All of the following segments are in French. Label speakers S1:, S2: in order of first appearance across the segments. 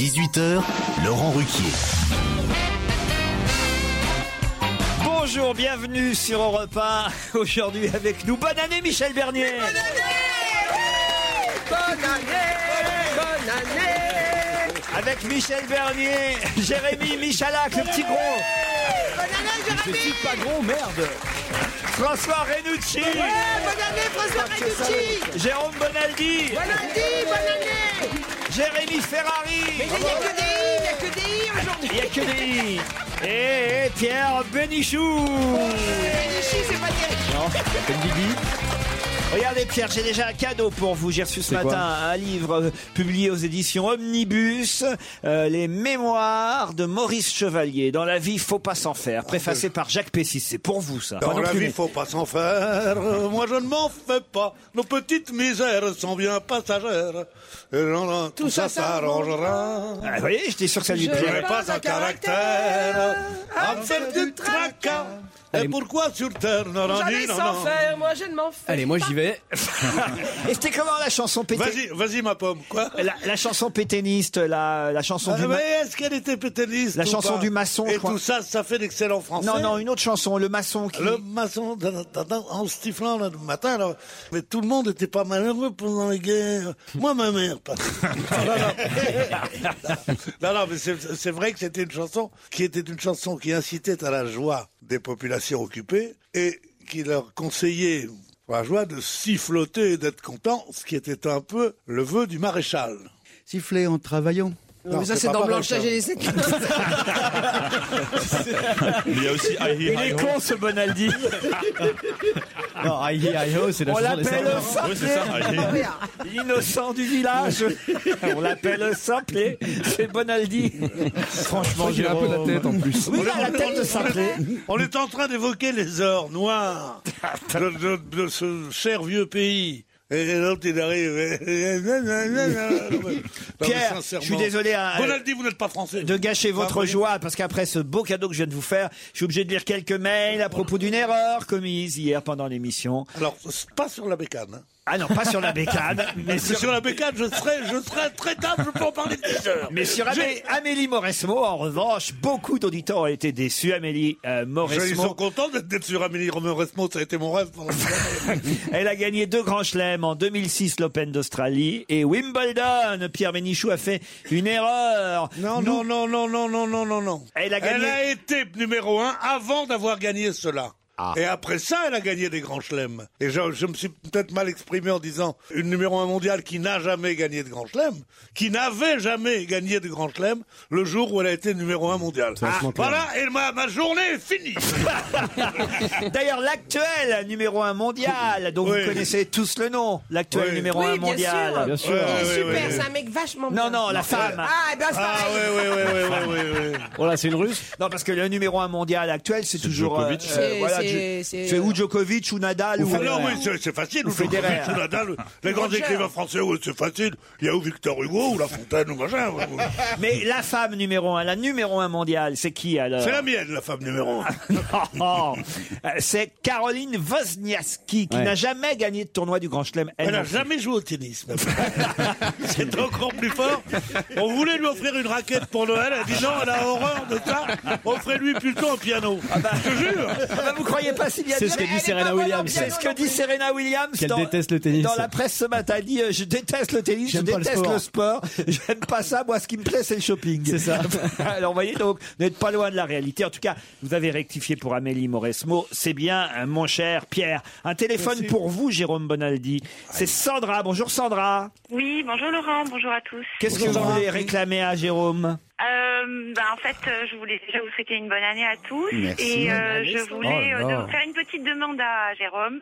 S1: 18h, Laurent Ruquier.
S2: Bonjour, bienvenue sur Europe 1. Aujourd'hui avec nous, bonne année Michel Bernier
S3: Bonne année Bonne année
S2: Avec Michel Bernier, Jérémy Michalak, le petit gros,
S3: Bonne année,
S4: Je
S3: Jérémy
S4: suis pas gros, merde
S2: François Renucci, Ah,
S3: Ouais, Bonne année, François Ragucci
S2: Jérôme Bonaldi,
S3: Bonne année, bonne année
S2: Jérémy Ferrari,
S3: Il n'y a que des I, il n'y a que des I aujourd'hui
S2: il n'y a que des i. et, et Pierre Bénichou.
S3: Ici, c'est pas terrible
S4: Comme Didi
S2: Regardez Pierre, j'ai déjà un cadeau pour vous. J'ai reçu ce
S4: C'est quoi
S2: matin un livre euh, publié aux éditions Omnibus, euh, Les Mémoires de Maurice Chevalier. Dans la vie, faut pas s'en faire. Préfacé par Jacques Pessis. C'est pour vous ça.
S5: Dans
S2: Ah, Pas
S5: la
S2: d'enculé.
S5: vie, faut pas s'en faire. Moi, je ne m'en fais pas. Nos petites misères sont bien passagères. Et non, non, tout, ça, s'arrangera.
S2: Ah, vous voyez, j'étais sûr que ça lui
S5: Je n'ai
S2: plairait.
S5: pas un caractère à me faire du tracas. Et pourquoi sur terre ne rend
S3: J'allais s'en faire, moi je ne m'en fais
S4: Allez, moi j'y
S2: Eh.
S4: vais.
S2: Et c'était comment la chanson pété
S5: Vas-y, vas-y, ma pomme, quoi
S2: la, la chanson péténiste, la, la chanson
S5: Ah,
S2: du. ma-
S5: mais est-ce qu'elle était pétainiste
S2: La
S5: ou
S2: chanson
S5: pas
S2: du maçon, je
S5: Et
S2: crois.
S5: tout ça, ça fait d'excellents français.
S2: Non, non, une autre chanson, le maçon qui.
S5: Le maçon, da, da, da, da, en stiflant là, Euh, le matin, là. mais tout le monde n'était pas malheureux pendant les guerres. Moi, ma mère, pas. non, non. Non, non, mais c'est c'est vrai que c'était une chanson qui était une chanson qui incitait à la joie des populations occupées et qui leur conseillait pour la joie de siffloter et d'être content, ce qui était un peu le vœu du maréchal.
S6: Siffler en travaillant.
S5: Non,
S3: Ça, c'est
S5: pas
S3: dans
S5: pareil,
S3: Blanchage
S5: ça.
S3: et les sept.
S7: Il y a aussi I Hear
S2: Il est con ce Bonaldi.
S6: Non, aïe, aïe, aïe, c'est la
S2: On
S6: chanson des
S2: l'appelle
S6: sapins.
S2: Simplé.
S7: Oui, c'est ça, I Hear
S2: L'innocent du village. On l'appelle Simplé. C'est Bonaldi. Franchement,
S6: Il a un peu la tête en plus.
S2: Oui, là, la tête de Simplé.
S5: On est en train d'évoquer les ors noirs de, de- de ce cher vieux pays. Et l'autre, il arrive. Non, mais
S2: Pierre,
S5: sincèrement.
S2: je suis désolé, hein,
S5: Vous l'avez dit, vous n'êtes pas français.
S2: de gâcher votre
S5: Ah,
S2: joie parce qu'après ce beau cadeau que je viens de vous faire, je suis obligé de lire quelques mails à propos d'une erreur commise hier pendant l'émission.
S5: Alors, c'est pas sur la bécane. hein.
S2: Ah non, pas sur la bécane, mais
S5: Parce que
S2: sur,
S5: sur la bécane, je serais, je serais traitable, je peux en parler 10 heures.
S2: mais sur Amé- Amélie Mauresmo. En revanche, beaucoup d'auditeurs ont été déçus. Amélie
S5: Je-
S2: euh,
S5: Ils sont
S2: Mauresmo,
S5: contents d'être d'être sur Amélie Romero-Resmo, ça a été mon rêve pendant
S2: elle a gagné deux grands chelems en 2006 l'Open d'Australie et Wimbledon. Pierre Ménichou a fait une erreur.
S5: Non,
S2: Nous-
S5: non, non, non, non, non, non, non, non.
S2: Elle a gagné-
S5: Elle a été numéro un avant d'avoir gagné cela. Et après ça, elle a gagné des grands chelems. Et je, je me suis peut-être mal exprimé en disant une numéro un mondiale qui n'a jamais gagné de grand chelem, qui n'avait jamais gagné de grand chelem le jour où elle a été numéro un mondiale. Ah, voilà, et ma, ma journée est finie.
S2: D'ailleurs, l'actuel numéro un mondial, dont
S5: Oui.
S2: vous connaissez tous le nom, l'actuel
S5: Oui.
S2: numéro
S3: Oui,
S2: un
S3: bien
S2: mondial.
S3: sûr.
S6: Bien sûr.
S5: Ouais,
S3: Il
S5: ouais,
S3: est
S5: ouais,
S3: super,
S5: ouais.
S3: c'est un mec vachement
S2: Non,
S3: bien.
S2: non, la femme.
S3: Ah, eh
S8: bah,
S3: ben c'est
S5: Ah
S3: pareil.
S5: oui, oui, oui, oui, oui, oui, oui.
S6: Oh là, c'est une russe
S2: Non, parce que le numéro un mondial actuel, c'est toujours. euh,
S7: Djokovic.
S2: euh,
S3: C'est-
S2: voilà,
S3: c'est-
S2: Jo-
S3: c'est-
S2: c'est ou Djokovic ou Nadal ou.
S5: Ah non, oui, c'est- c'est facile. Ou
S2: Federer.
S5: Djokovic, ou Nadal, les grands
S3: Roger.
S5: écrivains français, oui, c'est facile. Il y a ou Victor Hugo, ou La Fontaine, ou machin.
S2: Mais la femme numéro un, la numéro un mondiale, c'est qui alors
S5: C'est la mienne, la femme numéro un.
S2: Oh, oh. Euh, C'est Caroline Wozniacki qui
S6: Ouais.
S2: n'a jamais gagné de tournoi du Grand Chelem.
S5: Elle n'a
S2: non plus.
S5: jamais joué au tennis. ma femme. C'est encore plus fort. On voulait lui offrir une raquette pour Noël. Elle a dit non, elle a horreur de ça. Offrez-lui plutôt un piano. Je te jure.
S2: Ah bah, vous croyez pas s'il y a
S4: C'est ce qu'a dit Serena Williams.
S2: C'est ce que dit Serena Williams.
S4: Qu'elle
S2: dans-
S4: déteste le tennis.
S2: Dans la presse ce matin, elle dit euh, Je déteste le tennis, je
S4: J'aime pas le
S2: déteste le sport, j'aime pas ça. Moi, ce qui me plaît, c'est le shopping. C'est ça. Alors, vous voyez, donc, vous n'êtes pas loin de la réalité. En tout cas, vous avez rectifié pour Amélie Mauresmo. C'est bien, hein, mon cher Pierre. Un téléphone
S9: Merci.
S2: pour vous, Jérôme Bonaldi. C'est Sandra. Bonjour, Sandra.
S9: Oui, bonjour Laurent, bonjour à tous.
S2: Qu'est-ce que vous voulez réclamer à Jérôme
S9: Euh, bah, En fait, euh, je voulais déjà vous souhaiter une bonne année à tous.
S2: Merci.
S9: Et euh,
S2: Bonne année,
S9: je
S2: Sandra.
S9: voulais
S2: Oh
S9: euh,
S2: là
S9: de-
S2: là.
S9: faire une petite demande à Jérôme.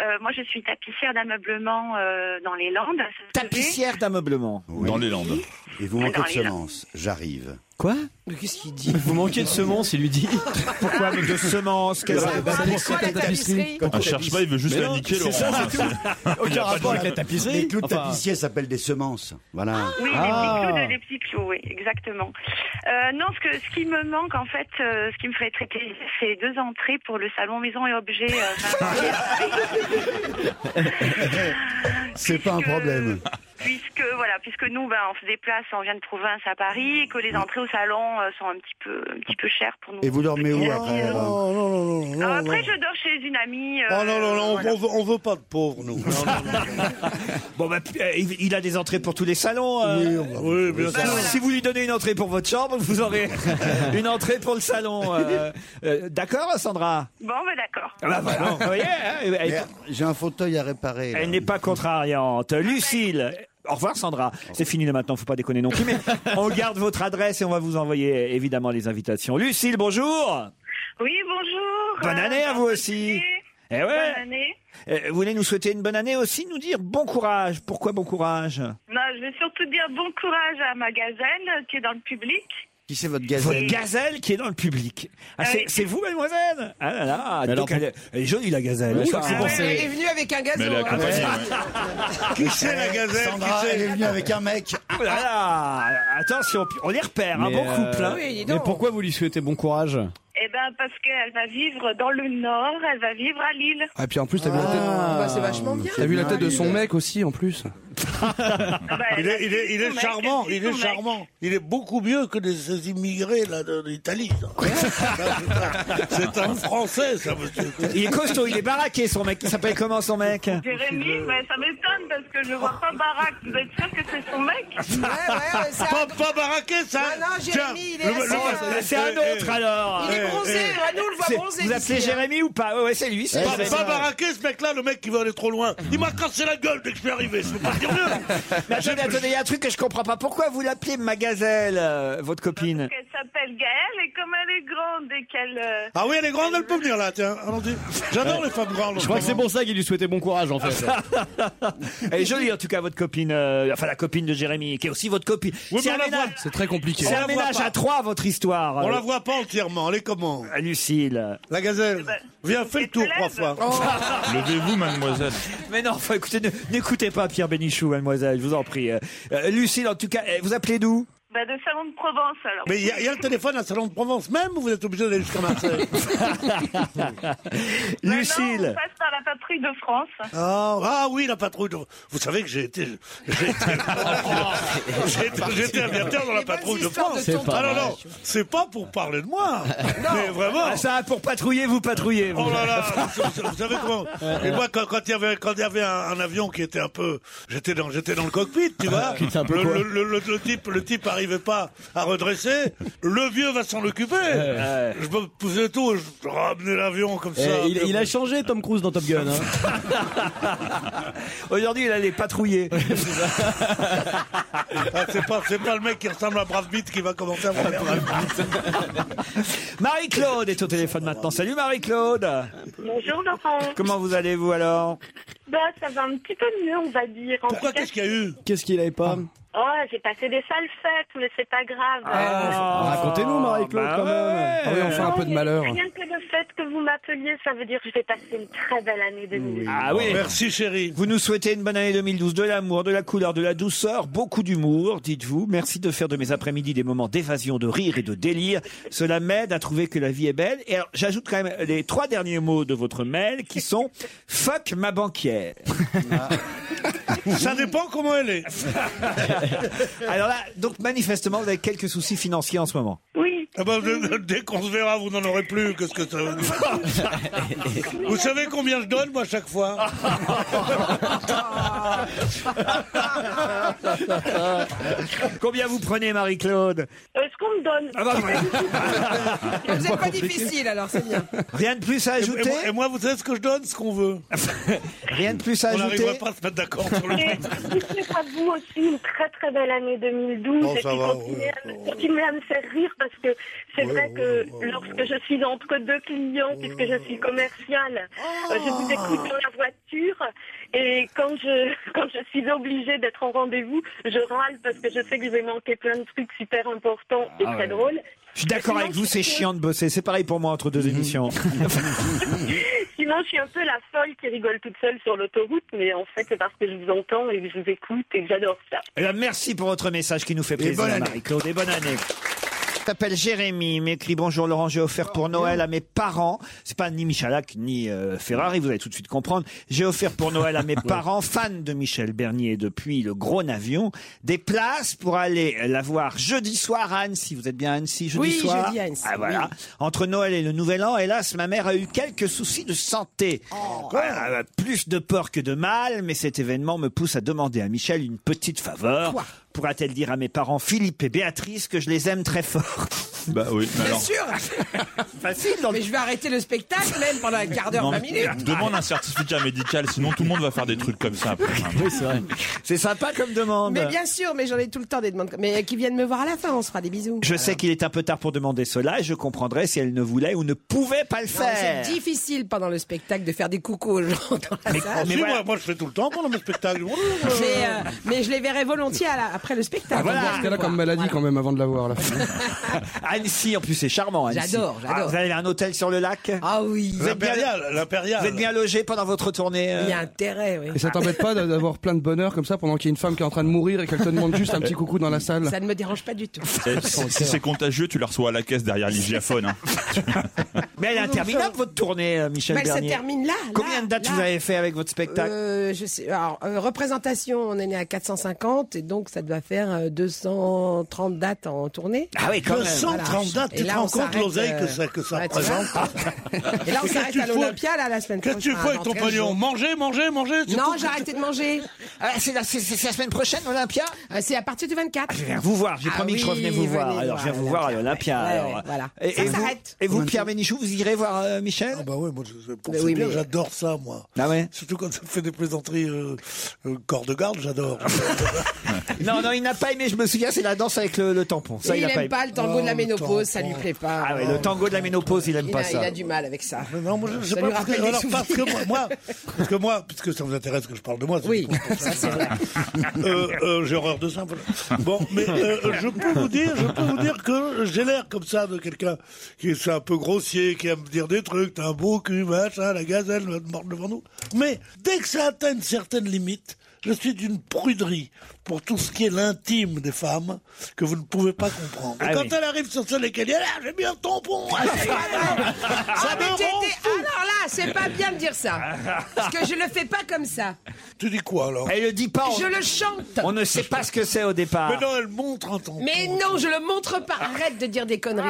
S9: Euh, moi, je suis tapissière d'ameublement euh, dans les Landes. c'est ce que j'ai.
S2: Tapissière d'ameublement.
S7: Dans les Landes.
S10: Et vous
S9: manquez
S10: manquez
S9: de
S10: de
S9: Dans les Landes.
S10: semences. J'arrive.
S4: Quoi Mais qu'est-ce qu'il dit Vous manquez de semences, il lui dit.
S6: Ah,
S2: Pourquoi avec de semences
S4: Quel
S7: Bah,
S4: rapport
S7: bah,
S4: avec
S7: pourquoi
S4: la
S7: la
S4: tapisserie
S7: Ah, cherche pas, il veut juste
S4: Mais
S7: la
S4: non,
S7: niquer,
S4: c'est
S7: Laurent.
S4: ça, c'est tout.
S7: Il a
S4: Aucun
S7: pas
S4: rapport
S7: de-
S4: avec la tapisserie.
S10: Les clous de
S4: Enfin,
S10: tapissier s'appellent des semences.
S3: Ah,
S10: Voilà.
S9: Oui, les
S2: Ah.
S9: petits clous de- les petits clous, oui, exactement. Euh, non, ce, que, ce qui me manque, en fait, euh, ce qui me ferait très plaisir, c'est deux entrées pour le salon Maison et Objets. euh,
S10: C'est pas un problème.
S9: Puisque voilà, puisque nous, ben, on se déplace, on vient de province à Paris, et que les entrées au salon euh, sont un petit peu, un petit peu chères pour nous.
S10: Et vous dormez où
S9: Alors,
S10: après
S9: euh,
S5: Non,
S10: alors
S5: non, non, non, non,
S9: Alors
S5: non.
S9: après, je dors chez une amie. euh,
S5: Oh non, non, non, on-
S9: voilà.
S5: on, veut, on veut pas de pauvres, nous.
S2: Bon, bah, euh, il il a des entrées pour tous les salons. euh.
S5: Oui, bien
S2: Bah,
S5: sûr.
S2: Si vous lui donnez une entrée pour votre chambre, vous aurez une entrée pour le salon. euh. Euh, D'accord, Sandra
S9: Bon, ben d'accord.
S2: Ah bah voilà, vous voyez, hein, elle- elle-
S10: Merde, euh, J'ai un fauteuil à réparer. là.
S2: elle n'est pas contrariante. Lucille au revoir Sandra. C'est fini là maintenant, faut pas déconner non plus. Mais on garde votre adresse et on va vous envoyer évidemment les invitations. Lucille, bonjour.
S9: Oui, bonjour.
S2: Bonne
S9: Euh,
S2: année à vous aussi. Eh ouais.
S9: Bonne année.
S2: Euh, Vous voulez nous souhaiter une bonne année aussi, nous dire bon courage. Pourquoi bon courage
S9: Non, Ben, je vais surtout dire bon courage à ma gazelle euh, qui est dans le public.
S10: Qui c'est votre
S2: Votre
S10: gazelle
S2: gazelle qui est dans le public. Ah, c'est
S9: Oui.
S2: c'est vous, mademoiselle Ah là là,
S4: Mais
S2: donc
S4: alors,
S2: elle, est- elle est jolie la gazelle.
S4: Oui, je crois que c'est
S2: Ah,
S4: pour
S2: ouais.
S4: ça.
S3: Elle est venue avec un
S7: Mais
S3: gazon.
S7: elle est
S3: hein.
S7: accompagnée. ouais.
S5: Qui c'est la gazelle
S10: Sandra,
S5: Qui
S10: elle est
S5: c'est
S10: venue avec un mec.
S2: Oh là là, attention, on les repère, un
S4: mais,
S2: bon couple.
S4: euh,
S2: hein.
S3: Oui, dis
S4: Mais
S3: donc.
S4: pourquoi vous lui souhaitez bon courage
S9: Eh ben, parce qu'elle va vivre dans le Nord, elle va vivre à Lille.
S11: Ah, et puis en plus, t'as vu la tête.
S4: Ah,
S3: Bah, c'est vachement bien.
S11: T'as vu la tête de son mec aussi en plus.
S9: Ah bah,
S5: il
S9: elle a
S5: est, il
S9: vu
S5: est- il
S9: son
S5: est
S9: mec,
S5: charmant,
S9: elle a
S5: il
S9: vu
S5: est
S9: son mec.
S5: charmant. Il est beaucoup mieux que des, ces immigrés là de- d'Italie. ça. C'est un Français, ça, monsieur.
S4: euh,
S2: Il est costaud, il est baraqué son mec. Il s'appelle comment son mec
S9: Jérémy, mais ça m'étonne parce que je vois pas Barack. Vous êtes sûr que c'est son mec
S3: Ouais, ouais, ouais, c'est
S5: Pas,
S3: un-
S5: pas baraqué, ça.
S3: Non, non, Jérémy, il est assez, euh,
S2: C'est un
S5: Eh,
S2: autre alors. Eh,
S3: Il est bronzé, ouais, nous on le voit
S2: C'est-
S3: bronzé.
S2: Vous appelez
S3: ici, hein.
S2: Jérémy ou pas Ouais, ouais, c'est lui. c'est
S5: Pas,
S2: Jérémy.
S5: Eh, pas baraqué, ce mec-là, le mec qui veut aller trop loin. Il m'a cassé la gueule dès que je suis arrivé, je peux pas dire mieux.
S2: Mais attendez, attendez, il y a un truc que je comprends pas. Pourquoi vous l'appelez ma gazelle, euh, votre copine
S9: Elle s'appelle Gaëlle et comme elle est grande et qu'elle... euh,
S5: Ah oui, elle est grande, elle peut venir là, tiens. allons-y. J'adore les femmes grandes. en
S4: Je crois que
S5: ce
S4: c'est
S5: moment.
S4: pour ça qu'il lui souhaitait bon courage en fait.
S2: Elle est jolie en tout cas, votre copine. euh, enfin, la copine de Jérémy, qui est aussi votre copine.
S5: Oui, mais
S2: c'est un
S5: on la
S2: ménage,
S5: voit.
S11: C'est très compliqué.
S2: c'est
S5: On
S2: un
S5: la voit
S2: ménage
S5: pas.
S2: à trois, votre histoire.
S5: On
S2: euh,
S5: la voit pas entièrement, elle est comment
S2: à Lucille.
S5: La gazelle. Viens, fais le tour trois fois.
S7: Oh.
S5: Oh.
S7: Levez-vous, mademoiselle.
S2: Mais non, enfin, écoutez, ne- n'écoutez pas Pierre Bénichou, mademoiselle, je vous en prie. Euh, euh, Lucille, en tout cas, euh, vous appelez d'où
S9: bah, de Salon de Provence alors.
S5: Mais il y, a- il y a le téléphone à Salon de Provence même ou vous êtes obligé d'aller jusqu'à Marseille
S9: Maintenant,
S2: Lucille
S9: on passe par la patrie de France.
S5: ah, ah oui, la patrouille. de- Vous savez que j'ai été. j'ai été- j'ai été- J'étais aviateur dans la
S3: Les bonnes
S5: patrouille de
S3: histoires
S5: France.
S3: de tonton.
S5: Ah non, non, c'est pas pour parler de moi. Mais vraiment.
S2: Ah, Ça, pour patrouiller, vous patrouillez. vous.
S5: Oh là là, vous, vous- vous savez comment Et moi, quand quand il y avait, quand il y avait un, un avion qui était un peu, j'étais dans, j'étais dans le cockpit, tu vois.
S4: était un peu
S5: le,
S4: quoi
S5: le, le- le- le type, le type arrivait pas à redresser. Le vieux va s'en occuper. Je me poussais tout, je ramenais l'avion comme ça.
S4: Eh, il, il a changé Tom Cruise dans Top Gun. hein.
S2: Aujourd'hui, il allait patrouiller.
S5: Ah, c'est pas, c'est pas le mec qui ressemble à Brad Pitt qui va commencer à me faire
S2: Marie-Claude est au téléphone maintenant. Salut Marie-Claude
S12: Bonjour Laurent.
S2: Comment vous allez-vous alors
S12: Bah, ça va un petit peu mieux, on va dire. En
S5: Pourquoi
S12: tout cas,
S5: qu'est-ce qu'il y a eu
S4: Qu'est-ce qu'il avait pas
S12: oh, j'ai passé des sales fêtes, mais c'est pas grave.
S9: Ah,
S4: Ah, Racontez-nous Marie-Claude
S2: bah
S4: quand même.
S2: ouais.
S11: Ah oui, enfin un peu de
S12: mais
S11: malheur.
S12: Rien que le fait que vous m'appeliez, ça veut dire que je vais passer une très belle année 2020.
S2: Ah oui
S5: Merci chérie.
S2: Vous nous souhaitez une bonne année 2012, de l'amour, de la couleur, de la douceur, beaucoup d'humour, dites-vous. Merci de faire de mes après-midi des moments d'évasion, de rire et de délire. Cela m'aide à trouver que la vie est belle. Et alors, j'ajoute quand même les trois derniers mots de votre mail qui sont « Fuck ma banquière
S5: Ah. Ça dépend comment elle est. ».
S2: Alors là, donc manifestement, vous avez quelques soucis financiers en ce moment.
S12: Oui,
S5: Ah bah, de- dès qu'on se verra, vous n'en aurez plus. Qu'est-ce que ça veut dire Vous savez combien je donne, moi, à chaque fois
S2: Combien vous prenez, Marie-Claude
S9: Est-ce Euh, qu'on me donne
S2: Ah bah,
S8: Vous êtes pas difficile, alors c'est bien.
S2: Rien de plus à
S5: Et- et
S2: ajouter
S5: moi- Et, moi, vous savez ce que je donne Ce qu'on veut.
S2: Rien de plus à
S5: On
S2: ajouter
S5: n'arrivera pas à se mettre d'accord sur le
S9: Et souhaitez à vous aussi une très très belle année 2012
S5: Oh,
S9: et
S5: ça
S9: puis
S5: va,
S9: continuez, à, me- continuez à me faire rire parce que c'est vrai que lorsque je suis entre deux clients, puisque je suis commerciale, euh, je vous
S2: Ah.
S9: écoute dans la voiture et quand je quand je suis obligée d'être en rendez-vous, je râle parce que je sais que je vais manquer plein de trucs super importants et
S2: Ah
S9: très
S2: ouais.
S9: drôles.
S2: Je suis d'accord avec vous, c'est chiant de bosser. C'est pareil pour moi entre
S9: Mhm.
S2: deux émissions.
S9: Sinon, je suis un peu la folle qui rigole toute seule sur l'autoroute, mais en fait, c'est parce que je vous entends et que je vous écoute et que j'adore ça.
S2: Eh bien, merci pour votre message qui nous fait
S9: bonne
S2: plaisir,
S9: année.
S2: Marie-Claude. Et bonne année. Je t'appelle Jérémy, il m'écrit Bonjour Laurent, j'ai offert pour Noël à mes parents. C'est pas ni Michalak ni euh, Ferrari, vous allez tout de suite comprendre. J'ai offert pour Noël à mes parents, fans de Michel Bernier depuis le gros navion, des places pour aller la voir jeudi soir à Annecy. Vous êtes bien à Annecy jeudi
S8: Oui,
S2: soir
S8: jeudi à Annecy,
S2: Ah, voilà. Entre Noël et le Nouvel An, hélas, ma mère a eu quelques soucis de santé.
S8: Oh.
S2: Voilà, plus de peur que de mal, mais cet événement me pousse à demander à Michel une petite faveur. Pourra-t-elle dire à mes parents Philippe et Béatrice que je les aime très fort
S7: Bah oui, mais
S8: Bien
S7: alors.
S8: sûr
S2: Facile
S8: Mais je vais arrêter le spectacle, même, pendant un quart d'heure,
S7: Non,
S8: 20
S7: mais
S8: minutes
S7: demande un certificat médical, sinon tout le monde va faire des trucs comme ça après. hein. Oui,
S2: c'est vrai. C'est sympa comme demande.
S8: Mais bien sûr, mais j'en ai tout le temps des demandes. Mais euh, qui viennent me voir à la fin, on se fera des bisous.
S2: Je sais qu'il est un peu tard pour demander cela et je comprendrais si elle ne voulait ou ne pouvait pas le
S8: Non, C'est
S2: faire.
S8: difficile pendant le spectacle de faire des coucous aux gens dans la salle.
S5: Si, moi, moi, je fais tout le temps pendant mes spectacles.
S8: Mais, euh, mais je les verrai volontiers à la- après le
S2: Ah,
S8: spectacle.
S4: Parce qu'elle a comme maladie quand même avant de l'avoir. là.
S2: Annecy, en plus, c'est charmant. Annecy.
S8: J'adore, j'adore.
S2: Ah, vous avez un hôtel sur le lac
S8: Ah oui.
S2: Vous êtes bien,
S5: L'impérial, l'impérial.
S2: vous êtes bien logé pendant votre tournée euh
S8: Il y a intérêt, oui.
S4: Et ça t'embête pas d'a- d'avoir plein de bonheur comme ça pendant qu'il y a une femme qui est en train de mourir et qu'elle te demande juste un petit coucou dans la salle
S8: Ah, Ça ne me dérange pas du tout.
S7: Eh, Si si c'est contagieux, tu la reçois à la caisse derrière l'hygiaphone. Hein.
S2: Mais elle est interminable, votre tournée, euh, Michel
S8: Mais elle se
S2: Bernier.
S8: termine là. là,
S2: Combien de dates
S8: là.
S2: vous avez fait avec votre spectacle
S8: Euh, je sais, alors, euh, représentation, on est né à 450 et donc ça doit faire euh, 230 dates en tournée.
S2: Ah oui, quand même.
S5: 230 dates,
S8: Et
S5: tu te
S8: là,
S5: rends
S8: on
S5: compte
S8: s'arrête,
S5: l'oseille que
S8: euh,
S5: ça, que ça
S8: ouais, tu vois.
S5: représente Ah,
S8: Et là,
S5: Qu'est-ce
S8: on
S5: que
S8: s'arrête
S5: tu
S8: à
S5: fous
S8: l'Olympia là, la semaine
S5: Qu'est-ce que tu
S8: prochaine.
S5: fais avec ton pognon Manger, manger, manger Ah, c'est
S8: Non,
S5: tout.
S8: j'ai arrêté de manger. Euh,
S2: c'est la, semaine prochaine, l'Olympia
S8: C'est à partir du 24.
S2: Je viens vous voir, j'ai
S8: Ah
S2: promis que je revenais vous
S8: oui,
S2: voir.
S8: venez
S2: Alors, je viens vous voir à l'Olympia.
S8: Ouais,
S2: alors.
S8: ouais, voilà.
S2: Et,
S8: Ça
S2: et vous,
S8: s'arrête.
S2: et vous, Pierre Bénichou, vous irez voir euh, Michel
S5: Ah bah ouais, moi, je, pour
S8: Mais
S5: vous
S8: oui,
S5: dire,
S8: mais-
S5: j'adore ça, moi.
S2: Ah ouais
S5: Surtout quand ça fait des plaisanteries euh, euh, corps de garde, j'adore.
S2: Non, non, il n'a pas aimé, je me souviens, c'est la danse avec le, le tampon. Ça,
S8: Et il
S2: a
S8: aime
S2: aimé.
S8: pas le tango de la
S5: Oh,
S8: ménopause, ça
S5: tampon.
S8: lui plaît pas.
S2: Ah ouais, le tango de la ménopause, il aime
S8: il,
S2: pas
S8: a,
S2: ça.
S8: il a du mal avec ça.
S5: Mais Non, moi, je, je sais
S8: Ça
S5: pas
S8: lui
S5: parce que,
S8: rappelle des
S5: alors, parce que moi,
S8: souvenirs.
S5: moi- parce que moi, puisque ça vous intéresse que je parle de moi, c'est
S8: Oui,
S5: pour ça.
S8: ça c'est vrai.
S5: Euh, euh, j'ai horreur de ça. voilà. Bon, mais euh, je peux vous dire, je peux vous dire que j'ai l'air comme ça de quelqu'un qui est un peu grossier, qui aime dire des trucs, t'as un beau cul, machin, la gazelle va te mordre devant nous. Mais dès que ça atteint une certaine limite, je suis d'une pruderie pour tout ce qui est l'intime des femmes que vous ne pouvez pas comprendre. Et
S2: Ah
S5: quand
S2: oui.
S5: elle arrive sur scène et qu'elle dit ah, j'ai mis un tampon, ah, c'est pas grave. ça
S8: Ah, mais
S5: me
S8: t'étais-
S5: rend fou.
S8: Alors là, c'est pas bien de dire
S2: Ah.
S8: ça. Parce que je le fais pas comme ça.
S5: Tu dis quoi alors
S2: Elle le dit pas,
S8: Je
S2: on,
S8: le chante.
S2: on ne sait pas ce que c'est au départ.
S5: Mais non, elle montre un tampon.
S8: Mais non, je le montre pas. Arrête de dire des conneries.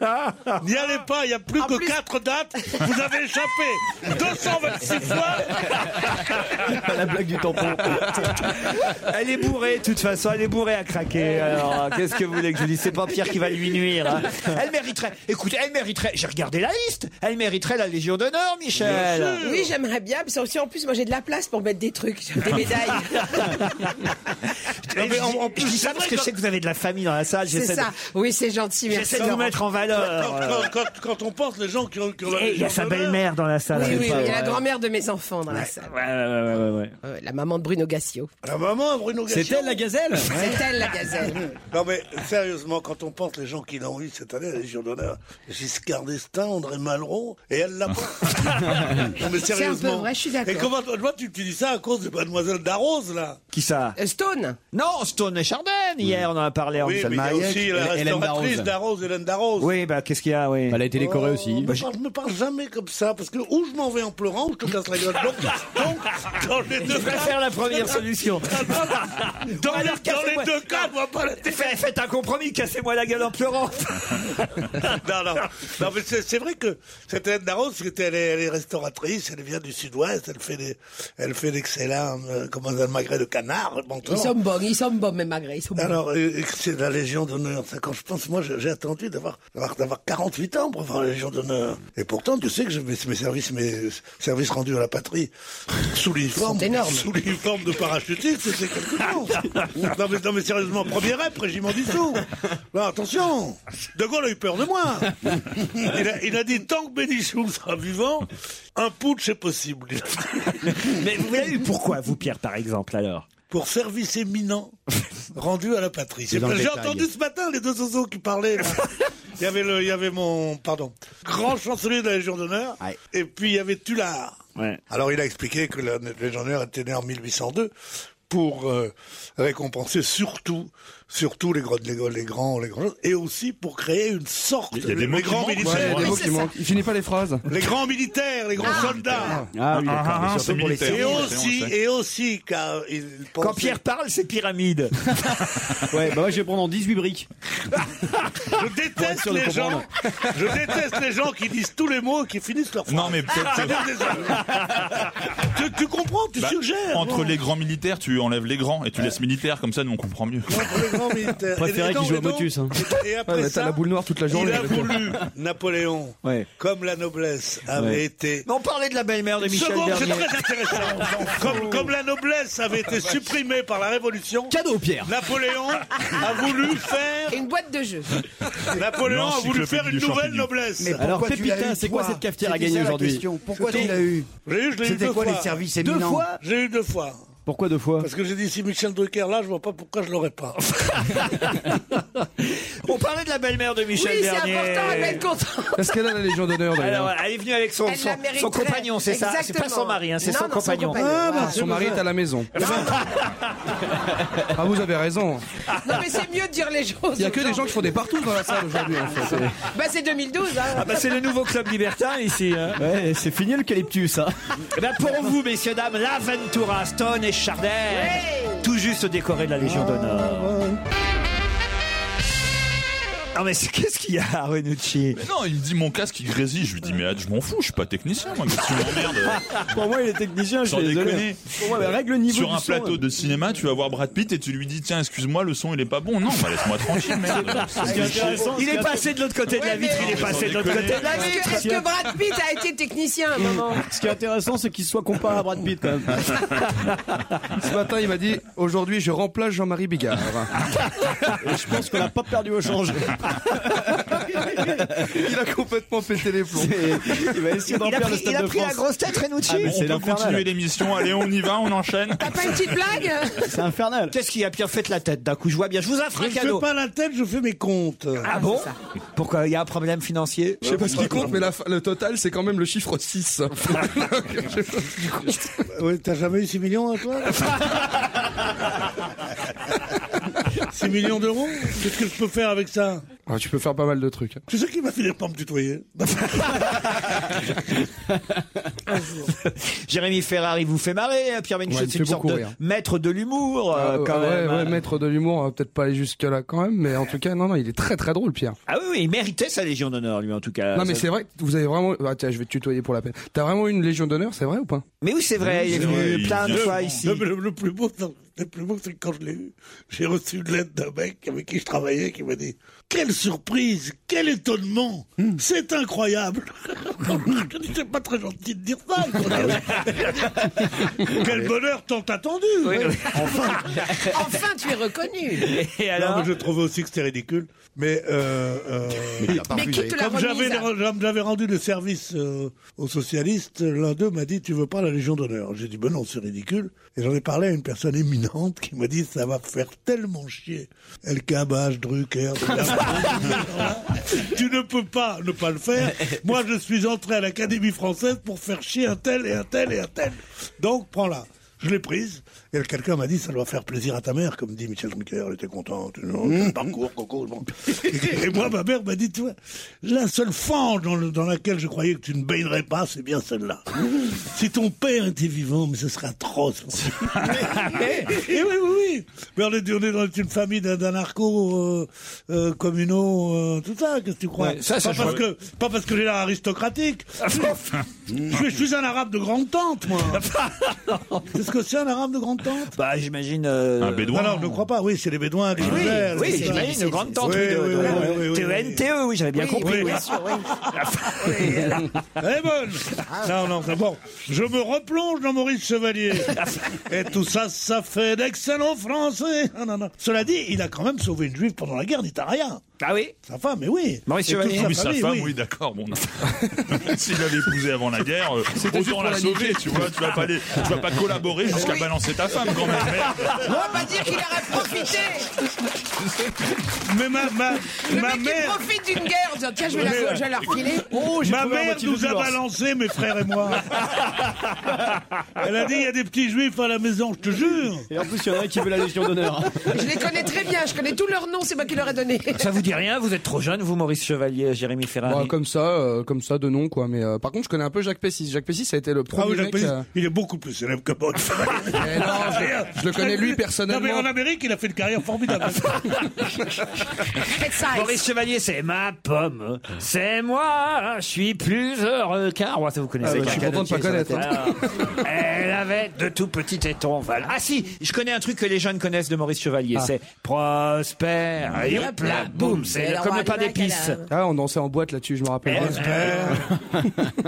S2: Ah.
S5: N'y allez pas, il n'y a plus
S8: En
S5: que
S8: plus-
S5: 4 dates. Vous avez échappé 226 fois.
S13: La blague du tampon.
S2: Elle est bourrée, de toute façon, elle est bourrée à craquer. Alors, hein. qu'est-ce que vous voulez que je vous dise C'est pas Pierre qui va lui nuire. hein. Elle mériterait, écoutez, elle mériterait, j'ai regardé la liste, elle mériterait la Légion d'honneur, Michel.
S8: Oui, j'aimerais bien. Mais aussi, en plus, moi, j'ai de la place pour mettre des trucs, des médailles.
S2: Et
S5: Non, mais
S2: je,
S5: en-
S2: dis-
S5: en
S2: je dis ça parce que je sais que vous avez de la famille dans la salle.
S8: C'est
S2: J'essaie de,
S8: ça. Oui, c'est gentil. Merci.
S2: j'essaie de vous
S8: Laurent.
S2: mettre en valeur.
S5: Quand, quand- quand- quand on pense les gens qui ont, qui ont la
S2: Et il y a
S5: Légion
S2: sa
S5: d'honneur,
S2: belle-mère dans la salle.
S8: Oui,
S2: c'est
S8: oui,
S2: pas
S8: il y a la
S2: vrai.
S8: grand-mère de mes enfants dans la
S2: Ouais,
S8: salle.
S2: ouais, ouais, ouais, ouais. Ah,
S8: Ouais, la maman de Bruno Gassio.
S5: La maman, Ah bah Bruno Gachon.
S13: C'était la gazelle
S8: C'est elle, la gazelle.
S5: Non mais sérieusement, quand on pense les gens qui l'ont eu cette année, la Légion d'honneur, Giscard d'Estaing, André Malraux, et elle l'a pas. non, mais
S8: C'est un peu
S5: sérieusement.
S8: vrai, je suis d'accord.
S5: Et comment, toi, tu, tu dis ça à cause de Mademoiselle Darose, là
S2: Qui
S8: Euh,
S2: ça
S8: Stone
S2: Non, Stone et Chardin, hier, on en a parlé. en-
S5: Oui, mais il y a aussi la restauratrice Darose, Hélène Darose.
S2: Oui, bah, qu'est-ce qu'il y a oui. Oh. Bah, Elle a été décorée aussi.
S5: Oh, Je ne me parle jamais comme ça, parce que ou je m'en vais en pleurant, ou je te casse la gueule. Donc, donc dans les deux
S2: Je préfère la première solution.
S5: Dans,
S2: Alors,
S5: les, dans
S2: cassez-moi-
S5: les deux cas, moi, pas la tête.
S2: Faites faites un compromis, cassez-moi la gueule en pleurant.
S5: non, non. Non, mais c'est c'est vrai que cette Hélène Darroze, parce que t'es- elle, est- elle est restauratrice, elle vient du sud-ouest, elle fait des, elle fait d'excellents, euh, comment on dit, magret de canard. Bon,
S8: Ils sont bons, ils sont bons, mais malgré, ils sont bons.
S5: Alors, euh, euh, c'est la Légion d'honneur. Ça, Quand je pense, moi, j'ai j'ai attendu d'avoir d'avoir- d'avoir 48 ans pour avoir la Légion d'honneur. Et pourtant, tu sais que je, mes, mes services, mes services rendus à la patrie sous l'uniforme,
S8: Sont énormes.
S5: sous l'uniforme de parachutiste, c'était quelque chose. non, mais, non, mais sérieusement, premier rep, régiment du Sceau. Non, attention, De Gaulle a eu peur de moi. Il a, il a dit tant que Bénichou sera vivant, un putsch est possible.
S2: Mais vous l'avez eu pourquoi, vous, Pierre, par exemple, alors
S5: Pour service éminent rendu à la patrie.
S2: C'est dans le
S5: J'ai
S2: détail.
S5: entendu ce matin les deux oiseaux qui parlaient. là. Il y avait le, il y avait mon, pardon, grand chancelier de la Légion d'honneur. Et puis il y avait Tullard. Alors il a expliqué que la Légion d'honneur était née en 1802 pour euh, récompenser surtout, surtout les, gros- les, gros- les grands, les grands, et aussi pour créer une sorte.
S4: Il y a
S5: les,
S4: des mots
S5: les
S4: qui
S5: grands
S4: manquent.
S5: militaires,
S4: Ouais, il y a des mots qui manquent. Il finit pas les phrases.
S5: les grands militaires, les grands soldats.
S4: Ah oui, d'accord, mais
S5: ah,
S4: surtout pour les
S5: militaires. Et
S4: civils, on
S5: aussi,
S4: sait, on sait.
S5: et aussi, car il
S2: Quand Pierre parle, c'est pyramide.
S13: Ouais, bah moi je vais prendre en 18 briques.
S5: Je
S13: Pour être
S5: déteste
S13: sûr de
S5: les gens.
S13: comprendre.
S5: Je déteste les gens qui disent tous les mots et qui finissent leur phrase. Ah,
S7: Non, mais peut-être-
S5: Ça me désole. tu, tu comprends, tu
S7: Bah,
S5: suggères.
S7: Entre
S5: bon.
S7: les grands militaires, tu enlèves les grands et tu laisses militaires, comme ça nous on comprend mieux.
S5: Entre les grands militaires.
S7: Préféré
S5: Et donc-
S7: qu'ils jouent à
S5: et donc-
S7: Motus, hein.
S5: Et
S4: Ouais,
S5: après
S4: bah,
S5: ça,
S4: T'as la boule noire toute la journée.
S5: il a voulu Napoléon,
S4: Ouais.
S5: comme la noblesse avait
S4: Ouais.
S5: été.
S2: On parlait de la belle-mère de Michel
S5: Seconde, c'est
S2: Bernier.
S5: très intéressant. comme, comme la noblesse avait été supprimée par la Révolution.
S13: Cadeau, Pierre.
S5: Napoléon a voulu faire.
S8: Une boîte de jeu.
S5: Napoléon a voulu faire une nouvelle noblesse.
S13: Mais Alors, pourquoi tu l'as Pépita, eu, c'est quoi toi cette cafetière à
S6: C'était
S13: gagner
S6: ça la
S13: aujourd'hui
S6: question. Pourquoi
S5: C'était-
S6: tu l'as eu
S5: Je l'ai eu, je l'ai eu
S6: C'était
S5: deux
S6: quoi
S5: fois.
S6: les services
S5: Deux
S6: éminents
S5: fois J'ai eu deux fois.
S13: Pourquoi deux fois
S5: Parce que j'ai dit, si Michel Drucker là, je vois pas pourquoi je l'aurais pas.
S2: On parlait de la belle-mère de Michel
S8: oui, c'est
S2: Bernier.
S8: important, elle va être contente.
S4: Est-ce qu'elle a la Légion d'honneur d'ailleurs
S2: Alors, elle est venue avec son,
S8: Elle
S2: son,
S8: la mériterait.
S2: son compagnon, c'est ça C'est pas son
S8: Exactement.
S2: mari, hein, c'est
S8: Non,
S2: son
S8: non, son
S2: compagnon.
S8: compagnon. Ah, bah,
S4: Son mari est à la maison. Ah, vous avez raison.
S8: Non, mais c'est mieux de dire les choses.
S4: Il y a que des gens qui font des partout dans la salle aujourd'hui en fait.
S8: Bah, c'est 2012, hein.
S2: Ah bah c'est le nouveau club libertin ici. hein.
S13: Ouais, c'est fini l'eucalyptus, hein.
S2: Eh ben, pour vous, messieurs, dames, la Ventura, Stone et Chardin, tout juste décorés de la Légion d'honneur. Non mais c'est- qu'est-ce qu'il y a, Renucci
S7: Mais non, il me dit mon casque il grésille. Je lui dis, mais ah, je m'en fous, je suis pas technicien, moi, qu'est-ce que tu m'emmerdes
S13: Pour moi, il est technicien, je
S7: Sans
S13: suis désolé.
S7: déconner.
S13: Pour moi, bah, règle le niveau
S7: Sur
S13: du
S7: un
S13: son,
S7: plateau
S13: hein.
S7: de cinéma, tu vas voir Brad Pitt et tu lui dis, tiens, excuse-moi, le son il est pas bon. Non, bah, laisse-moi tranquille, merde.
S13: Ce qui est intéressant,
S2: Il
S13: c'est
S2: est
S13: que-
S2: passé de l'autre côté de la vitre, il est passé de l'autre côté de la
S8: Est-ce
S2: vitre.
S8: que, est-ce que Brad Pitt a été technicien à un moment
S13: Ce qui est intéressant, c'est qu'il soit comparé à Brad Pitt quand même.
S4: Ce matin, il m'a dit aujourd'hui, je remplace Jean-Marie Bigard.
S13: Et je pense qu'on a pas perdu au change.
S4: Il a complètement pété les plombs.
S13: Il va essayer d'en
S2: Il a
S13: faire le
S2: pris, il
S13: Stade
S2: a
S13: de
S2: pris la
S13: France.
S2: grosse tête, Renucci.
S13: Ah, mais
S7: On
S13: c'est
S7: peut continuer
S13: l'infernal.
S7: l'émission, allez, on y va, on enchaîne.
S8: T'as pas une petite blague
S13: C'est infernal.
S2: Qu'est-ce qu'il y a, Pierre Faites la tête d'un coup, je vois bien. Je vous offre
S5: Je
S2: un
S5: ne fais
S2: cadeau.
S5: pas la tête, je fais mes comptes.
S2: Ah bon Pourquoi Il y a un problème financier
S4: Je sais pas ce qui compte, mais la fa- le total, c'est quand même le chiffre 6.
S5: Ouais, T'as jamais eu 6 millions à toi 6 millions d'euros Qu'est-ce que je peux faire avec ça
S4: Ah, tu peux faire pas mal de trucs.
S5: Tu sais qui va finir par me tutoyer
S2: Jérémy Ferrari vous fait marrer, hein, Pierre Ménichot,
S4: Ouais, il
S2: c'est
S4: me
S2: une
S4: fait
S2: sorte
S4: beaucoup
S2: de
S4: rire.
S2: maître de l'humour, euh,
S4: ouais,
S2: quand même.
S4: Ah, ouais, maître de l'humour, on va peut-être pas aller jusque-là quand même, mais en tout cas, non, non, il est très très drôle, Pierre.
S2: Ah oui, oui, il méritait sa Légion d'honneur, lui, en tout cas.
S4: non, mais
S2: Euh, Ça-
S4: c'est vrai, que vous avez vraiment. Ah, tiens, je vais te tutoyer pour la peine. T'as vraiment une Légion d'honneur, c'est vrai ou pas
S2: Mais oui, c'est vrai, il est venu
S7: vrai, il
S2: plein de
S7: vient
S2: fois
S7: souvent.
S2: ici.
S5: Non, mais le, le plus beau, non, le plus beau, c'est que quand je l'ai eu, j'ai reçu une lettre d'un mec avec qui je travaillais qui m'a dit Quelle surprise, quel étonnement,
S2: Hmm.
S5: c'est incroyable. je dis C'est pas très gentil de dire ça.
S2: Ah
S5: quoi. quel bonheur tant attendu.
S8: Enfin, tu es reconnu.
S2: Et
S5: Non,
S2: alors
S5: mais je trouvais aussi que c'était ridicule. Mais, euh, euh,
S8: Mais qui te l'a
S5: comme j'avais,
S8: remise
S5: j'avais rendu le service euh, aux socialistes, l'un d'eux m'a dit Tu veux pas la Légion d'honneur J'ai dit Ben non, c'est ridicule. Et j'en ai parlé à une personne éminente. dominante qui me dit ça va faire tellement chier. El Kabach, Drucker. de la- tu ne peux pas ne pas le faire. Moi, je suis entré à l'Académie française pour faire chier un tel et un tel et un tel. Donc, prends-la. Je l'ai prise et quelqu'un m'a dit ça doit faire plaisir à ta mère, comme dit Michel Drucker. Elle était contente. Non, quel Parcours, concours, bon. Et moi, ma mère m'a dit, tu vois, la seule fange dans, le- dans laquelle je croyais que tu ne baignerais pas, c'est bien celle-là. si ton père était vivant, mais ce serait atroce. Et Eh oui, oui, oui. Mais on est, on est dans une famille d'anarchos euh, euh, communaux, euh, tout ça, qu'est-ce que tu crois
S2: Ouais, ça, ça,
S5: pas,
S2: je
S5: parce
S2: vois.
S5: que, pas parce que j'ai l'air aristocratique. je, suis un arabe de grande tente, moi. Qu'est-ce que c'est un arabe de grande tente
S2: Bah, j'imagine.
S5: Un bédouin. Non, non, je ne crois pas. Oui, c'est les bédouins, les
S2: Oui,
S5: Jumelles,
S2: oui,
S5: c'est ça.
S2: j'imagine, une grande tente,
S5: Oui,
S2: oui, de-
S5: oui,
S2: de-
S5: oui,
S2: de-
S5: oui, oui,
S2: de-
S5: oui.
S2: TNTE, oui, j'avais bien compris, oui.
S5: Elle est bonne. Non, non, c'est bon. Je me replonge dans Maurice Chevalier. Et tout ça, ça fait d'excellents Français. Ah, non, non. Cela dit, il a quand même sauvé une juive pendant la guerre d'Italia.
S2: Ah oui
S5: Sa femme, mais oui.
S7: Maurice
S5: Et toute
S7: Chevalier.
S5: sa
S7: Oui, Ah, sa
S5: famille,
S7: femme,
S5: oui.
S7: oui, d'accord. Bon, non. S'il l'avait épousée avant la guerre, euh,
S5: C'était juste
S7: autant
S5: pour
S7: la
S5: la
S7: sauver,
S5: niquer.
S7: tu vois. Tu vas pas, aller- tu vas pas collaborer jusqu'à
S8: Oui.
S7: balancer ta femme quand même. Merde.
S8: On va pas dire qu'il aurait profité.
S5: Mais ma, ma,
S8: Le
S5: ma
S8: mec il
S5: mère.
S8: profite d'une guerre en disant tiens je vais
S5: euh,
S8: la, je vais la refiler. Oh,
S5: Ma mère nous a balancé, mes frères et moi. Elle a dit il y a des petits juifs à la maison, je te jure. Ah Et en plus, il y en a qui veut la Légion d'honneur.
S3: Je les connais très bien, je connais tous leurs noms, c'est moi qui leur ai donné.
S2: Ça vous dit rien Vous êtes trop jeune, vous, Maurice Chevalier, Jérémy Ferrari.
S11: Bah, comme ça, euh, comme ça de nom quoi. Mais euh, par contre, je connais un peu Jacques Pessis. Jacques Pessis, ça a été le premier
S5: Ah oui, Jacques
S11: mec.
S5: Pelletier,
S11: euh,
S5: il est beaucoup plus célèbre que moi.
S11: je- je le connais, lui, personnellement.
S5: Non, mais en Amérique, il a fait une carrière formidable.
S2: Maurice Chevalier, c'est ma pomme, c'est moi, je suis plus heureux qu'un roi. euh, Ça vous connaissez
S11: Ah bah, je suis
S2: Cacalotier,
S11: content de pas connaître,
S2: ça va être- Alors, Elle avait de tout petits tétons ovales. Ah si, je connais un truc que les jeunes connaissent de Maurice Chevalier, c'est Prosper, et hop là, boum, c'est comme le pain d'épices.
S11: Ah, on dansait en boîte là-dessus, je me rappelle.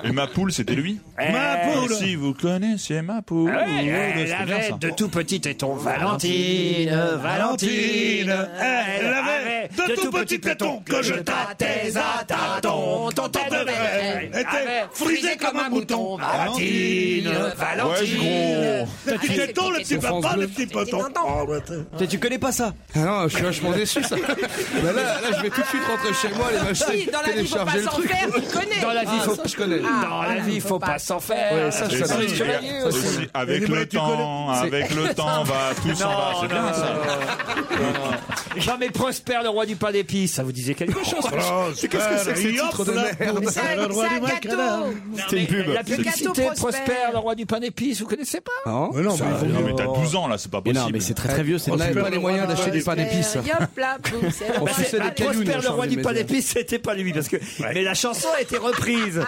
S7: Et ma poule, c'était lui
S2: Ma poule.
S7: Si vous connaissez ma poule.
S2: Ah ouais,
S7: Oui,
S2: elle
S7: c'était bien
S2: avait
S7: ça.
S2: de tout petits tétons Valentine, Valentine, elle avait de tout petits tétons que je tâtais à tâtons. Ton tête de verre était frisée comme un mouton. Valentine, Valentine.
S5: Le petit téton, le petit
S11: Sur France
S5: papa,
S11: Bleu.
S5: le petit poton. Oh, bah, t'es-
S11: Putain, Tu connais pas ça Ah non, je suis vachement déçu ça. Bah là, là, je vais tout de suite rentrer chez moi, aller m'acheter,
S8: Si, dans la vie, faut pas
S11: télécharger le
S8: s'en
S11: truc.
S8: faire, tu connais.
S11: Dans la vie,
S8: Ah,
S11: faut
S8: ça,
S11: je connais.
S8: Ah, Dans la voilà, vie, faut faut pas pas s'en faire.
S11: Ouais, ça, je
S7: Et
S11: connais.
S7: si,
S11: Chevalier
S7: et
S11: aussi.
S7: si, avec le temps, avec le temps, va tout s'en va. C'est bien ça.
S2: Non mais Prosper, le roi du pain d'épices, ça vous disait quelque chose
S5: Prosper,
S2: Qu'est-ce que c'est que ce
S5: et hop
S2: titre de
S5: là,
S2: merde
S5: boum, c'est le roi du Macadam.
S2: C'était une pub. La
S7: C'est-
S2: publicité
S7: Gâteau
S2: Prosper, le roi du pain d'épices, vous connaissez pas
S7: Non, mais non,
S2: Ça,
S7: mais,
S2: non,
S7: t'as 12 ans là, c'est pas
S4: Mais non,
S7: possible.
S4: mais c'est très, très vieux, c'est
S11: On
S4: très
S11: n'avait
S4: vieux.
S11: pas les moyens d'acheter des pains d'épices. On suçait des cailloux, nous,
S2: Ah, Prosper, le
S11: Charles
S2: roi du
S11: Desmaisons.
S2: pain d'épices, c'était pas lui, parce que mais la chanson a été reprise.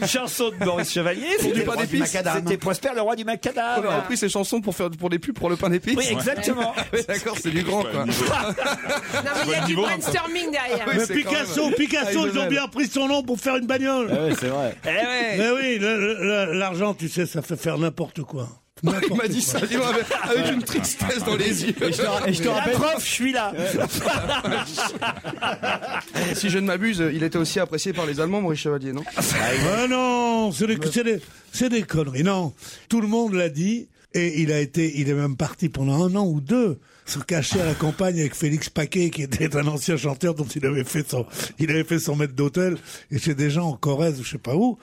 S2: Une chanson de Maurice Chevalier,
S11: Pour
S2: c'était
S11: du pain
S2: le roi du
S11: d'épices.
S2: macadam. c'était Prosper, le roi du macadam.
S11: On a repris ces chansons pour faire pour des pubs pour le pain d'épices.
S2: Oui, exactement.
S11: Ouais, D'accord, c'est du grand quoi.
S8: Non mais il y a du brainstorming derrière.
S5: Mais Picasso, Picasso, ils ont bien pris son nom pour faire une bagnole.
S4: Ah ouais, c'est vrai.
S2: Eh ouais.
S5: Mais oui, le- le- le- l'argent, tu sais, ça fait faire n'importe quoi.
S11: Il m'a dit ça,
S4: Ah,
S11: dis-moi, avec, avec une tristesse dans les yeux.
S4: Et je te- et je te
S2: La
S4: rappelle-
S2: prof, je suis là.
S11: Eh, si je ne m'abuse, il était aussi apprécié par les Allemands, Maurice Chevalier, non
S5: Ah non, c'est des, c'est des- c'est des conneries. Non, tout le monde l'a dit et il a été, il est même parti pendant un an ou deux se cacher à la campagne avec Félix Paquet qui était un ancien chanteur dont il avait fait son, il avait fait son maître d'hôtel et chez des gens en Corrèze ou je sais pas où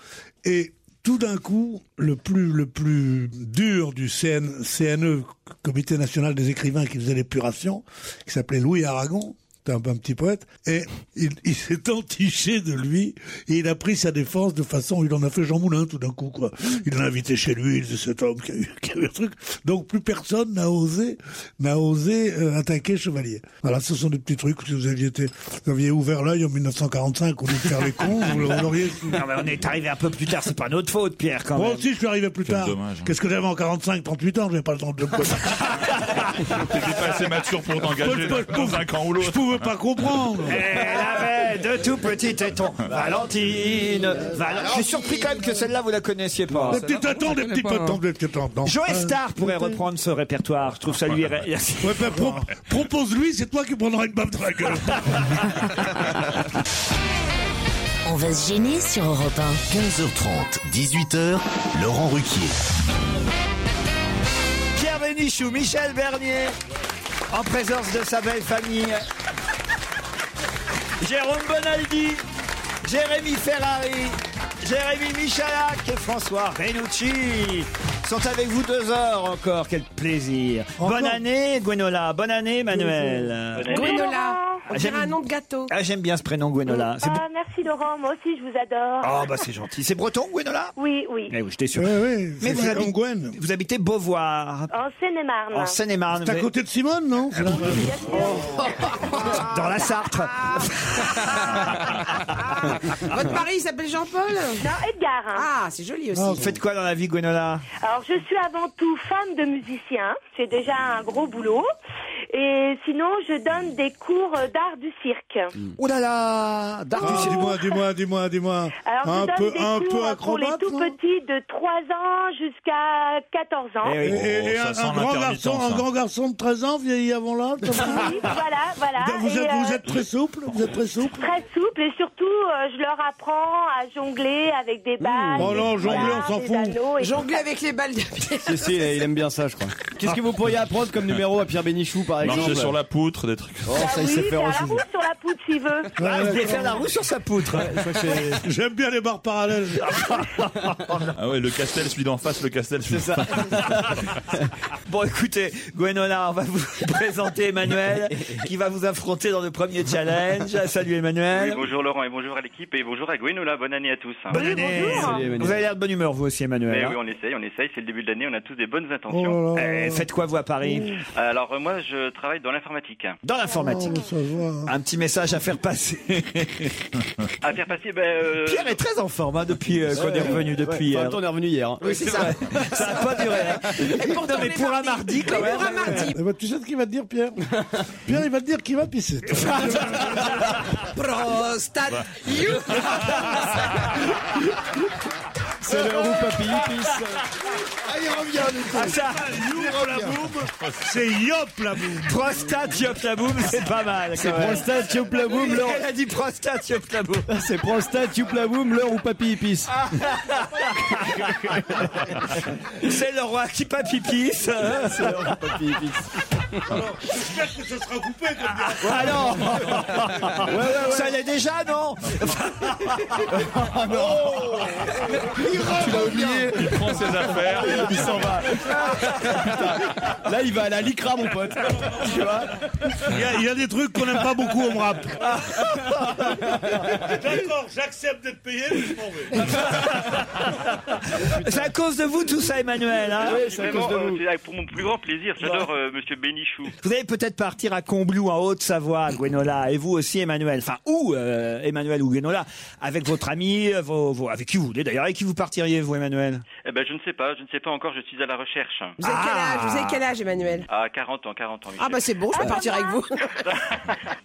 S5: et tout d'un coup, le plus, le plus dur du CN CNE, E, Comité National des Écrivains qui faisait l'épuration, qui s'appelait Louis Aragon, c'était un, un petit poète, et il, il s'est entiché de lui, et il a pris sa défense de façon, il en a fait Jean Moulin tout d'un coup, quoi. Il l'a invité chez lui, il dit cet homme qui a eu, qui a eu un truc. Donc plus personne n'a osé, n'a osé euh, attaquer Chevalier. Voilà, ce sont des petits trucs, si vous aviez été, vous aviez ouvert l'œil en 1945 au lieu de faire les cons, vous l'auriez
S2: Non, mais on est arrivé un peu plus tard, c'est pas notre faute, Pierre, quand
S5: Moi
S2: même.
S5: aussi, je suis arrivé plus
S2: Quel
S5: tard.
S2: dommage, hein.
S5: Qu'est-ce que j'avais en 45, 38 ans J'avais pas le temps de le connaître.
S7: T'étais pas assez mature pour t'engager
S5: Paul, Paul,
S7: dans un camp ou l'autre.
S5: Je pouvais pas comprendre.
S2: Eh, Elle avait de tout petits tétons. Valentine. Val- Je suis surpris quand même que celle-là, vous la connaissiez pas.
S5: Des petits tétons, des petits tétons, des petits tétons. Euh,
S2: Joe Star pourrait reprendre ce répertoire. Je trouve ça lui. irait-
S5: Ouais,
S2: bah,
S5: ben, pro- Propose-lui, c'est toi qui prendras une baffe de la gueule.
S1: On va se gêner sur Europe 1. 15h30, 18h, Laurent Ruquier.
S2: Pierre Bénichou Bénichou, Michel Bernier, en présence de sa belle famille. Jérôme Bonaldi, Jérémy Ferrari, Jérémy Michalak et François Renucci sont avec vous deux heures encore. Quel plaisir. Bonne année, Gwenola. Bonne année, Manuel.
S8: Gwenola.
S2: On dirait un nom
S8: de gâteau.
S2: Ah, j'aime bien ce prénom, Gwenola. C'est-
S12: Ah, merci Laurent, moi aussi je vous adore.
S2: Oh, bah c'est gentil. C'est breton, Gwenola
S12: Oui, oui.
S2: Eh oui, j'étais sûr. Mais
S12: c'est
S2: vous
S12: comme
S2: habitez, vous habitez Beauvoir.
S12: En Seine-et-Marne.
S2: En Seine-et-Marne. Ah
S12: C'est à
S5: côté de Simone, non
S8: Oh.
S2: Dans la Sarthe.
S8: Votre mari, il s'appelle Jean-Paul
S12: Non, Edgar.
S8: Ah, c'est joli aussi.
S2: Vous faites quoi dans la vie, Gwenola
S12: Alors, je suis avant tout femme de musicien. J'ai déjà un gros boulot. Et sinon, je donne des cours d'art du cirque.
S2: Oh là là
S5: Ah, Dis-moi, dis-moi, dis-moi, dis-moi.
S12: Alors,
S5: Un
S12: je donne
S5: peu,
S12: des cours
S5: un peu
S12: pour les
S5: acrobate.
S12: tout petits de 3 ans jusqu'à 14 ans.
S5: Et, et- et
S7: ça
S5: un,
S7: sent
S5: un grand
S7: l'intermittence,
S5: garçon, un
S7: hein.
S5: grand garçon de 13 ans vieilli avant l'âge. comme ça
S12: Oui, voilà, voilà.
S5: Vous
S12: Et,
S5: êtes, vous
S12: euh,
S5: êtes très souple, vous êtes très souple.
S12: Très souple et surtout, euh, je leur apprends à jongler avec des balles.
S6: Oh non,
S12: des
S6: jongler,
S12: polars,
S6: on s'en
S12: des
S6: fout.
S12: anneaux et tout
S8: Jongler
S12: ça.
S8: avec les balles de pied.
S6: Si, si, il aime bien ça, je crois. Qu'est-ce que vous pourriez apprendre comme numéro à Pierre Bénichou, par exemple
S7: Marcher sur la poutre, des trucs.
S6: Oh,
S12: Bah
S6: ça,
S12: oui,
S6: il sait
S12: faire
S2: Euh,
S6: faire
S12: à
S6: aussi.
S12: la roue sur la poutre s'il veut.
S6: Ouais, vous voulez faire la roue
S2: sur sa poutre.
S5: J'aime bien les barres parallèles.
S7: Ah ouais, le castel, celui d'en face, le castel, celui d'en face.
S2: Bon, écoutez, Gwenola, on va vous présenter Emmanuel, qui va vous affronter dans le premier challenge. Salut
S14: Oui,
S2: Emmanuel.
S14: bonjour Laurent et bonjour à l'équipe et bonjour à Gwenola, bonne année à tous.
S2: Bonne année. Vous avez l'air de bonne humeur, vous aussi, Emmanuel.
S14: Mais
S2: hein
S14: oui, on essaye, on essaye, c'est le début de l'année, on a tous des bonnes intentions.
S2: Eh, faites quoi, vous, à Paris
S14: Alors euh, moi je travaille dans l'informatique.
S2: Dans l'informatique.
S14: Oh,
S2: Un petit message à faire passer.
S14: À faire passer, ben... euh,
S2: Pierre est très en forme hein, depuis euh, qu'on
S6: Ouais,
S2: est revenu.
S6: ouais.
S2: Depuis,
S6: Enfin,
S2: euh,
S6: on est revenu hier. hein.
S2: Oui, c'est ça. ça n'a pas duré. hein.
S6: Et pourtant,
S2: Non, mais
S6: on est
S2: pour un mardi, quand même.
S5: Eh ben, tu sais ce qu'il va te dire, Pierre Pierre, il va te dire qu'il va pisser.
S8: Prostate.
S6: C'est le roux papy,
S5: il revient, du coup.
S2: Ah, ça,
S5: Il revient.
S2: C'est Yop la boum. Prostate Yop la boum, c'est pas mal.
S6: C'est
S2: quand même.
S6: prostate, youp la boum, l'or.
S2: Elle a dit prostate Yop la boum.
S6: C'est prostate, youp la boum, l'heure où papy il pisse.
S2: C'est le roi qui papipisse.
S6: C'est le roi
S5: Alors, j'espère que ce sera coupé comme
S2: Ah, Ah non Ça l'est déjà, non
S6: Tu l'as oublié
S7: Il prend ses
S5: Oh.
S7: affaires,
S6: il s'en va. Putain. Là, il va à la licra, mon pote. Tu vois
S5: Il y a- il y, a des trucs qu'on n'aime pas beaucoup, on me rappe. D'accord, j'accepte d'être payé, mais je m'en vais.
S2: C'est à cause de vous tout ça, Emmanuel. hein
S14: vraiment, euh, c'est pour mon plus grand plaisir,
S2: Bah.
S14: j'adore euh, Monsieur Bénichou.
S2: Vous allez peut-être partir à Combloux, en Haute-Savoie, Gwenola, et vous aussi, Emmanuel. Enfin, ou euh, Emmanuel ou Gwenola, avec votre ami, euh, vos, vos- avec qui vous voulez d'ailleurs. Avec qui vous partiriez, vous, Emmanuel
S14: Eh ben je ne sais pas, je ne sais pas encore, je suis à la recherche.
S8: Vous
S12: Ah.
S8: avez quel âge Vous avez quel âge, Emmanuel
S14: À 40 ans, 40 ans. Michel.
S8: Ah bah c'est bon, je peux partir avec vous.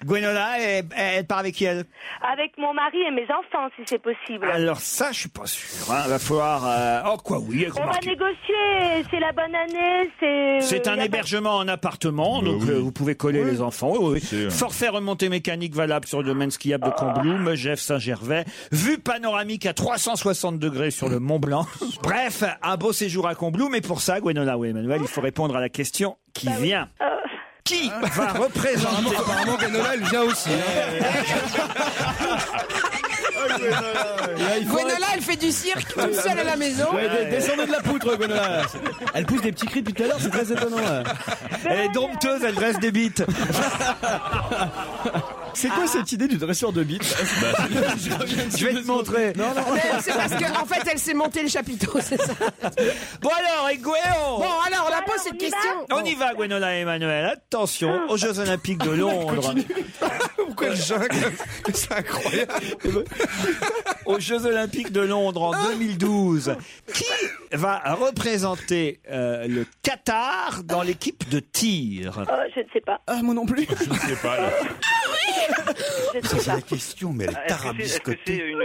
S2: Gwenola, elle, elle part avec qui, elle
S12: Avec mon mari et mes enfants, si c'est possible.
S2: Alors ça, je suis pas sûr. hein. Va falloir... euh, Oh, quoi, oui,
S12: On va euh,
S2: remarquez.
S12: négocier, c'est la bonne année, c'est...
S2: C'est un
S12: y a pas-
S2: hébergement en appartement, donc euh, vous pouvez coller les enfants. Oui, oui. Forfait remontée mécanique valable sur le domaine skiable de Combloux, Megève, Saint-Gervais. Vue panoramique à 360 degrés sur le Mont Blanc. Bref, un beau séjour à Combloux, mais pour ça, Gwenola ou Emmanuel, il faut répondre à la question qui vient. Qui
S5: Hein,
S2: va représenter
S4: Apparemment, Benola, elle vient aussi.
S11: hein.
S8: Ah, Gwenola, elle fait du cirque toute seule à la maison.
S6: Ouais, dé- descendez de la poutre, Gwenola. Elle pousse des petits cris depuis tout à l'heure, c'est très étonnant. là.
S2: Elle est dompteuse, elle dresse des bites.
S6: C'est quoi cette idée du dresseur de bite
S2: Je vais te montrer.
S8: Mais C'est parce qu'en en fait, elle s'est montée le chapiteau, c'est ça.
S2: Bon alors, Egweo
S8: Bon, alors, on la pose cette question.
S2: On y va, Gwenola et Emmanuel. Attention aux Jeux Olympiques de Londres.
S4: Pourquoi le jungle C'est incroyable.
S2: aux Jeux Olympiques de Londres en 2012. Qui va représenter euh, le Qatar dans l'équipe de tir
S12: Oh, je ne sais pas.
S4: Ah, moi non plus.
S7: Je sais pas, là.
S12: Je ne
S10: Ça,
S12: sais
S10: c'est
S12: pas.
S10: la question, mais elle est
S14: Est-ce que c'est- est-ce que c'est
S10: tarabiscotée.
S14: une,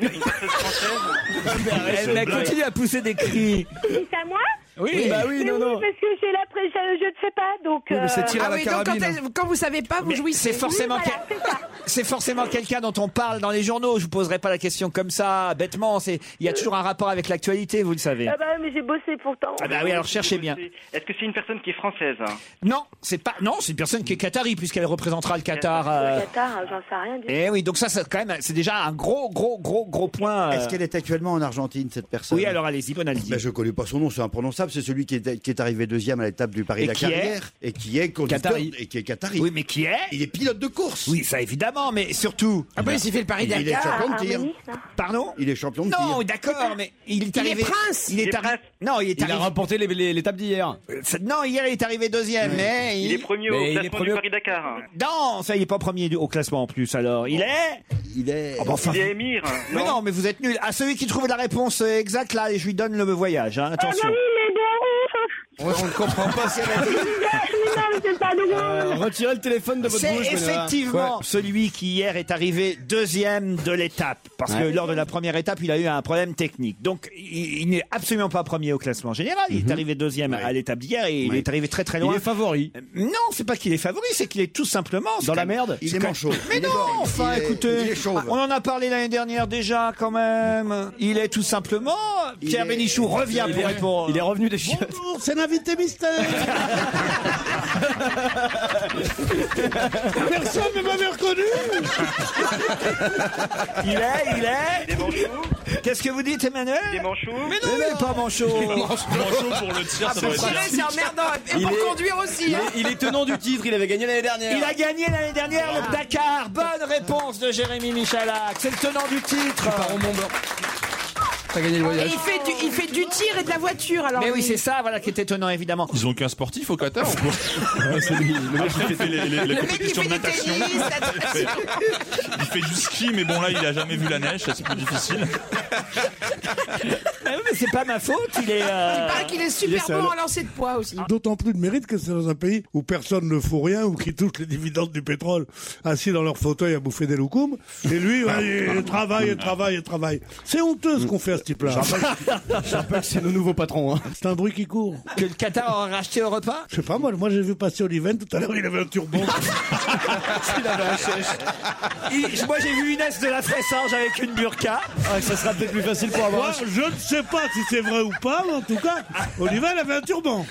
S14: une, une, une chanteuse française
S2: Elle, elle continue à pousser des cris.
S12: C'est à moi
S6: Oui,
S12: Mais
S6: bah oui, non, non.
S12: parce que j'ai la pré- je, je ne sais pas, donc.
S6: Oui, mais c'est
S12: euh,
S6: tiré à Ah la oui, donc quand carabine. elle-
S3: Quand vous savez pas, vous
S2: Mais
S3: jouissez.
S2: C'est forcément,
S3: Oui,
S2: quel-
S3: voilà.
S2: c'est forcément quelqu'un dont on parle dans les journaux. Je vous poserai pas la question comme ça, bêtement. C'est, il y a toujours un rapport avec l'actualité, vous le savez.
S12: Ah bah oui, mais j'ai bossé pourtant.
S2: Ah bah oui, alors cherchez bien.
S15: Est-ce que c'est une personne qui est française hein
S2: Non, c'est pas. Non, c'est une personne qui est qatari puisqu'elle représentera le Qatar. euh,
S12: Le Qatar, euh, j'en sais rien du tout.
S2: Eh oui, donc ça, c'est quand même, c'est déjà un gros, gros, gros, gros point. euh,
S10: Est-ce qu'elle est actuellement en Argentine, cette personne
S2: Oui, alors allez-y, bonne
S10: ben, Je ne connais pas son nom, c'est imprononçable. C'est celui qui est, qui est arrivé deuxième à l'étape du
S2: Et
S10: Paris-Dakar
S2: qui est
S10: hier et qui est conducteur-
S2: Qatari.
S10: Et qui est Qatari.
S2: Oui, mais qui est
S10: Il est pilote de course.
S2: Oui, ça évidemment, mais surtout.
S3: Ah bah, il s'est fait le Paris
S10: Il est
S3: Dakar.
S10: champion de tir.
S3: Arménie,
S2: Pardon
S10: Il est champion de tir.
S2: Non, d'accord, mais il
S3: Il
S2: est
S3: est
S2: arrivé.
S3: prince.
S2: Il
S3: Il
S2: est
S3: est
S2: arrivé. Non, il est
S6: Il a
S2: arrivé.
S6: remporté les- les- l'étape d'hier.
S2: Ça- Euh, Non, hier, il est arrivé deuxième, mais
S15: Il est premier au
S2: Mais il est
S15: classement
S2: premier
S15: du
S2: au-
S14: hein.
S15: Paris-Dakar.
S2: Non, ça, il est pas premier du- au classement en plus, alors. Il est.
S10: Il est.
S2: Ah
S15: Il est émir.
S2: bah,
S15: hein,
S2: Mais non, mais vous êtes nul. À celui qui trouve la réponse euh, exacte, là, et je lui donne le voyage, hein, attention.
S6: On ne comprend pas si Euh, Retirez le téléphone de votre
S2: C'est
S6: bouche. Benoît.
S2: effectivement
S6: Ouais.
S2: celui qui hier est arrivé deuxième de l'étape. Parce
S6: Ouais.
S2: que lors de la première étape, il a eu un problème technique. Donc, il, il n'est absolument pas premier au classement général. Il est arrivé deuxième à l'étape d'hier et il est arrivé très très loin.
S6: Mhm. Il est favori.
S2: Non, c'est pas qu'il est favori, c'est qu'il est tout simplement
S6: Dans la merde
S10: Il est manchot.
S2: Mais
S10: Il est
S2: non,
S10: borgne.
S2: enfin,
S10: Il est-
S2: écoutez,
S10: il est chauve.
S2: on en a parlé l'année dernière déjà quand même. Il est tout simplement Pierre
S10: est-
S2: Bénichou revient
S6: il
S2: pour
S6: est-
S2: répondre.
S6: Il est revenu des chiottes.
S10: Bonjour, c'est l'invité mystère.
S5: Personne ne m'avait reconnu
S2: Il est, il est. Qu'est-ce que vous dites, Emmanuel Il est
S15: manchot.
S2: Mais non, il est pas manchot.
S7: Manchot pour le
S2: Ah,
S7: tir, ça doit être.
S8: tirer, c'est emmerdant. Et
S6: Il
S8: pour
S6: est-
S8: conduire aussi.
S6: Il
S8: hein.
S6: est, il est tenant du titre, il avait gagné l'année dernière.
S2: Il a gagné l'année dernière le Dakar. Bonne réponse de Jérémy Michalak. C'est le tenant du titre.
S11: T'as gagné le
S8: Et
S11: voyage.
S8: Ah, il fait, du, il fait du tir et de la voiture alors.
S2: Mais oui,
S8: lui.
S2: c'est ça, voilà qui est étonnant évidemment.
S7: Ils ont qu'un sportif au Qatar ou quoi Le mec qui fait les- les- les
S8: Le mec qui
S7: compétitions
S8: fait
S7: de
S8: du
S7: natation.
S8: tennis, la-
S7: Il fait du ski, mais bon là, il a jamais vu la neige, ça, c'est plus difficile.
S2: Ah oui, mais c'est pas ma faute. Il est. euh,
S8: Il paraît qu'il
S2: il
S8: est
S2: est
S8: super
S2: seul.
S8: bon en lancer de poids aussi.
S5: D'autant plus de mérite que c'est dans un pays où personne ne fout rien ou qui touche les dividendes du pétrole assis dans leur fauteuil à bouffer des loukoums. Et lui, ouais, il travaille, il travaille, il travaille. C'est honteux ce qu'on fait à ce type-là.
S6: Je rappelle que c'est nos nouveaux patrons. hein.
S5: C'est un bruit qui court.
S2: Que le Qatar aurait racheté au repas
S5: Je sais pas, moi, moi j'ai vu passer Oliven tout à l'heure, il avait un turban.
S6: Il avait un chèche.
S2: Il- Moi j'ai vu Inès de la Fressange avec une burqa.
S6: Ah, ça sera peut-être plus facile pour avoir
S5: Moi,
S6: un chèche.
S5: je ne sais pas si c'est vrai ou pas, mais en tout cas, Oliven avait un turban.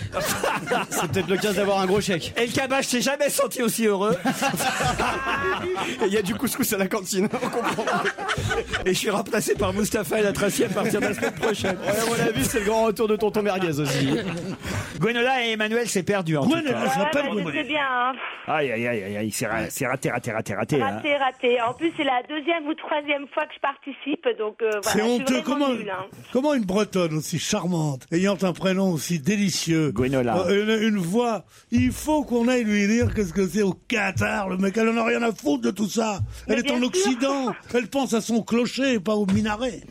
S6: C'est peut-être l'occasion d'avoir un gros chèque.
S2: Et le cabache s'est jamais senti aussi heureux.
S6: Et il y a du couscous à la cantine. On comprend.
S2: Et je suis remplacé par Mustapha El Atraci à partir de la semaine prochaine.
S6: Ouais, à mon avis, c'est le grand retour de tonton merguez aussi.
S2: Gwenola et Emmanuel s'est perdu en tout
S5: Gwenola.
S2: cas.
S5: Je
S12: Ouais,
S5: rappelle
S12: bah,
S5: Gwenola.
S12: je sais bien, hein.
S2: Aïe aïe aïe aïe, aïe, c'est ra- c'est raté, raté, raté, raté. hein.
S12: raté, raté. En plus, c'est la deuxième ou troisième fois que je participe, donc euh, voilà.
S5: C'est
S12: je suis
S5: honteux.
S12: vraiment
S5: Comment,
S12: nulle, hein.
S5: comment une Bretonne aussi charmante, ayant un prénom aussi délicieux,
S2: Gwenola.
S5: euh, une, une voix, il faut qu'on aille lui dire qu'est-ce que c'est au Qatar. Le mec, elle en a rien à foutre de tout ça. Elle
S12: Mais
S5: est en
S12: bien sûr.
S5: Occident. Elle pense à son clocher et pas au minaret.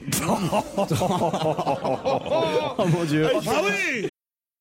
S6: Oh mon dieu.
S5: Ah oui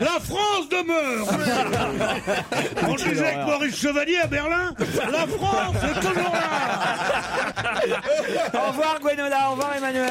S5: La France demeure On le disait avec Maurice Chevalier à Berlin, la France est toujours là
S2: Au revoir Gwenola, au revoir Emmanuel.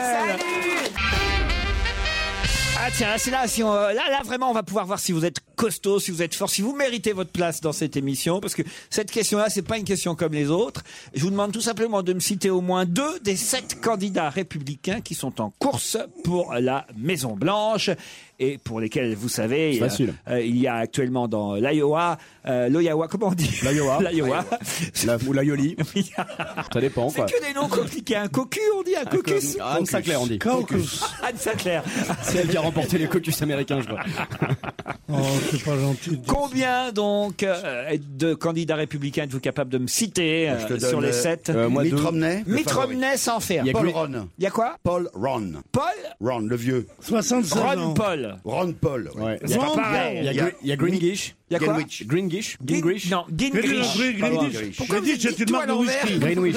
S2: Ah tiens, c'est là, si on, euh, là, là vraiment, on va pouvoir voir si vous êtes costaud, si vous êtes fort, si vous méritez votre place dans cette émission, parce que cette question-là, c'est pas une question comme les autres. Je vous demande tout simplement de me citer au moins deux des sept candidats républicains qui sont en course pour la Maison Blanche. et pour lesquels, vous savez,
S4: C'est
S2: euh,
S4: facile.
S2: euh, il y a actuellement dans l'Iowa, euh, l'Iowa, comment on dit L'Iowa. L'Iowa.
S4: Ou la Yoli. Ça dépend,
S2: C'est
S4: quoi.
S2: que des noms compliqués. Un cocu, on dit un cocus.
S4: co- Anne Sinclair, on dit.
S2: Caucus. Anne Sinclair.
S4: C'est elle qui a remporté les caucus américains, je crois.
S12: Oh,
S5: c'est pas gentil.
S2: Combien donc euh, de candidats républicains êtes-vous capable de me citer euh,
S10: Je te donne,
S2: sur les
S10: euh,
S2: sept
S10: euh, moi, Mitt deux. Romney, le
S2: Mitt
S10: favori.
S2: Romney sans faire.
S10: Il y a Paul Gui- Ron.
S2: Il y a quoi
S10: Paul Ron.
S2: Paul
S10: Ron, le vieux.
S2: 76 Ron ans. Paul.
S10: Ron Paul. oui.
S4: Ouais.
S10: C'est pas pareil.
S4: Il y a, Gre- il y a Greenwich.
S10: Il y a quoi
S4: Greenwich. Greenwich. Greenwich.
S2: Non, Gingrich.
S10: Pourquoi vous dites tout à l'envers
S4: Greenwich.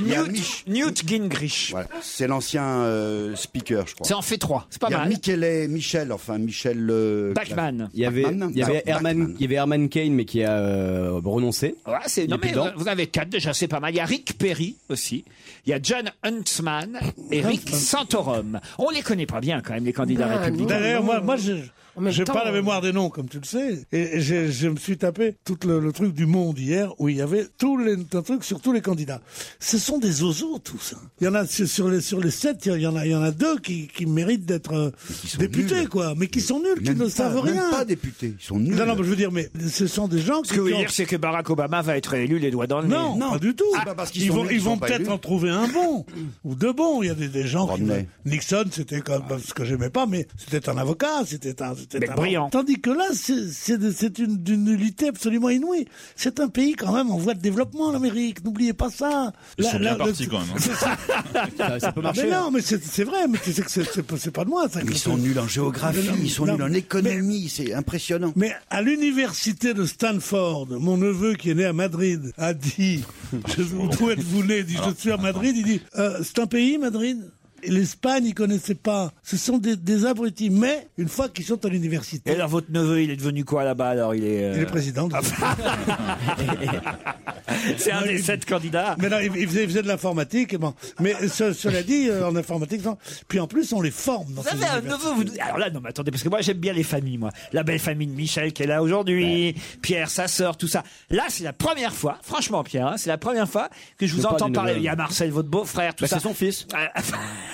S10: Newt,
S2: Newt Gingrich.
S10: C'est l'ancien euh, speaker, je crois.
S2: Ça en fait trois. C'est pas
S10: il y a
S2: mal.
S10: Michele- Michel, enfin Michel. euh,
S2: Bachmann.
S4: Il y avait,
S10: Bachmann,
S4: il y avait
S10: Bach-
S4: Herman, il y avait Herman Kane, mais qui a euh, renoncé.
S2: Ouais, c'est,
S4: Il
S2: non
S4: est plus
S2: mais
S4: dedans.
S2: euh, vous avez quatre déjà, c'est pas mal. Il y a Rick Perry aussi. Il y a John Huntsman et Rick Santorum. On les connaît pas bien quand même les candidats
S10: Ben,
S2: républicains.
S5: D'ailleurs, moi, moi je
S2: même
S5: j'ai
S2: temps,
S5: pas la
S2: euh,
S5: mémoire des noms, comme tu le sais. Et j'ai- je me suis tapé tout le, le truc du monde hier où il y avait tous les un truc sur tous les candidats. Ce sont des oiseaux tous. hein. Il y en a sur sur les sur les sept, il y en a il y en a deux qui, qui méritent d'être euh, députés quoi, mais qui sont nuls, qui ne savent
S10: même
S5: rien.
S10: pas députés, ils sont nuls.
S5: Non non, mais je veux dire, mais ce sont des gens
S2: Ce que vous
S5: qui
S2: voulez
S5: ont-
S2: dire, c'est que Barack Obama va être élu les doigts dans le nez. Ah,
S5: Non, pas du tout. Bah,
S10: pas parce qu'ils
S5: ils
S10: sont
S5: vont,
S10: nuls
S5: ils
S10: qu'ils
S5: vont
S10: sont pas
S5: peut-être
S10: élus.
S5: en trouver un bon ou deux bons. Il y a des, des gens qui. Nixon, c'était comme ce que j'aimais pas, mais c'était un avocat, c'était un, c'était
S2: Mec
S5: un
S2: brillant.
S5: Tandis que là, c'est- c'est de- c'est une, d'une nullité absolument inouïe. C'est un pays quand même en voie de développement, l'Amérique. N'oubliez pas ça.
S7: Ils
S5: La-
S7: sont
S5: la- le- Ah,
S7: bien partis quand même. hein.
S4: Ça, ça peut marcher. hein.
S5: Mais non, mais c'est c'est vrai. Mais tu sais que c'est- c'est pas- c'est pas de moi. Ça,
S10: Ils sont nuls en géographie,
S5: Non, non,
S10: ils sont
S5: non,
S10: nuls en économie, c'est impressionnant.
S5: Mais à l'université de Stanford, mon neveu qui est né à Madrid a dit je, Où êtes-vous né Il dit Je suis à Madrid. Il dit Euh, C'est un pays, Madrid Et L'Espagne, il connaissait pas. Ce sont des, des abrutis. Mais une fois qu'ils sont à l'université,
S2: Et alors votre neveu, il est devenu quoi là-bas alors Il est. euh, bah.
S5: il est président. de-
S2: c'est un des sept candidats.
S5: Mais non, il, il faisait, il faisait de l'informatique. et Bon. Mais ce- cela dit, euh, en informatique, non. puis en plus, on les forme. Dans
S2: Vous
S5: ces
S2: avez un neveu, vous... Alors là, non, mais attendez, parce que moi j'aime bien les familles, moi. La belle famille de Michel qui est là aujourd'hui, Pierre, sa sœur, tout ça. Là, c'est la première fois, franchement, Pierre, hein, c'est la première fois que je
S4: Je
S2: vous
S4: parle
S2: entends
S4: du
S2: parler.
S4: neveu.
S2: Il y a Marcel, votre beau-frère, tout
S4: Bah,
S2: ça.
S4: c'est son fils.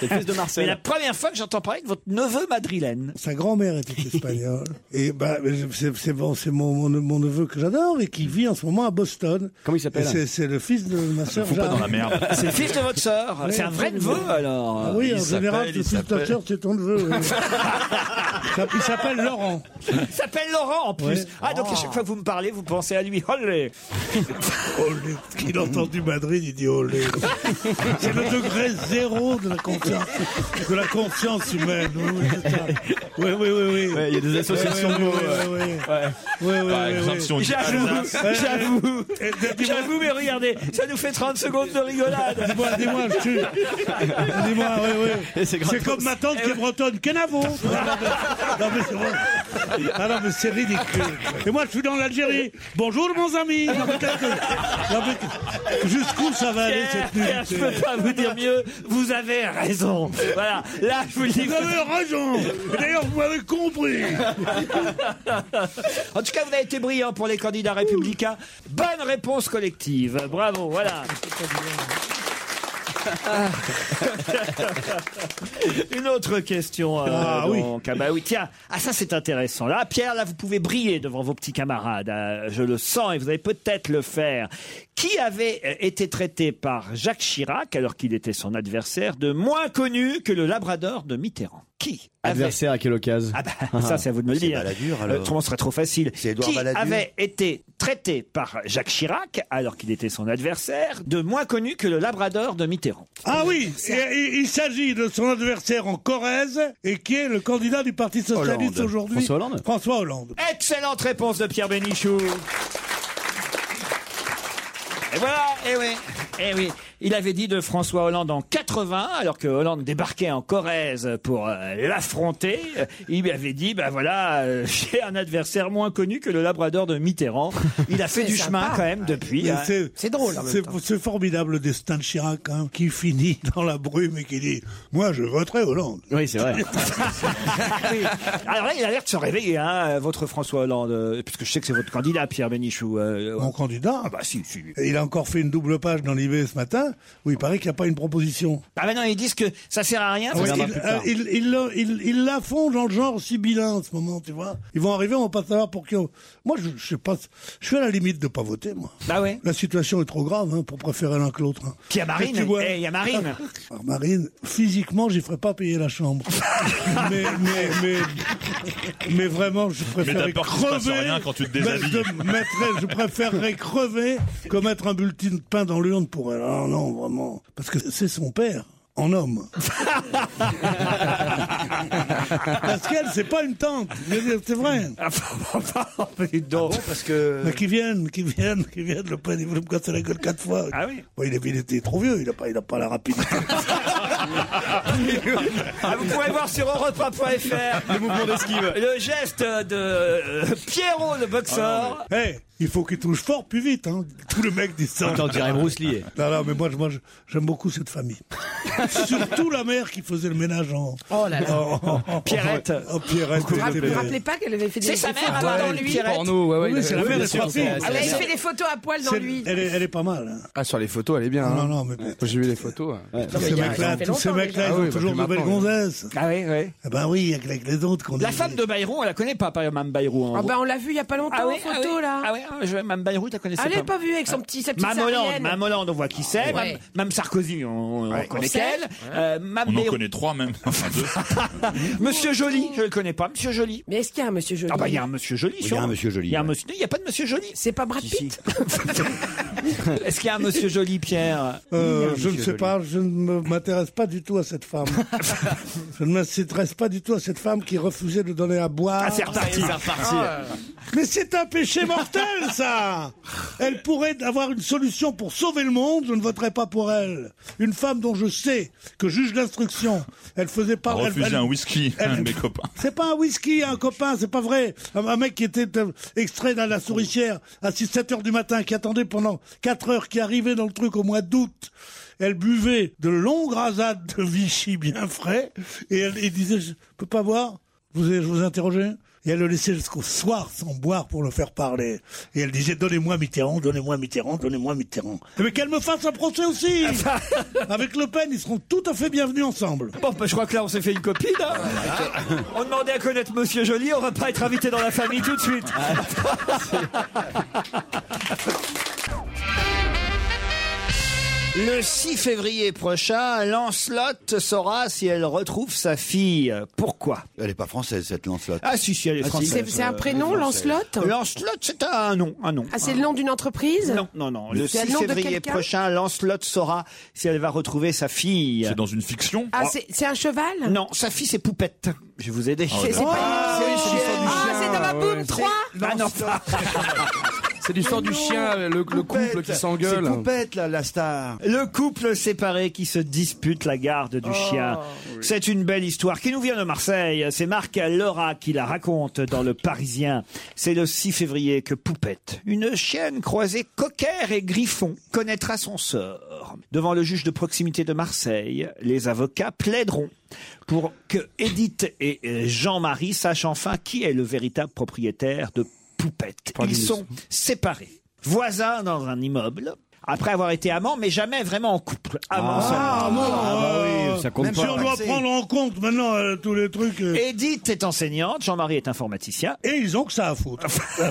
S4: C'est le fils de Marcel.
S2: Mais la première fois que j'entends parler de votre neveu madrilène.
S5: Sa grand-mère était espagnole. et bah, c'est c'est bon, c'est mon, mon, mon neveu que j'adore et qui vit en ce moment à Boston.
S4: Comment il s'appelle
S5: Et c'est- C'est le fils de ma sœur.
S7: Faut pas
S5: Jeanne.
S7: dans la merde.
S2: C'est le fils de votre sœur.
S5: Oui,
S2: c'est un vrai neveu,
S5: absolument.
S2: alors.
S5: Ah oui,
S7: Il
S5: en général,
S7: s'appelle-
S5: le
S7: il
S5: fils de ta
S7: s'appelle-
S5: sœur, c'est ton neveu. oui. Ça- il s'appelle Laurent.
S2: Il s'appelle Laurent en plus.
S5: Ouais.
S2: Ah, donc à chaque fois que vous me parlez, vous pensez à lui. Olé.
S5: Olé. Il a entendu Madrid, il dit olé. C'est le degré zéro de la conscience, de la conscience humaine. Oui, c'est ça. oui, oui, oui. oui.
S4: Ouais, il y a des associations de mots,
S5: Oui, oui, oui. oui. Oui, oui,
S7: Par
S5: oui, oui.
S7: exemple, si on dit
S2: J'avoue,
S7: Alsace,
S2: j'avoue,
S5: Et Eh, dis-moi-
S2: j'avoue, mais regardez, ça nous fait 30 secondes de rigolade.
S5: Dis-moi, dis-moi, je suis. Dis-moi, oui, oui.
S4: Et c'est
S5: C'est
S4: gratos.
S5: comme ma tante qui est bretonne. Kenavo Non, mais- non, mais c'est vrai. Ah non, mais c'est ridicule. Et moi, je suis dans l'Algérie. Bonjour, mes amis. Non, mais qu'est-ce que- non, mais Jusqu'où ça va aller
S2: Pierre,
S5: cette nuit
S2: Pierre, je peux pas vous dire mieux, vous avez raison. Voilà, là je vous le dis.
S5: Vous avez raison. Et D'ailleurs, vous m'avez compris.
S2: En tout cas, vous avez été brillant pour les candidats républicains. Bonne réponse collective. Bravo, voilà. Ah. Une autre question. euh,
S5: Ah, oui.
S2: donc. Ah, bah oui. Tiens, ah ça c'est intéressant. Là, Pierre, là vous pouvez briller devant vos petits camarades. euh, je le sens et vous allez peut-être le faire. Qui avait euh, été traité par Jacques Chirac, alors qu'il était son adversaire, de moins connu que le Labrador de Mitterrand Qui avait
S4: Adversaire à quelle occasion
S2: ah bah, ça, c'est à vous de me le
S10: C'est
S2: dire.
S10: Balladur,
S2: Euh,
S10: alors.
S2: Autrement, ce serait trop facile.
S10: C'est Édouard
S2: Qui
S10: Balladur.
S2: avait été traité par Jacques Chirac, alors qu'il était son adversaire, de moins connu que le Labrador de Mitterrand.
S5: Ah oui, et- et- il s'agit de son adversaire en Corrèze et qui est le candidat du Parti Socialiste
S10: Hollande.
S5: aujourd'hui.
S4: François Hollande
S5: François Hollande.
S2: Excellente réponse de Pierre Bénichou. Et voilà, et
S8: Eh
S2: oui, et oui. Il avait dit de François Hollande en 80, alors que Hollande débarquait en Corrèze pour euh, l'affronter. euh, Il avait dit, bah voilà, euh, j'ai un adversaire moins connu que le Labrador de Mitterrand. Il a fait du chemin quand même depuis.
S5: Mais
S2: hein.
S5: c'est-
S8: C'est drôle, en même
S5: C'est
S8: temps.
S5: c'est formidable le destin de Chirac hein, qui finit dans la brume et qui dit Moi, je voterai Hollande.
S4: Oui, c'est vrai.
S2: Alors là, il a l'air de se réveiller, hein, euh, votre François Hollande, euh, puisque je sais que c'est votre candidat, Pierre Bénichou. euh,
S5: Mon candidat.
S2: Ah bah si, si.
S5: Et Il a encore fait une double page dans l'IB ce matin ça Oui, il paraît qu'il n'y a pas une proposition.
S2: Ah ben non, ils disent que ça sert à rien.
S5: Ah ouais, ils, euh, ils- ils le- ils- ils la font dans le genre sibyllin en ce moment, tu vois. Ils vont arriver, on va pas savoir pour qui. on- Moi, je, je sais pas. Je suis à la limite de pas voter, moi.
S2: Bah ouais.
S5: La situation est trop grave hein, pour préférer l'un que l'autre. hein.
S2: Puis il y a Marine,
S5: Tu vois-
S2: eh, il y a Marine.
S5: Alors, Marine, physiquement, j'y ferais pas payer la chambre. mais, mais, mais, mais vraiment, je
S7: Mais t'as
S5: préférerais
S7: peur qu'il se passe
S5: crever.
S7: rien quand tu te
S5: Ben,
S7: déshabilles.
S5: je, mettrais- je préférerais crever que mettre un bulletin de pain dans l'urne pour elle. Ah non, vraiment. Parce que c'est son père. En homme. Parce qu'elle, c'est pas une tante. Mais C'est vrai. bah,
S2: Ah parce que.
S5: Mais qui viennent, qui viennent, qui viennent. Le pain, il voulait me casser la gueule quatre fois.
S2: Ah oui.
S5: Bon, il, est- il était trop vieux. Il a pas, il a pas la rapidité.
S2: Ah, vous pouvez voir sur europe1.fr
S5: Le mouvement d'esquive.
S2: Le geste de euh, Pierrot le boxeur.
S5: Eh, il faut qu'il touche fort plus vite. Hein. Tous les mecs disent ça.
S2: Attends, on dirait Bruce Lee.
S5: Non, non, mais moi, je- moi, je- j'aime beaucoup cette famille. Surtout la mère qui faisait le ménage en.
S8: Oh là là.
S5: Pierrette. Oh, Pierrette.
S8: Vous
S5: elle
S8: ne
S5: était-
S8: rappelez pas qu'elle avait fait des
S5: C'est sa
S8: des
S5: mère,
S8: photos
S5: elle
S8: dans
S5: est
S8: lui
S5: Pierrette. Porno, ouais, ouais, Oui, c'est la oui, mère bien des sûr, trois filles. c'est-
S8: Elle avait
S5: c'est-
S8: fait des photos à poil dans
S5: C'est-
S8: lui.
S5: Elle est, elle est pas mal. hein.
S11: Ah, sur les photos, elle est bien.
S5: Non,
S11: hein.
S5: non, mais-
S11: Ouais, J'ai vu les photos. hein. ouais.
S5: Tous ces mecs-là, tous ces mecs-là, ils
S11: Ah
S5: ont
S11: oui, bah,
S5: toujours
S11: puis
S5: de belles
S11: maintenant,
S5: gonzesses.
S2: Ah oui, oui.
S5: Eh ben oui, avec, avec les autres qu'on
S2: La
S5: dit-
S2: femme de Bayrou, on la connaît pas, par exemple, Mme Bayrou.
S10: Oh.
S2: hein. en
S8: Ah
S2: gros.
S8: bah on l'a vu il y a pas longtemps
S2: Ah oui,
S8: en photo
S2: ah oui,
S8: là.
S2: Ah oui, ah, je, Mme Bayrou, t'as connaissais
S8: Elle
S2: pas
S8: est pas vue avec son petit, sa petite
S2: Mme Hollande,
S8: sardine.
S2: Mme Hollande, on voit qui c'est.
S8: Ouais.
S2: Mme, Mme Sarkozy, on, on
S7: Ouais.
S2: connaît
S7: On sait.
S2: qu'elle. Euh, Mme
S7: On en
S2: Bayrou-
S7: connaît trois même. Enfin, deux.
S2: Monsieur Joly, je le connais pas, Monsieur Joly.
S8: Mais est-ce qu'il y a un monsieur Joly
S2: Ah bah il y a un Monsieur Joly.
S10: Il y a un Monsieur Joly,
S2: Il y a un
S10: ouais.
S2: Monsieur. Il n'y a pas de Monsieur Joly.
S8: C'est pas Brad Pitt
S2: Est-ce qu'il y a un Monsieur Joly, Pierre
S5: Euh,
S2: Il y
S5: je
S2: a un
S5: ne
S2: monsieur
S5: sais
S2: Joly.
S5: pas, je ne me- m'intéresse pas du tout à cette femme. je ne m'intéresse pas du tout à cette femme qui refusait de donner à boire.
S2: Ah, c'est reparti. C'est reparti.
S3: Ah,
S5: Ah, Mais c'est un péché mortel, ça Elle pourrait avoir une solution pour sauver le monde, je ne voterai pas pour elle. Une femme dont je sais que juge d'instruction, elle faisait pas... elle-
S7: Refuser
S5: elle-
S7: un whisky à un de
S5: elle-
S7: mes copains.
S5: c'est pas un whisky, un copain, c'est pas vrai. Un, un mec qui était euh, extrait dans la souricière à 6-7 heures du matin, qui attendait pendant 4 heures, qui arrivait dans le truc au mois d'août. Elle buvait de longues rasades de Vichy bien frais, et elle et disait, je peux pas boire vous, je vous interrogeais et elle le laissait jusqu'au soir sans boire pour le faire parler. Et elle disait Donnez-moi Mitterrand, donnez-moi Mitterrand, donnez-moi Mitterrand. Mais qu'elle me fasse un procès aussi Avec Le Pen, ils seront tout à fait bienvenus ensemble. Oh,
S2: Bon, bah, je crois que là, on s'est fait une copine. hein. on demandait à connaître Monsieur Joly, on va pas être invité dans la famille tout de suite. Ah, Le 6 février prochain, Lancelotte saura si elle retrouve sa fille. Pourquoi
S10: Elle n'est pas française, cette Lancelotte.
S2: Ah si, si, elle est
S10: Ah, si,
S2: française. Euh,
S10: c'est- c'est un prénom,
S2: Elle est française.
S10: Lancelotte
S2: Lancelotte, c'est un nom. Un nom.
S8: Ah c'est le nom d'une entreprise
S2: Non, non, non. Le
S8: C'est
S2: 6
S8: le nom de
S2: février
S8: quelqu'un
S2: prochain, Lancelotte saura si elle va retrouver sa fille. C'est
S7: dans une fiction
S8: Ah c'est c'est un cheval
S2: Non, sa fille, c'est Poupette. Je vais
S5: Ah,
S2: vous aider.
S8: C'est c'est pas
S2: c'est
S8: une Ah c'est dans ma boum 3
S2: Ah non,
S11: C'est l'histoire du chien, le, le couple qui s'engueule.
S10: C'est Poupette, là, la
S8: Oh.
S10: star.
S2: Le couple séparé qui se dispute la garde du chien. C'est une belle histoire qui nous vient de Marseille. C'est Marc Laura qui la raconte dans Le Parisien. C'est le 6 février que Poupette, une chienne croisée cocker et griffon, connaîtra son sort. Devant le juge de proximité de Marseille, les avocats plaideront pour que Edith et euh, Jean-Marie sachent enfin qui est le véritable propriétaire de Poupette. Ils sont séparés, voisins dans un immeuble. Après avoir été amants, mais jamais vraiment en couple. Amants seulement. bah
S5: euh, Même si on doit prendre en compte maintenant euh, tous les trucs. euh,
S2: Edith est enseignante, Jean-Marie est informaticien.
S5: Et ils ont que ça à foutre.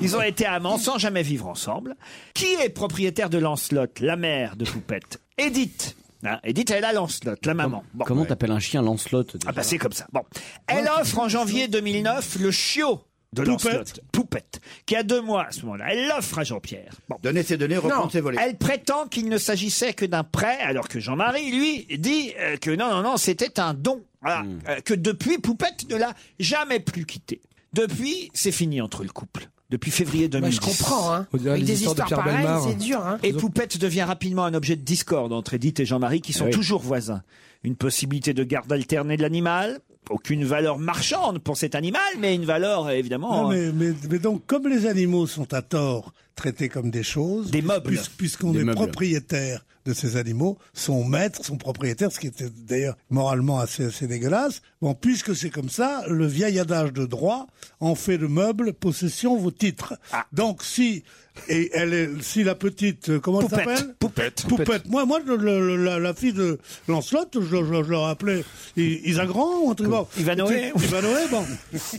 S2: Ils ont été amants sans jamais vivre ensemble. Qui est propriétaire de Lancelotte, la mère de Poupette Edith. Hein, Edith, elle a Lancelotte, la maman. Bon.
S16: Comment t'appelles un chien Lancelot déjà
S2: Ah bah c'est comme ça. Bon. Elle offre en janvier 2009 le chiot de
S10: Poupette.
S2: Lancelotte, Poupette, qui a deux mois à ce moment-là. Elle l'offre à Jean-Pierre. Bon.
S10: Donner ses données, reprendre ses volets.
S2: Elle prétend qu'il ne s'agissait que d'un prêt, alors que Jean-Marie, lui, dit euh, que non, non, non, c'était un don. Voilà.
S10: Hmm.
S2: Euh, que depuis, Poupette ne l'a jamais plus quitté. Depuis, c'est fini entre le couple. Depuis février 2010.
S8: Bah, je comprends hein.
S11: On dirait
S8: Avec
S11: les
S8: des
S11: histoires de
S8: histoires
S11: Pierre
S8: pareilles,
S11: Bellemare.
S8: c'est dur hein.
S2: Et Poupette devient rapidement un objet de discorde entre Edith et Jean-Marie qui sont toujours voisins. Une possibilité de garde alternée de l'animal, aucune valeur marchande pour cet animal, mais une valeur euh, évidemment.
S5: Non,
S2: euh,
S5: mais, mais- mais donc, comme les animaux sont à tort traités comme des choses.
S2: Des meubles.
S5: puisqu'on
S2: Des
S5: est
S2: meubles.
S5: propriétaire de ces animaux, son maître, son propriétaire, ce qui était d'ailleurs moralement assez, assez dégueulasse. Bon, puisque c'est comme ça, le vieil adage de droit en fait de meubles, possession vos titres.
S2: Ah.
S5: Donc si et elle est- si la petite euh, comment
S2: Poupette.
S5: elle s'appelle
S2: Poupette.
S5: Poupette. Moi, moi, le- le- le- la, la fille de Lancelot, je, je, je leur appelais I- Isagrand ou un truc comme ça.
S2: Ivanoé.
S5: Tu- Ivanoé, bon.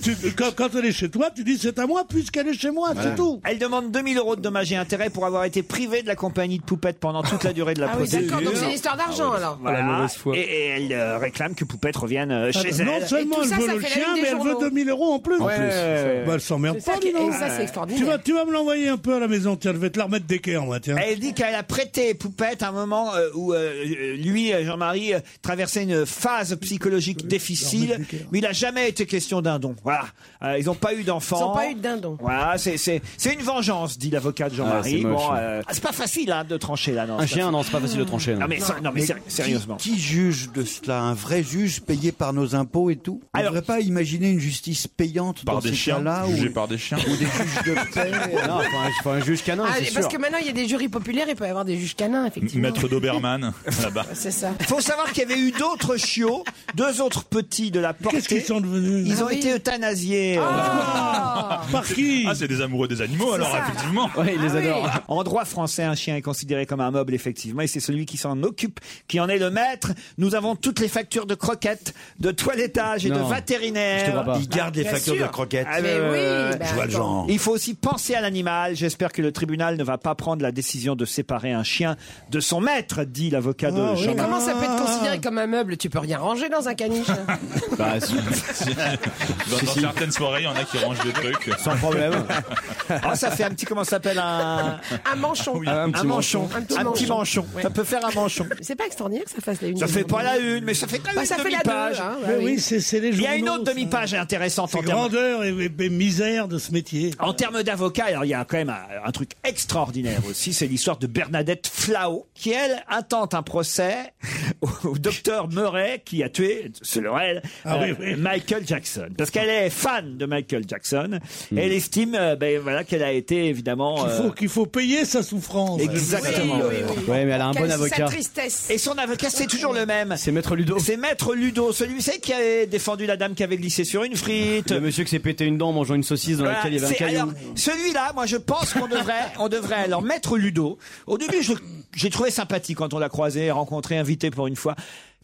S5: Tu- quand, quand elle est chez toi, tu dis c'est à moi puisqu'elle est chez moi, Ah, c'est tout.
S2: Elle demande 2000 euros de dommages et intérêts pour avoir été privée de la compagnie de Poupette pendant toute la durée de la
S8: Ah oui,
S2: procédure. Oh,
S8: d'accord, donc c'est une histoire d'argent, alors.
S2: Voilà.
S8: Ah, la mauvaise
S2: Et, et elle euh, réclame que Poupette revienne euh,
S5: Ah,
S2: chez elle.
S5: non seulement
S8: Et tout
S5: elle
S8: ça,
S5: veut
S8: ça
S5: le
S8: fait la
S5: chien,
S8: une des
S5: mais elle veut
S8: journaux.
S5: 2000 euros en plus.
S2: En Ouais. plus.
S5: Bah, elle s'emmerde
S8: C'est ça
S5: pas,
S8: qui-
S5: dis donc.
S8: et ça, c'est extraordinaire.
S5: Tu vas, tu vas me l'envoyer un peu à la maison, tiens, je vais te la remettre d'équerre, moi, tiens.
S2: Elle dit qu'elle a prêté Poupette à un moment euh, où euh, euh, lui, euh, Jean-Marie, euh, traversait une phase psychologique
S5: Euh,
S2: difficile, mais il n'a jamais été question d'un don. Voilà. Euh, ils n'ont pas eu d'enfants.
S8: Ils n'ont pas eu de dindon.
S2: Voilà, c'est- c'est c'est une vengeance, dit l'avocat de
S4: Ah,
S2: Jean-Marie.
S4: c'est moche,
S2: Bon,
S4: hein.
S2: euh, ah, c'est pas facile hein, de trancher là, non
S4: Un
S2: c'est
S4: chien,
S2: facile.
S4: non, c'est pas facile de trancher, non.
S2: Non, Ah, mais, ça- non, mais séri-
S10: qui-
S2: sérieusement.
S10: Qui, juge de cela Un vrai juge payé par nos impôts et tout On ne devrait pas imaginer une justice payante
S7: Par
S10: dans
S7: des
S10: ces
S7: chiens,
S10: cas-là où-
S7: jugé par des chiens.
S10: ou des juges de paix.
S4: Non, faut un, faut un juge canin,
S8: Ah,
S4: c'est
S8: parce
S4: sûr.
S8: que maintenant, il y a des jurys populaires, il peut y avoir des juges canins, effectivement.
S7: Maître Doberman, là-bas.
S8: C'est ça.
S2: Faut savoir qu'il y avait eu d'autres chiots, deux autres petits de la portée. Qu'est-ce qu'ils
S5: sont devenus
S2: Ils ont
S8: Ah oui.
S2: été euthanasiés. euh,
S5: Par qui
S7: Ah, c'est des amoureux des animaux, alors, effectivement.
S4: Ouais,
S8: Ah
S4: il les adore.
S2: En droit français, un chien est considéré comme un meuble, effectivement, et c'est celui qui s'en occupe, qui en est le maître. Nous avons toutes les factures de croquettes, de toilettage et de
S10: Non,
S2: vétérinaire.
S10: je te crois pas. Ils gardent les Bien factures sûr. de croquettes.
S8: Ah,
S10: Mais oui, bah Je vois le attends. genre.
S2: Il faut aussi penser à l'animal. J'espère que le tribunal ne va pas prendre la décision de séparer un chien de son maître, dit l'avocat de
S8: Mais
S2: Jean-Marie.
S8: Ah, comment ça peut être considéré comme un meuble Tu peux rien ranger dans un caniche.
S7: Bah, si. Dans, dans certaines soirées, il y en a qui rangent des trucs.
S4: Sans problème.
S2: Ah, ça fait un petit, comment ça s'appelle un...
S8: un manchon.
S10: Ah
S2: Un petit manchon.
S8: Un petit
S2: Un
S8: manchon.
S2: petit manchon.
S8: Ouais.
S2: Ça peut faire un manchon.
S8: C'est pas extraordinaire que ça fasse la une.
S2: Ça
S8: des
S2: fait
S8: journaux.
S2: pas la une, mais ça fait quand même
S8: Bah, ça
S2: une
S8: fait la
S2: demi-page.
S8: deux, hein, bah
S5: Mais oui, c'est- c'est les
S2: Il y a une
S5: journaux,
S2: autre
S5: ça.
S2: demi-page intéressante en
S5: C'est
S2: termes
S5: grandeur et, et- et misère de ce métier.
S2: En termes d'avocat, alors il y a quand même un, un truc extraordinaire aussi, c'est l'histoire de Bernadette Flao, qui elle intente un procès au, au docteur Murray qui a tué, selon elle,
S5: Ah
S2: euh,
S5: oui, oui.
S2: Michael Jackson, parce qu'elle est fan de Michael Jackson. Et elle estime, euh, ben voilà, qu'elle a été évidemment. euh,
S5: Il faut, Hmm. qu'il faut payer sa souffrance.
S2: Exactement.
S5: Oui, oui, oui.
S4: Ouais, mais elle a un bon avocat.
S2: Et son avocat, c'est toujours le même.
S4: C'est Maître Ludo.
S2: C'est Maître Ludo, celui c'est qui avait défendu la dame qui avait glissé sur une frite.
S4: Le monsieur qui s'est pété une dent en mangeant une saucisse dans
S2: Voilà,
S4: laquelle il y avait un
S2: c'est-
S4: caillou.
S2: alors, celui-là, moi, je pense qu'on devrait, on devrait alors mettre Ludo. Au début, je- j'ai trouvé sympathique quand on l'a croisé, rencontré, invité pour une fois.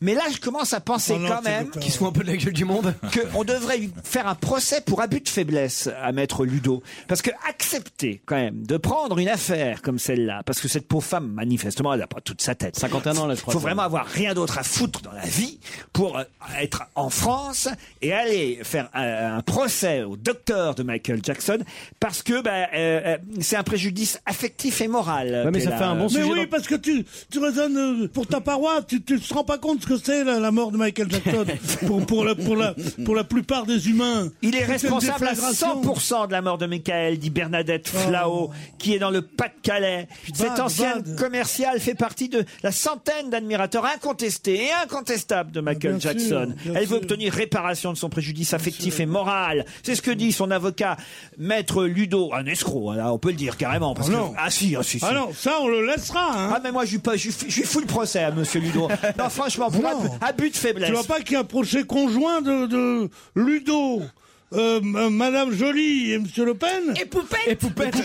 S2: Mais là, je commence à penser
S4: Oh non,
S2: quand
S4: c'est
S2: même
S4: docteur. Qu'il se fout un peu de la gueule du monde.
S2: qu'on devrait lui faire un procès pour abus de faiblesse à maître Ludo. Parce que accepter, quand même, de prendre une affaire comme celle-là, parce que cette pauvre femme, manifestement, elle n'a pas toute sa tête.
S4: 51 ans, là, je crois.
S2: Faut vraiment avoir rien d'autre à foutre dans la vie pour euh, être en France et aller faire euh, un procès au docteur de Michael Jackson parce que bah, euh, euh, c'est un préjudice affectif et moral. qu'elle a.
S5: euh. Mais oui, parce que tu, tu raisonnes euh, pour ta paroisse, tu ne te rends pas compte ce que c'est la, la mort de Michael Jackson pour, pour, la, pour, la, pour la plupart des humains.
S2: Il est
S5: C'est une
S2: responsable à
S5: déflagration. Oh.
S2: 100% de la mort de Michael, dit Bernadette Flao, qui est dans le Pas-de-Calais. Cette
S5: Bad,
S2: ancienne
S5: bad.
S2: commerciale fait partie de la centaine d'admirateurs incontestés et incontestables de Michael
S5: Ah, bien sûr,
S2: Jackson.
S5: bien
S2: Elle veut
S5: sûr.
S2: obtenir réparation de son préjudice affectif et moral. C'est ce que dit son avocat, maître Ludo, un escroc, hein, là, on peut le dire carrément. Parce
S5: Ah
S2: que-
S5: non.
S2: ah si, ah si, si.
S5: Ah non, ça on le laissera. Hein.
S2: Ah mais moi je suis pas, je suis- je suis fou le procès à Monsieur Ludo. Non franchement, pour
S5: Non.
S2: ab- abus de faiblesse.
S5: Tu vois pas qu'il y a un procès conjoint de, de Ludo, euh, m- Madame Jolie et Monsieur Le Pen
S8: Et Poupette
S5: Et Poupette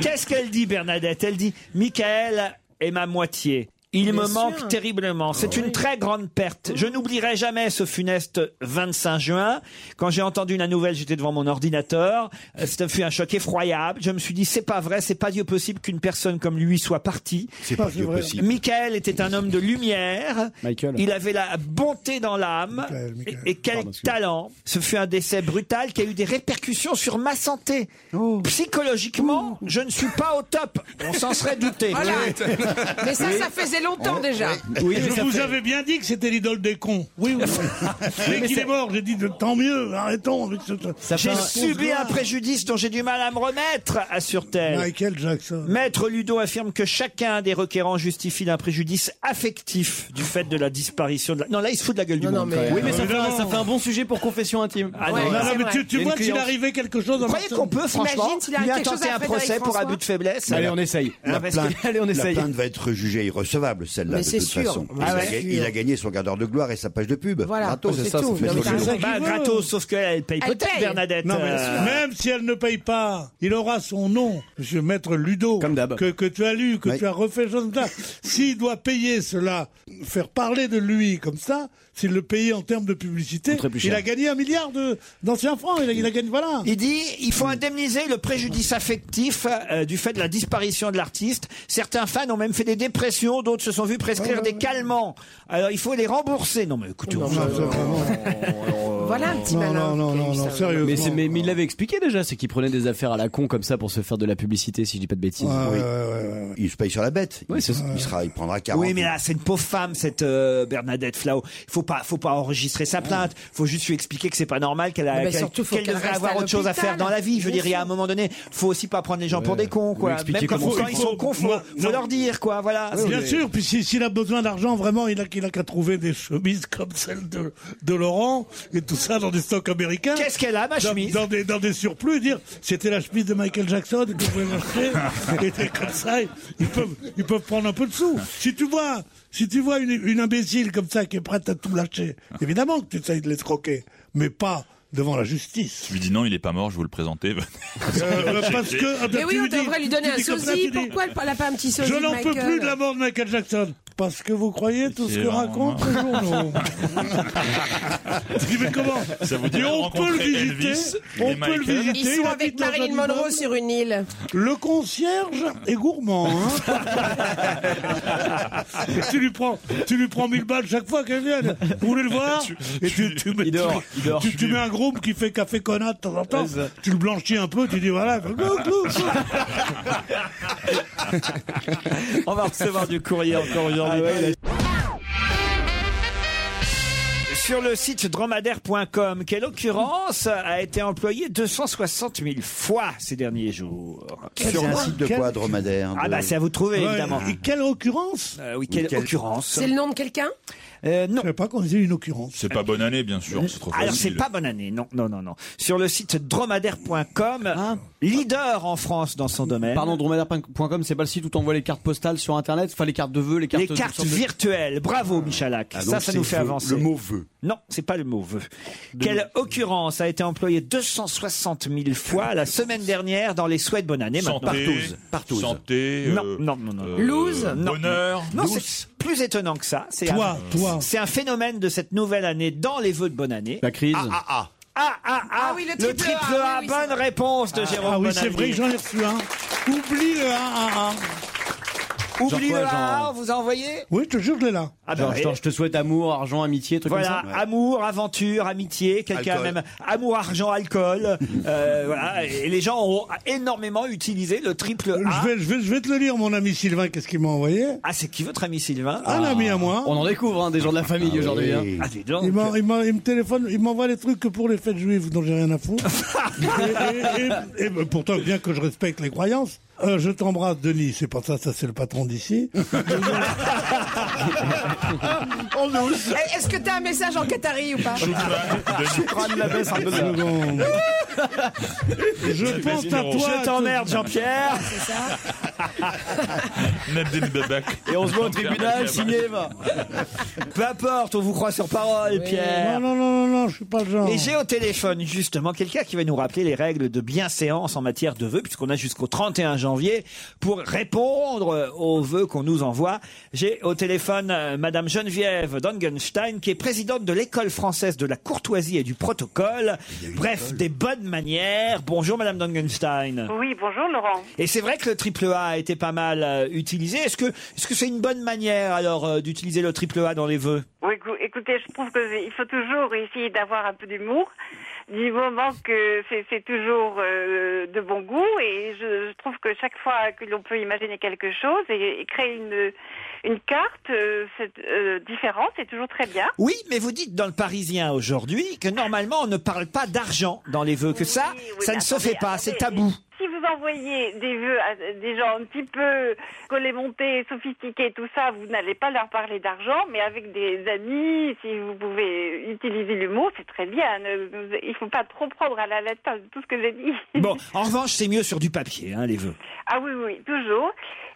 S2: Qu'est-ce qu'elle dit, Bernadette Elle dit Michael est ma moitié. Il
S8: Bien
S2: me
S8: sûr.
S2: manque terriblement. C'est une très grande perte. Je n'oublierai jamais ce funeste 25 juin. Quand j'ai entendu la nouvelle, j'étais devant mon ordinateur. Euh, Ce fut un choc effroyable. Je me suis dit, c'est pas vrai, c'est pas Dieu possible qu'une personne comme lui soit partie.
S10: C'est pas Dieu possible.
S2: Michael était un homme de lumière.
S4: Michael.
S2: Il avait la bonté dans l'âme. Et, et quel talent. Ce fut un décès brutal qui a eu des répercussions sur ma santé. Psychologiquement, je ne suis pas au top. On s'en serait douté.
S8: Voilà. Mais ça, ça faisait faisait longtemps
S5: Oh,
S8: déjà.
S5: je vous avais bien dit que c'était l'idole des cons. Oui, oui.
S2: mais
S5: Mais qu'il
S2: c'est-
S5: est mort, j'ai dit de- tant mieux, arrêtons avec ce.
S2: J'ai subi un préjudice dont j'ai du mal à me remettre, assure-t-elle.
S5: Michael Jackson.
S2: Maître Ludo affirme que chacun des requérants justifie d'un préjudice affectif du fait de la disparition de la... Non, là, il se fout de la gueule du monde. quand même.
S6: Oui, mais euh, ça fait, un, ça fait un bon sujet pour confession intime.
S2: euh, Ah non, Ouais, non, non, c'est mais vrai. tu- tu
S6: Il y a
S2: vois
S6: une
S2: qu'il
S6: cliente.
S2: arrivait quelque chose en Vous croyez Marseille qu'on peut, franchement, Imagine s'il arrive lui quelque chose intenter à un Frédéric procès pour François. abus de faiblesse
S6: Allez, on essaye.
S2: Ah,
S10: Eh, La
S2: parce que-
S10: plainte,
S6: allez, on
S10: la
S6: essaye.
S10: plainte va être jugée irrecevable, celle-là,
S6: Mais
S10: de
S6: c'est
S10: toute
S6: sûr.
S10: façon.
S6: Ah
S10: il, a,
S6: ouais.
S10: ga- il a gagné son quart d'heure de gloire et sa page de pub.
S6: Voilà.
S10: Gratos,
S6: C'est
S10: ça,
S6: ça,
S10: ça
S6: faut
S10: fait
S6: faire
S10: son
S6: ça
S10: boulot.
S5: qu'il
S2: Bah,
S5: veut.
S2: gratos, sauf qu'elle paye
S5: Elle
S2: peut-être
S5: paye.
S2: Bernadette.
S5: Non, mais
S2: euh,
S5: Même si elle ne paye pas, il aura son nom, monsieur Maître Ludo, que, que tu as lu, que tu as refait, chose comme ça. S'il doit payer cela, faire parler de lui comme ça, s'il le paye en termes de publicité,
S2: coûterait plus
S5: il
S2: cher.
S5: a gagné un milliard de- d'anciens francs. Oh, Il a, il a gagné, voilà.
S2: Il dit il faut indemniser le préjudice affectif euh, du fait de la disparition de l'artiste. Certains fans ont même fait des dépressions, d'autres se sont vus prescrire des calmants. Alors il faut les rembourser. Non mais écoutez, vous- euh,
S8: Voilà un petit malin.
S5: non, non, non, sérieux.
S6: Mais, c'est- mais, mais il l'avait expliqué déjà, c'est qu'il prenait des affaires à la con comme ça pour se faire de la publicité, si je dis pas de bêtises.
S10: Oui. Il se paye sur la bête.
S6: Oui, c'est ça.
S10: Il, sera, il prendra 40.
S2: Oui, mais là, c'est une pauvre femme, cette euh, Bernadette Flau. Il faut pas, faut pas enregistrer sa plainte. faut juste lui expliquer que c'est pas normal qu'elle a-
S10: Mais
S2: qu'elle-
S10: bah, surtout, faut
S2: qu'elle
S10: qu'elle
S2: devrait
S10: reste
S2: avoir
S10: à
S2: autre chose à
S10: l'hôpital.
S2: faire dans la vie. Je veux
S10: Bien
S2: dire, il y a un moment donné, faut aussi pas prendre les gens pour des cons,
S5: Lui
S2: quoi.
S5: expliquer
S2: Même quand,
S5: comment
S2: quand
S5: ça
S2: ils
S5: se
S2: sont
S5: passe.
S2: cons, faut,
S5: Non,
S2: faut
S5: non.
S2: leur dire, quoi. Voilà.
S5: Bien sûr, puis si- s'il a besoin d'argent, vraiment, il a qu'il a qu'à trouver des chemises comme celle de, de Laurent et tout ça dans des stocks américains.
S2: Qu'est-ce qu'elle a, ma
S5: Dans-
S2: chemise
S5: dans, des, dans des surplus, dire c'était la chemise de Michael Jackson que vous pouvez m'acheter. et comme ça, ils peuvent, ils peuvent prendre un peu de sous. Si tu vois, si tu vois une, une imbécile comme ça qui est prête à tout lâcher, évidemment que tu essayes de l'escroquer, mais pas devant la justice.
S7: Je lui dis non, il est pas mort, je vous le présenter.
S5: Euh, parce que-
S8: Mais oui,
S5: Tu
S8: on
S5: lui dis-
S8: devrait lui donner
S5: tu
S8: un
S5: dis comme ça, tu
S8: sosie.
S5: dis-
S8: Pourquoi elle n'a pas un petit sosie
S5: Je n'en peux
S8: Michael
S5: plus de la mort de Michael Jackson. Parce que vous croyez tout ce que
S7: C'est
S5: racontent les journaux. Je dis, mais comment
S7: Ça vous dit
S5: Mais on peut le visiter. on peut le visiter.
S8: Ils sont
S5: il
S8: avec
S5: habite dans
S8: euh, Marilyn
S5: un
S8: Monroe
S5: immeuble.
S8: sur une île.
S5: Le concierge est gourmand. hein. tu lui prends, tu lui prends 1000 balles chaque fois qu'elle vient. Vous voulez le voir Et tu, tu mets,
S6: dort,
S5: tu-
S6: il dort.
S5: tu- tu mets un groupe qui fait café connasse de temps en temps.
S6: Ouais, ça.
S5: Tu le blanchis un peu. Tu dis voilà. glou, glou, glou.
S2: On va recevoir du courrier encore aujourd'hui. Sur le site dromadaire.com, quelle occurrence a été employée 260 000 fois ces derniers jours
S10: Sur un site de quoi, dromadaire
S2: Ah
S10: de-
S2: bah c'est à vous de trouver
S5: Ouais,
S2: évidemment.
S5: Et quelle occurrence
S2: Euh, oui, quelle
S7: Quelle-
S2: occurrence
S8: C'est le nom de quelqu'un
S2: Non.
S5: Je savais pas qu'on disait une occurrence.
S7: C'est pas bonne année, bien sûr. C'est trop
S2: Alors c'est
S7: facile.
S2: pas bonne année, non, non, non, non. Sur le site
S8: Ah,
S2: dromadaire.com, leader en France dans son domaine.
S6: Pardon, dromadaire.com, c'est pas le site où t'envoies les cartes postales sur internet, enfin les cartes de vœux, les cartes
S2: les cartes
S6: toutes sortes de-
S2: virtuelles. Bravo, Michalak.
S6: Ah, donc
S2: ça, ça
S6: c'est
S2: nous fait
S6: vœu.
S2: avancer.
S6: Le mot
S10: vœu.
S2: Non, c'est pas le mot vœu. Quelle occurrence a été employée 260 000 fois la semaine dernière dans les souhaits de bonne
S5: Eh ben,
S2: année
S7: Santé,
S2: maintenant Partouze.
S7: santé,
S2: Non,
S7: euh,
S2: non, non, non.
S7: euh, Loose
S2: Non,
S7: bonheur,
S2: Non,
S7: douce.
S2: c'est plus étonnant que ça. C'est
S7: Toi,
S2: un, C'est un phénomène de cette nouvelle année dans les vœux de bonne année.
S6: La crise.
S2: Ah, ah, ah. Ah, ah, ah.
S8: oui, le
S2: Le
S8: triple
S2: triple
S8: A,
S2: A,
S8: oui, oui,
S2: bonne réponse de Jérôme
S5: Ah oui,
S2: Bonaldi.
S5: c'est vrai que j'en ai reçu un. Oublie le 1 1 1.
S2: Oublie le A, on vous a envoyé
S5: Oui, je te jure, je l'ai là.
S2: Ah ben,
S6: Genre, genre, je te souhaite amour, argent, amitié, trucs
S2: Voilà, Ah, bah.
S6: comme ça.
S2: amour, aventure, amitié, quelqu'un a
S6: Alcool.
S2: même amour, argent, alcool. euh, voilà, et les gens ont énormément utilisé le triple A.
S5: Je vais, je, vais, je vais te le lire, mon ami Sylvain, qu'est-ce qu'il m'a envoyé Ah,
S2: Ah, c'est qui votre ami Sylvain
S5: Un ami à moi.
S6: On en découvre hein, des gens de la famille aujourd'hui. hein.
S2: Ah, dis donc.
S5: Il, m'en- il m'en- il me téléphone, il m'envoie les trucs que pour les fêtes juives dont j'ai rien à foutre. et, et- et- et pourtant, bien que je respecte les croyances, euh, je t'embrasse, Denis. C'est pas ça, ça c'est le patron d'ici.
S8: Eh, Est-ce que t'as un message en Qatari ou pas
S2: Ah.
S5: Seconde. Je pense à toi.
S2: Je t'emmerde, Jean-Pierre.
S7: Nadine Babak.
S6: Et on se voit au tribunal, signé, va.
S2: Peu importe, on vous croit sur parole, Pierre.
S5: Non, non, non, non, non, je suis pas le genre.
S2: Et j'ai au téléphone justement quelqu'un qui va nous rappeler les règles de bienséance en matière de vœux, puisqu'on a jusqu'au 31 janvier pour répondre euh, aux vœux qu'on nous envoie. J'ai au téléphone euh, Madame Geneviève Dangenstein, qui est présidente de l'école française de la courtoisie et du protocole. Bref, des bonnes manières. Bonjour Madame Dangenstein.
S9: Oui, bonjour Laurent.
S2: Et c'est vrai que le triple A a été pas mal euh, utilisé. Est-ce que est-ce que c'est une bonne manière alors euh, d'utiliser le triple A dans les vœux
S9: Oui, écou- écoutez, je trouve qu'il faut toujours essayer d'avoir un peu d'humour, du moment que c'est c'est toujours euh, de bon goût. Et je, je trouve que chaque fois que l'on peut imaginer quelque chose et, et créer une, une carte euh, c'est, euh, différente, c'est toujours très bien.
S2: Oui, mais vous dites dans le Parisien aujourd'hui que normalement on ne parle pas d'argent dans les vœux, que ça,
S9: Oui,
S2: ça
S9: mais
S2: ne se
S9: attendez,
S2: fait pas,
S9: attendez.
S2: c'est tabou.
S9: Si vous envoyez des vœux à des gens un petit peu collés montés, sophistiqués, tout ça, vous n'allez pas leur parler d'argent, mais avec des amis, si vous pouvez utiliser l'humour, c'est très bien. Ne- ne- Il ne faut pas trop prendre à la lettre tout ce que j'ai dit.
S2: Bon, en revanche, c'est mieux sur du papier, hein, les vœux.
S9: Ah oui, oui, toujours.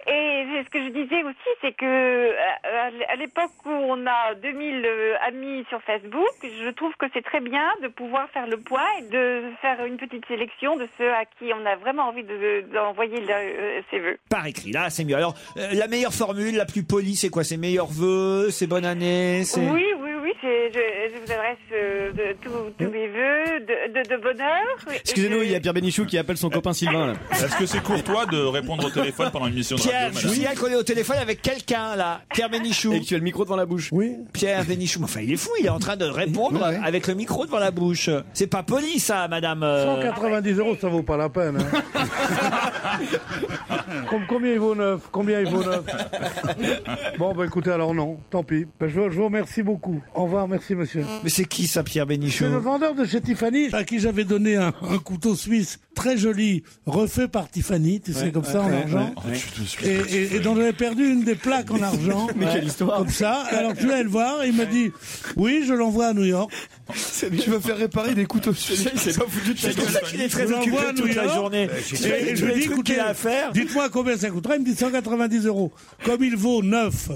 S9: Et c'est ce que je disais aussi, c'est que euh, à l- à l'époque où on a 2000 euh, amis sur Facebook, je trouve que c'est très bien de pouvoir faire le point et de faire une petite sélection de ceux à qui on a vraiment envie de- d'envoyer le- euh, ses vœux.
S2: Par écrit, là, c'est mieux. Alors, euh, la meilleure formule, la plus polie, c'est quoi C'est meilleurs vœux, c'est bonne année, c'est...
S9: Oui, oui, oui, c'est- je, je vous adresse euh, de- tous tous mes vœux de, de- de bonheur. et
S6: Excusez-nous,
S9: de-
S6: il y a Pierre Bénichou qui appelle son copain Sylvain. Là.
S7: Est-ce que c'est courtois de répondre au téléphone pendant une émission de
S2: Pierre,
S7: radio
S2: je vous
S7: madame
S2: signale qu'on est au téléphone avec quelqu'un, là. Pierre Bénichou. Et
S6: tu as le micro devant la bouche.
S2: Oui. Pierre Bénichou. Enfin, il est fou, il est en train de répondre avec le micro devant la bouche. C'est pas poli, ça, madame. euh.
S12: 190 euros, ça vaut pas la peine. hein. Com- combien il vaut neuf Combien il vaut neuf Bon, bah écoutez, alors non, tant pis. Bah, je, vous- je vous remercie beaucoup. Au revoir, merci monsieur.
S2: Mais c'est qui ça, Pierre Bénichou
S12: C'est le vendeur de chez Tiffany.
S5: à qui j'avais donné un, un couteau suisse très joli, refait par Tiffany, tu sais, comme ça, en
S12: ouais,
S5: argent.
S7: Oh, tu te suis-
S5: Et, et- et dont j'avais perdu une des plaques en argent.
S7: Mais quelle histoire.
S5: Comme ça. Alors je suis allé le voir, il m'a dit Oui, je l'envoie à New York.
S17: Je veux faire réparer des couteaux suisses.
S5: Il s'est pas foutu de
S2: C'est pour ça qu'il est très occupé toute la journée.
S5: Et, et je lui dis écoutez, dites-moi combien ça coûtera. Il me dit 190 euros. Comme il vaut 9,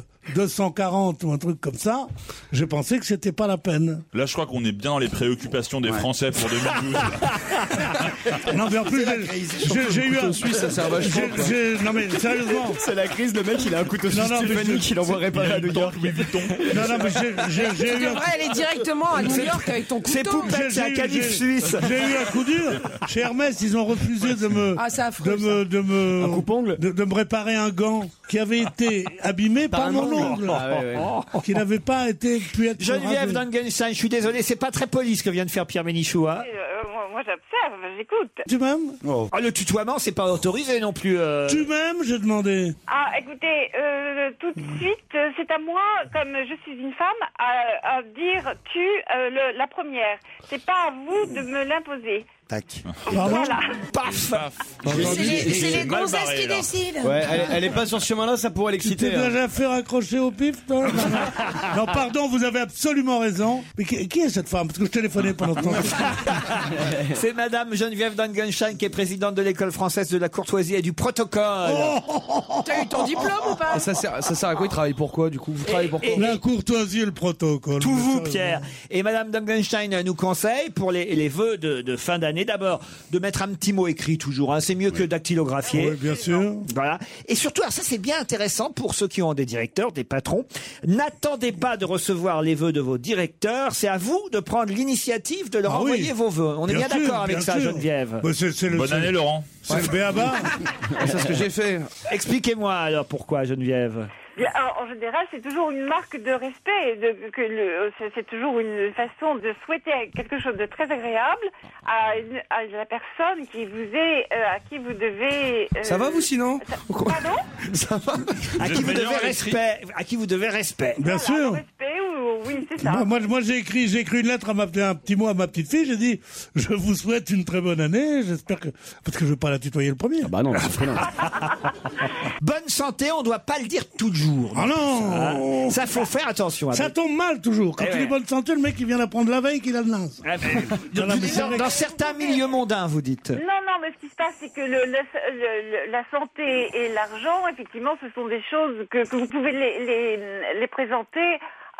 S5: 240 ou un truc comme ça, je pensais que c'était pas la peine.
S7: Là, je crois qu'on est bien dans les préoccupations des Français pour 2012. là.
S5: Non, mais en plus,
S7: C'est la
S5: j'ai-
S7: crise.
S5: j'ai j'ai eu
S7: Couteau
S5: un.
S7: suisse, ça sert vachement,
S5: j'ai-
S7: quoi.
S5: j'ai- Non, mais sérieusement.
S6: C'est la crise, le mec il a un couteau
S5: Non,
S6: suisse
S5: non, mais
S6: Stéphanie
S5: je-
S6: qu'il envoie
S5: c'est-
S6: réparer à New York.
S5: Non, non, mais j'ai- j'ai- j'ai
S13: Tu
S5: eu un-
S13: devrais aller directement à New York avec ton couteau.
S5: J'ai- j'ai eu- j'ai- J'ai eu un coup dur. Chez Hermès, ils ont refusé de me,
S13: Ah, c'est affreux,
S5: de me, de me, de, de me réparer un gant qui avait été abîmé par,
S2: un
S5: mon
S2: ongle.
S5: ongle, Oh.
S2: Ah, ouais, ouais.
S5: qui n'avait pas été pu être. rasé.
S2: Geneviève Dungenstein, je suis désolé, c'est pas très poli ce que vient de faire Pierre Bénichou. Hein
S9: Euh, moi, moi, j'observe, j'écoute.
S5: Tu m'aimes
S2: Ah, le tutoiement, c'est pas autorisé non plus. euh.
S5: Tu m'aimes J'ai demandé.
S9: Ah, écoutez, euh, tout de
S17: Mm.
S9: suite, euh, c'est à moi, comme je suis une femme, à, à dire tu euh, le- la première. C'est pas à vous de me l'imposer.
S18: Tac.
S12: Ah
S9: Voilà.
S2: Paf
S13: C'est les, c'est les gonzesses qui décident.
S6: Ouais, elle, elle est pas sur ce chemin-là, ça pourrait
S5: T'es
S6: l'exciter. hein.
S5: déjà fait raccrocher au pif, toi non, non. Non, pardon, vous avez absolument raison. Mais qui, qui est cette femme Parce que je téléphonais pendant ce temps.
S2: C'est Madame Geneviève Dungenstein qui est présidente de l'école française de la courtoisie et du protocole.
S13: T'as eu ton diplôme ou pas
S17: Et Ah, ça sert, ça sert à quoi Il travaille pour quoi du coup Vous travaillez pour quoi
S5: La courtoisie et le protocole.
S2: Tout vous, Pierre. Et Madame Dungenstein nous conseille pour les, les vœux de, de fin d'année, d'abord de mettre un petit mot écrit toujours. hein. C'est mieux que dactylographier.
S5: Oui, bien sûr.
S2: Voilà. Et surtout, alors ça c'est bien intéressant pour ceux qui ont des directeurs, des patrons. N'attendez pas de recevoir les vœux de vos directeurs. C'est à vous de prendre l'initiative de leur
S5: Ah oui.
S2: envoyer vos vœux. On est bien
S5: sûr,
S2: d'accord avec
S5: bien
S2: ça,
S5: sûr.
S2: Geneviève.
S5: Bah, c'est- c'est le-
S7: Bonne
S5: c'est-
S7: année, Laurent.
S5: C'est le béaba.
S17: Ah, C'est ce que j'ai fait.
S2: Expliquez-moi alors pourquoi, Geneviève.
S9: Bien, en- en général, c'est toujours une marque de respect. et de- que le- euh, c'est- c'est toujours une façon de souhaiter quelque chose de très agréable à, une- à la personne qui vous est, euh, à qui vous devez. euh,
S17: Ça va vous sinon
S9: Pardon
S17: Ça va
S2: À qui vous devez respect. À qui vous devez respect.
S5: euh, Bien sûr.
S9: Respect ou oui, c'est ça.
S5: Moi, moi, moi, j'ai écrit, j'ai écrit une lettre à ma, un petit mot à ma petite fille. J'ai dit, je vous souhaite une très bonne année. J'espère que parce que je veux pas la tutoyer le premier.
S6: bah non.
S2: Bonne santé, on doit pas le dire toujours.
S5: Ah non
S2: Ça, faut faire attention.
S5: Ça
S2: avec-
S5: tombe mal toujours. Quand
S2: Eh
S5: il
S2: ouais.
S5: est bonne santé, le mec il vient d'apprendre la veille qu'il a le nas.
S2: Ah, mais-
S5: Non, non, mais c'est
S2: dans,
S5: vrai.
S2: dans certains milieux mondains, vous dites.
S9: Non, non, mais ce qui se passe, c'est que le, le- le- le- la santé et l'argent, effectivement, ce sont des choses que, que vous pouvez les, les, les présenter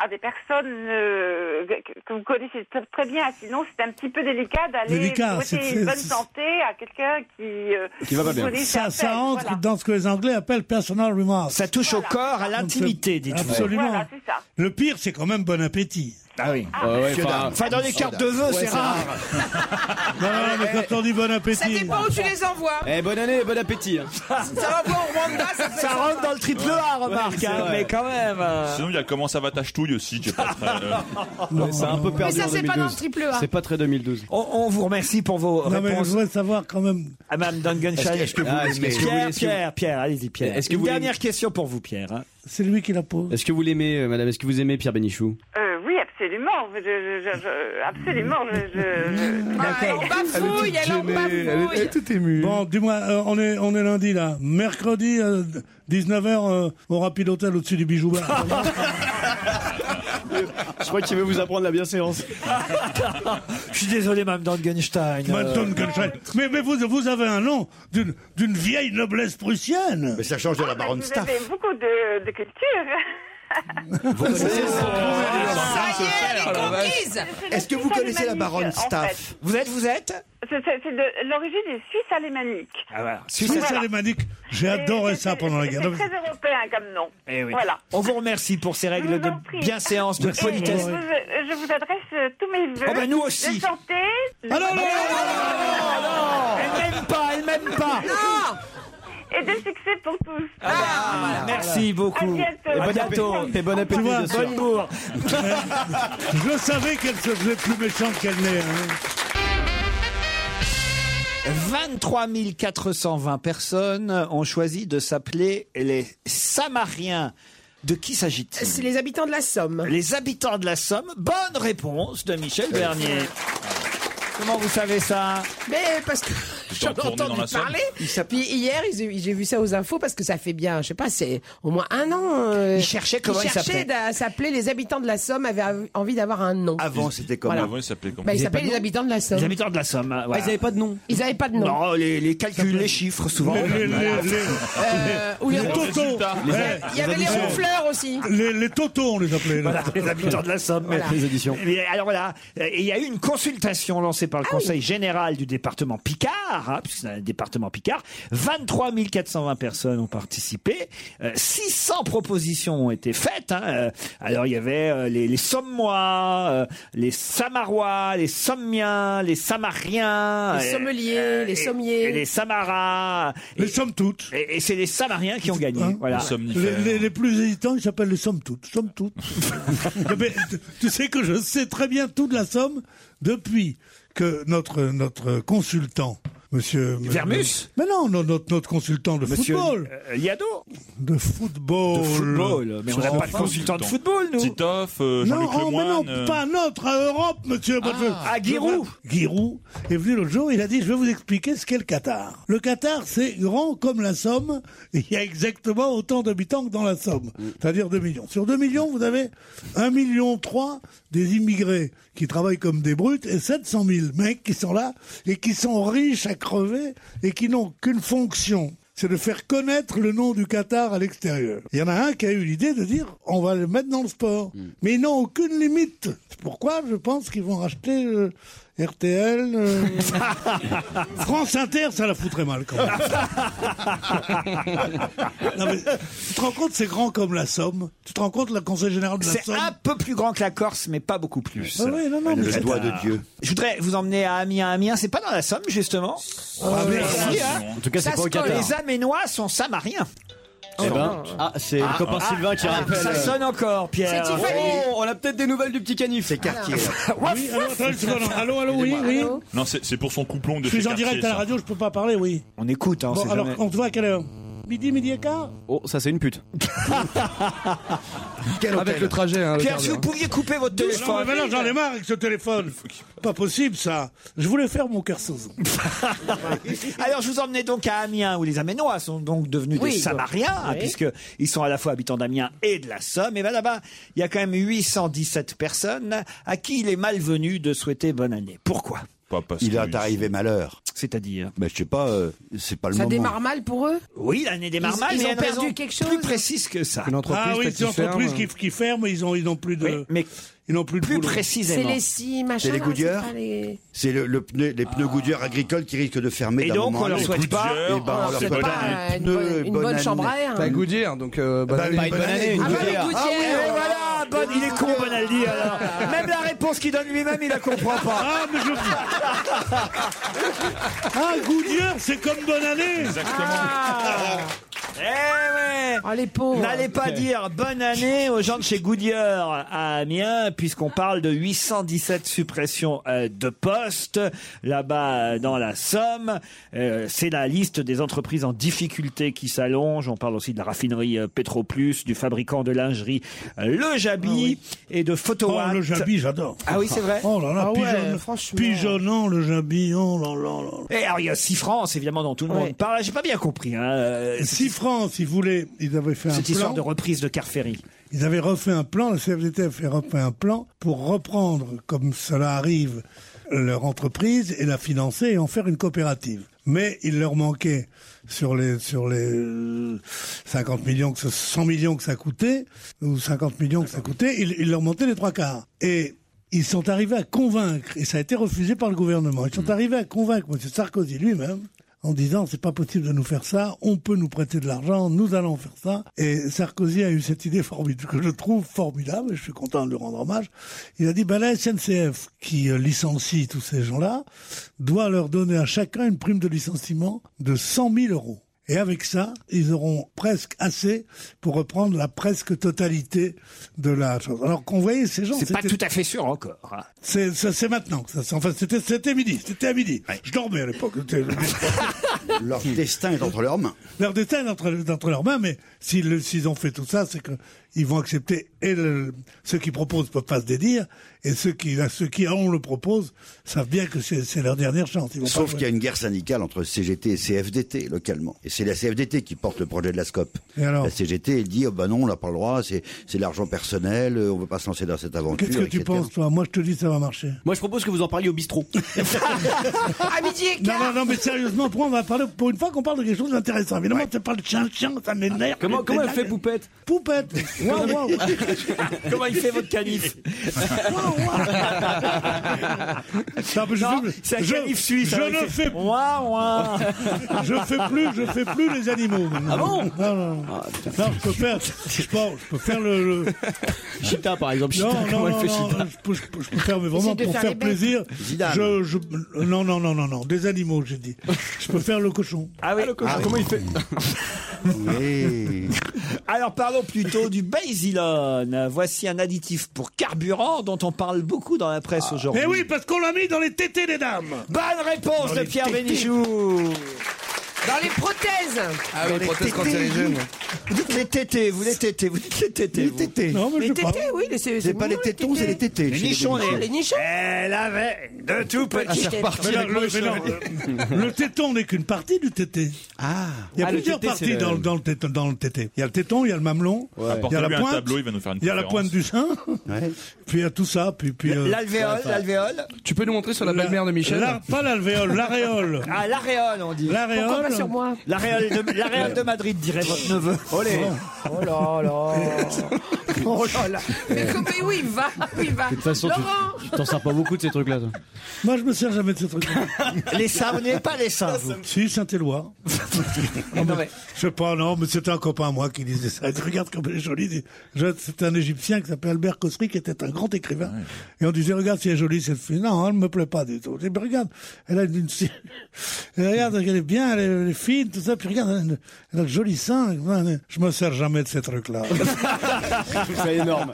S9: à des personnes euh, que, que vous connaissez très, très bien. Sinon, c'est un petit peu délicat d'aller
S5: Délicat,
S9: souhaiter
S5: c'est-
S9: une bonne
S5: c'est-
S9: santé à quelqu'un qui, euh, vous connaissez à
S5: Ça, ça
S9: peine,
S5: entre
S9: voilà.
S5: dans ce que les Anglais appellent personal remarks.
S2: Ça touche au corps, à l'intimité, dites-vous.
S5: Absolument.
S9: Voilà, c'est ça.
S5: Le pire, c'est quand même bon appétit.
S2: Ah oui. enfin, dans les cartes de vœux, c'est rare.
S5: Non, non, mais quand on dit bon
S8: Ça
S5: appétit.
S8: dépend où tu les envoies.
S5: Eh, bonne année et bon appétit.
S6: hein.
S8: Ça l'envoie au Rwanda, ça fait
S2: Ça rentre dans le triple A,
S7: Ouais,
S2: remarque,
S7: c'est
S2: hein,
S7: vrai.
S2: mais quand même. euh,
S7: Sinon, il y a comment ça va ta ch'touille aussi, qui est pas très, euh,
S6: Ouais, c'est un peu perdu
S8: Mais ça,
S6: en
S8: c'est
S6: 2012.
S8: pas dans le triple A.
S6: C'est pas très 2012.
S2: On, on vous remercie pour vos
S5: Non, mais je
S2: réponses.
S5: voudrais savoir quand même.
S2: Ah, Madame Dungenschein.
S5: Est-ce que- est-ce que vous
S2: Ah, est-ce que-
S5: l'aimez
S2: Pierre,
S5: Est-ce que
S2: Pierre,
S5: vous-
S2: Pierre, allez-y, Pierre.
S6: Est-ce que
S2: Une
S6: vous
S2: dernière question pour vous, Pierre. hein.
S5: C'est lui qui la pose.
S6: Est-ce que vous l'aimez, euh, madame Est-ce que vous aimez Pierre Bénichou
S9: Euh, oui, absolument. Je- je- je- je- absolument. Je, je- je-
S8: bafouille, elle en bafouille.
S5: toute émue. Bon, dis-moi, euh, on, est, on est lundi là. Mercredi, euh, 19h, euh, au Rapid Hotel au-dessus du bijou bar.
S6: Je crois qu'il veut vous apprendre la bienséance.
S2: Je suis désolé, Madame euh. Dungenstein.
S5: Madame Dungenschein. Mais, mais vous, vous avez un nom d'une d'une vieille noblesse prussienne. Mais ça change de la baronne
S9: Vous avez beaucoup de, de culture.
S2: oh
S10: Est-ce que vous connaissez la baronne Staff
S2: Vous êtes, vous êtes
S9: C'est c'est de l'origine des Suisses alémaniques.
S2: Ah, voilà.
S5: Suisse alémanique, j'ai adoré ça pendant la
S9: C'est
S5: guerre.
S9: très européen comme nom.
S2: Eh oui.
S9: Voilà.
S2: On vous remercie pour ces règles de bienséance, de
S9: Et Je,
S2: politesse.
S9: vous- je vous adresse euh, tous mes vœux.
S2: Oh, ben, nous aussi.
S9: De santé. de-
S2: Ah non, non, non, non, non, non, non. Elle m'aime pas, elle m'aime pas. Ah, ben,
S9: Et de succès pour tous. Ah,
S2: Merci beaucoup.
S9: bientôt.
S2: À bientôt.
S6: Et bon appétit,
S5: Tu vois,
S6: bien sûr.
S2: Bonne bourre.
S5: Je savais qu'elle se faisait plus méchante qu'elle n'est. hein.
S2: 23 420 personnes ont choisi de s'appeler les Samariens. De qui s'agit-il
S8: C'est les habitants de la Somme.
S2: Les habitants de la Somme. Bonne réponse de Michel
S3: Euh,
S2: Bernier. Comment vous savez
S5: hein
S2: ça
S8: Mais parce que j'en ai
S2: tourné dans la
S8: entendu
S2: Somme.
S8: parler. Puis hier, ils- j'ai vu ça aux infos parce que ça fait bien, je sais pas, c'est au moins un an. euh,
S2: Ils cherchaient comment ils
S8: cherchaient d'a- s'appeler les habitants de la Somme, avaient av- envie d'avoir un nom.
S10: Avant, c'était comment
S8: Voilà.
S7: Avant, il s'appelait comment
S8: Bah, ils s'appelaient les habitants de la Somme.
S2: Les habitants de la Somme. hein, voilà.
S8: ils n'avaient pas de nom. Ils n'avaient pas de nom.
S2: Non, les, les calculs, les chiffres, souvent.
S5: Les, les,
S2: Voilà.
S5: les-
S8: Euh, ou les
S5: les
S8: ronds-
S5: totos.
S8: Il y
S5: Ouais.
S8: avait- il y avait les ronfleurs aussi.
S5: Les, les totos, on les appelait. là.
S2: Voilà, les habitants de la Somme.
S6: Les éditions.
S2: Mais alors voilà, euh, il y a eu une consultation lancée par le
S5: Ah
S2: Conseil général du département Picard, hein, puisque c'est un département Picard. 23 420 personnes ont participé. Euh, 600 propositions ont été faites. hein. Euh, alors il y avait euh, les, les Sommois, euh, les Samarois, les Sommiens, les Samariens.
S8: Les
S2: euh,
S8: sommeliers, les
S2: et-
S8: sommiers.
S2: et les Samaras.
S5: Les
S2: Et-
S5: sommes toutes.
S2: Et, et c'est les Samariens qui ont gagné. Hein voilà.
S5: Les, les- les plus hésitants, ils s'appellent les sommes toutes. Sommes toutes. Non, mais tu- tu sais que je sais très bien tout de la somme depuis que notre, notre consultant, monsieur.
S2: Vermus
S5: Mais non, no- notre, notre consultant de
S2: Monsieur
S5: football.
S2: euh, Liado
S5: De football.
S2: De football. Mais on n'a pas de consultant de football, nous.
S7: Titoff, euh,
S5: Non,
S7: Jean-Luc
S5: oh, mais non,
S7: Lemoine. euh,
S5: pas notre, à Europe, monsieur. Moi, je-
S2: Ah, à Giroud.
S5: Giroud est venu l'autre jour, il a dit, je vais vous expliquer ce qu'est le Qatar. Le Qatar, c'est grand comme la Somme, et il y a exactement autant d'habitants que dans la Somme, c'est-à-dire 2 millions. Sur 2 millions, vous avez 1 million 3 des immigrés qui travaillent comme des brutes, et 700 000 mecs qui sont là, et qui sont riches à crever, et qui n'ont qu'une fonction, c'est de faire connaître le nom du Qatar à l'extérieur. Il y en a un qui a eu l'idée de dire on va le mettre dans le sport. Mais ils n'ont aucune limite. C'est pourquoi je pense qu'ils vont racheter euh, RTL. euh, France Inter, ça la foutrait mal quand même. Non, mais, tu te rends compte, c'est grand comme la Somme. Tu te rends compte, le Conseil Général de la
S2: C'est
S5: Somme.
S2: un peu plus grand que la Corse, mais pas beaucoup plus.
S5: Ah oui, non, non, mais
S10: Le
S5: c'est-
S10: doigt de Dieu.
S2: Je voudrais vous emmener à Amiens. Amiens, c'est pas dans la Somme, justement.
S5: Ah, mais-
S2: Si, hein.
S6: En tout cas, c'est
S8: Ça
S6: pas au
S8: se colle,
S6: Qatar.
S2: Les Aménois sont Samariens.
S6: Eh ben, ah, c'est le copain Sylvain qui rappelle.
S2: ah, Ça sonne encore, Pierre.
S8: C'est Tiffany.
S6: Oh, on a peut-être des nouvelles du petit canif. Ah.
S10: C'est quartier.
S5: Oui, allô, attends une seconde. allô, allô, oui, oui.
S7: Non, c'est c'est pour son couplon de
S5: Je suis
S7: chez
S5: en
S7: Cartier,
S5: direct à la
S7: ça.
S5: radio, je peux pas parler, oui.
S2: On écoute, hein, on
S5: Bon,
S2: sait
S5: alors,
S2: jamais.
S5: on te voit à quelle heure Midi, midi et quart
S6: Oh, ça c'est une pute.
S10: Quel
S19: Avec
S10: hôtel
S19: le trajet, hein, le
S2: Pierre,
S19: quart
S2: si vous
S19: d'heure.
S2: pouviez couper votre
S5: Non,
S2: téléphone.
S5: mais maintenant j'en ai marre avec ce téléphone. Pas possible ça. Je voulais faire mon Kersozon.
S2: Oh. Alors, je vous emmenais donc à Amiens, où les Aménois sont donc devenus
S8: Oui.
S2: des Samariens, hein,
S8: Oui.
S2: puisque ils sont à la fois habitants d'Amiens et de la Somme. Et ben là-bas, il y a quand même 817 personnes à qui il est malvenu de souhaiter bonne année. Pourquoi
S7: Pas parce
S10: Il
S7: que-
S10: est arrivé malheur.
S2: C'est-à-dire
S10: Mais je sais pas, euh, c'est pas le
S8: Ça
S10: moment.
S8: démarre mal pour eux.
S2: Oui, l'année des marmailles,
S8: ils
S2: mais il y a
S8: ont
S2: une
S8: perdu
S2: raison
S8: quelque chose
S2: plus précise que ça.
S19: Une entreprise
S5: Ah oui,
S19: peut-être
S5: c'est
S19: qui ferme.
S5: l'entreprise qui, qui ferme, ils ont, ils n'ont plus de.
S2: Oui, mais
S5: Ils n'ont plus de boulot.
S8: C'est les scies, machin.
S10: C'est les
S8: là,
S10: goudieurs
S8: hein, pas les-
S10: C'est le, le pneu- les pneus goudieurs agricoles qui risquent de fermer.
S2: Et
S10: d'un
S2: donc,
S10: moment
S2: on leur
S10: à l'autre.
S2: souhaite pas-
S10: Eh ben,
S2: on
S10: on
S2: leur
S10: leur
S2: souhaite
S10: souhaite
S2: pas
S10: des
S8: une
S10: pneus,
S8: bonne- une bonne
S10: année.
S8: chambre à air. T'as
S4: Goodyear, donc euh, bonne
S10: Bah,
S4: année.
S10: une bonne année, une
S4: Ah,
S10: Goodyear.
S4: bah, les
S2: Ah oui,
S4: Goodyear.
S2: et voilà, bonne, il est con, Bonaldi, alors. euh, Même la réponse qu'il donne lui-même, il la comprend pas.
S5: Ah, mais Ah, Goodyear, c'est comme Ah. bonne année Exactement.
S2: Ah. Eh ouais N'allez pas
S5: Ok.
S2: dire bonne année aux gens de chez Goodyear à Amiens, puisqu'on parle de 817 suppressions euh, de postes là-bas euh, dans la Somme. Euh, C'est la liste des entreprises en difficulté qui s'allonge. On parle aussi de la raffinerie euh, Petroplus, du fabricant de lingerie euh, Le Jabi et de Photowatt.
S5: Oh, le Jabi, j'adore.
S2: Ah oui, c'est vrai.
S5: Oh là là, pigeon- pigeonnant le Jabi, oh là là là.
S2: Et Eh, alors, il y a 6 France, évidemment, dont tout le monde parle. J'ai pas bien compris. Hein, euh,
S5: Si France, ils voulaient, ils avaient fait un
S2: cette histoire
S5: plan.
S2: de reprise de Carferry.
S5: Ils avaient refait un plan, la CFDT a fait refait un plan pour reprendre, comme cela arrive, leur entreprise et la financer et en faire une coopérative. Mais il leur manquait sur les sur les euh, 50 millions que ce- 100 millions que ça coûtait ou 50 millions que ça coûtait, il, il leur montait les trois quarts. Et ils sont arrivés à convaincre et ça a été refusé par le gouvernement. Ils sont arrivés à convaincre M. Sarkozy lui-même en disant c'est pas possible de nous faire ça, on peut nous prêter de l'argent, nous allons faire ça. Et Sarkozy a eu cette idée formidable que je trouve formidable, et je suis content de lui rendre hommage. Il a dit ben la SNCF qui euh, licencie tous ces gens-là doit leur donner à chacun une prime de licenciement de 100 000 euros. Et avec ça, ils auront presque assez pour reprendre la presque totalité de la chose. Alors qu'on voyait ces gens,
S2: C'est pas
S5: c'était-
S2: tout à fait sûr encore. hein.
S5: c'est ça, c'est maintenant. que ça se- enfin, c'était c'était midi. C'était à midi. Je dormais à l'époque. C'était-
S10: Leur destin est entre leurs mains.
S5: Leur destin est entre, est entre leurs mains, mais s'ils le- s'ils ont fait tout ça, c'est que ils vont accepter. Et le- ceux qui proposent peuvent pas se dédire, et ceux qui ceux qui on le propose savent bien que c'est c'est leur dernière chance. Ils vont
S10: Sauf
S5: pas-
S10: qu'il y a une guerre syndicale entre CGT et CFDT localement. Et c'est la CFDT qui porte le projet de la SCOP.
S5: Et alors
S10: la CGT, elle dit, oh ben non, on n'a pas le droit, c'est c'est l'argent personnel, euh, on ne peut pas se lancer dans cette aventure.
S5: Qu'est-ce que tu
S10: etc.
S5: penses, toi Moi, je te dis, ça va marcher.
S13: Moi, je propose que vous en parliez au bistrot.
S8: À midi et
S5: Non,
S8: quart.
S5: non, non, mais sérieusement, pour, on va parler, pour une fois qu'on parle de quelque chose d'intéressant. Évidemment, tu parles de chien-chien, ça m'énerve.
S4: Comment- comment elle fait,
S5: Poupette Poupette Waouh, waouh
S2: Comment il fait votre canif Oh,
S5: Non, mais je-
S2: Non,
S5: je-
S2: c'est un
S5: je-
S2: canif suisse,
S5: Je
S2: hein,
S5: ne
S2: il fait
S5: fais
S2: ouah, ouah.
S5: je fais plus, je fais plus les animaux. maintenant.
S4: Ah bon
S5: Non, non, non. Non, je peux faire, je peux, je peux faire le. le-
S13: Chita, par exemple. Chita,
S5: Non,
S13: comment
S5: non,
S13: elle
S5: non,
S13: fait
S5: non,
S13: Chita
S5: je peux, je peux- je peux faire, mais vraiment
S13: Essaye de
S5: pour
S13: faire
S5: faire,
S13: les bêtes.
S5: plaisir.
S13: Zidane.
S5: Je, je, non, non, non, non, non, des animaux, j'ai dit. Je peux faire le cochon.
S2: Ah oui.
S13: Comment il fait
S2: Alors parlons plutôt du Basilone. Voici un additif pour carburant dont on parle beaucoup dans la presse aujourd'hui.
S5: Ah. Mais oui, parce qu'on l'a mis dans les tétés des dames.
S2: Bonne réponse de Pierre Bénichou.
S8: Dans les prothèses.
S4: Ah oui,
S2: Dans les
S4: prothèse quand
S2: tétés,
S4: c'est les
S2: vous-
S4: jeunes.
S2: Vous dites les tétés, vous les tétés, vous dites les tétés. vous.
S5: Non, mais
S8: Les
S5: je sais pas.
S8: tétés, oui, les- c'est
S10: C'est pas les
S8: mignon,
S10: tétons, c'est les tétés.
S2: Les
S10: chez
S2: nichons,
S10: Bénichou.
S8: Les nichons.
S2: Elle avait de tout petit.
S13: Ah,
S5: Mais non, le, mais non, euh, le- le téton n'est qu'une partie du tété.
S10: Ah.
S5: Il y a
S4: Ah, le
S5: plusieurs
S4: tété, c'est
S5: parties
S4: le-
S5: dans, le- dans le téton, dans le tété. Il y a le téton, il y a le mamelon, il y a
S20: Apportez-lui
S5: la
S20: un
S5: pointe,
S20: tableau, il va nous faire une
S5: il y a la pointe
S20: conférence.
S5: du sein, puis il y a tout ça, puis puis. euh,
S2: L'alvéole, l'alvéole.
S4: Tu peux nous montrer sur la
S5: la-
S4: belle-mère de Michel
S5: la- pas l'alvéole, l'aréole.
S2: Ah, l'aréole, on dit.
S5: L'aréole.
S8: Pourquoi pas sur moi
S2: L'aréole de, l'aréole de Madrid, dirait votre neveu. Olé.
S8: Oh là là. Oh là là. Mais, comme- mais où il va Où il va
S6: De toute façon, tu-
S8: Laurent
S6: tu t'en sers pas beaucoup de ces trucs-là. toi.
S5: Moi, je me sers jamais de ce truc.
S2: Les sables, vous n'avez pas les sables. vous.
S5: si Saint-Éloi.
S2: Non, mais-
S5: Je sais pas, non, mais c'était un copain à moi qui disait ça. Il dit, regarde comme elle est jolie. Il dit, je- C'était un Égyptien qui s'appelait Albert Kosri, qui était un grand écrivain. Et on disait, regarde si elle est jolie, cette fille. Non, elle ne me plaît pas du tout. Je dis, mais regarde, elle a une... elle regarde, elle est bien, elle est, elle est fine, tout ça. Puis regarde, elle a, une- elle a le joli sein. Je me sers jamais de ces trucs-là.
S13: C'est énorme.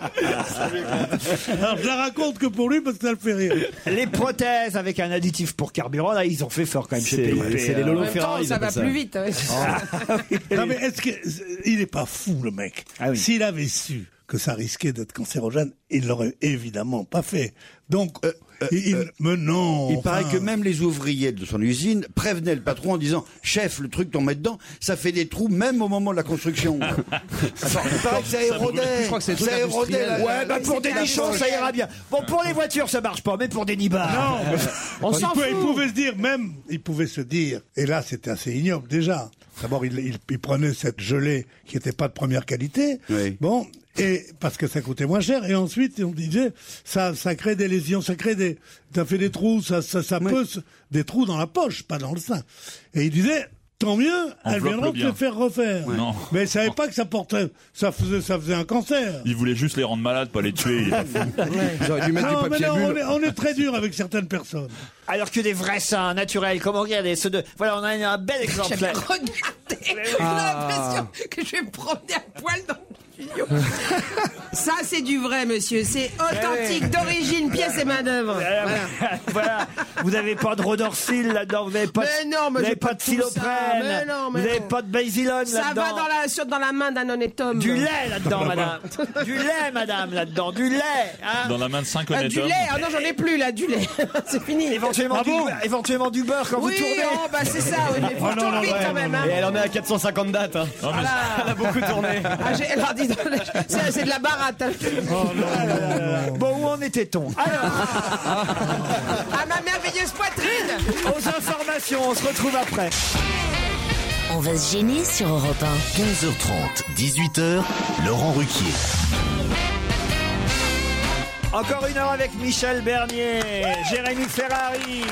S5: Alors, je la raconte que pour lui, parce que ça le fait rire.
S2: Les prothèses avec un additif pour carburant, là, ils ont fait fort quand même chez
S6: C'est-
S2: PIP.
S6: c'est les
S2: euh,
S6: Lolo
S8: En même temps,
S6: Ferrari, ils
S8: ça va
S6: appellent ça.
S8: plus vite. hein. ouais.
S5: Ah. Non mais est-ce que il est pas fou le mec
S2: Ah oui.
S5: S'il avait su que ça risquait d'être cancérogène, il l'aurait évidemment pas fait. Donc il, il- mais non.
S10: Euh, Il
S5: enfin.
S10: paraît que même les ouvriers de son usine prévenaient le patron en disant Chef, le truc qu'on met dedans, ça fait des trous même au moment de la construction. Attends, il paraît que ça érodait.
S4: Je crois que c'est le truc
S10: ça érodait.
S4: industriel.
S10: la-
S2: Ouais, bah pour des nichons, ça ira bien. Bon, pour les voitures, ça marche pas, mais pour des nibards.
S5: Non, mais- il, pouvait, il pouvait se dire même, il pouvait se dire. Et là, c'était assez ignoble déjà. D'abord, il, il- il prenait cette gelée qui n'était pas de première qualité.
S10: Oui.
S5: Bon, Et parce que ça coûtait moins cher. Et ensuite, on disait, ça, ça crée des lésions, ça crée des, ça fait des trous, ça, ça, ça peusse des trous dans la poche, pas dans le sein. Et il disait, tant mieux, elles
S7: Enveloppe
S5: viendront
S7: le
S5: te
S7: bien.
S5: les faire refaire.
S7: Ouais. Non.
S5: Mais ils savaient pas que ça portait, ça faisait, ça faisait un cancer.
S7: Il voulait juste les rendre malades, pas les tuer. Il est pas fou.
S5: Non, Ah, mais non, on, est, on est très dur avec certaines personnes.
S2: Alors que des vrais seins naturels, comment regardez ceux de. Voilà, on a un bel exemplaire.
S8: J'ai l'impression que je vais me promener à poil dans le studio. Ça, c'est du vrai, monsieur.
S2: Eh
S8: C'est authentique, d'origine, pièce et main-d'œuvre. Voilà.
S2: voilà, vous n'avez pas de rhodorcyle là-dedans, vous n'avez pas, de-
S8: Mais non,
S2: vous
S8: mais
S2: n'avez
S8: j'ai
S2: pas de
S8: tout ça. Mais
S2: siloprène,
S8: non,
S2: vous
S8: mais
S2: n'avez
S8: non.
S2: pas de basilone
S8: Ça
S2: là-dedans.
S8: va dans la, sur- dans la main d'un honnête homme.
S2: Du lait là-dedans, madame. du lait, madame, là-dedans. Du lait. hein.
S7: Dans la main de 5
S8: Ah,
S7: honnêtes
S8: du
S7: hommes.
S8: lait, ah non j'en ai plus là, du lait, c'est fini.
S2: Éventuellement, du, beurre- éventuellement du beurre quand
S8: Oui,
S2: vous tournez.
S8: oh, bah c'est ça, oui, mais faut que je tourne vite quand même. hein.
S6: Et elle en est à 450 dates. Hein. Elle a beaucoup tourné.
S8: Ah, j'ai- elle a dit, c'est c'est de la baratte. hein.
S2: Oh, Bon, où en était-on
S8: À ma merveilleuse poitrine
S2: Aux informations, on se retrouve après.
S21: On va se gêner sur Europe 1.
S1: 15h30, 18h, Laurent Ruquier.
S2: Encore une heure avec Michel Bernier, Jérémy Ferrari,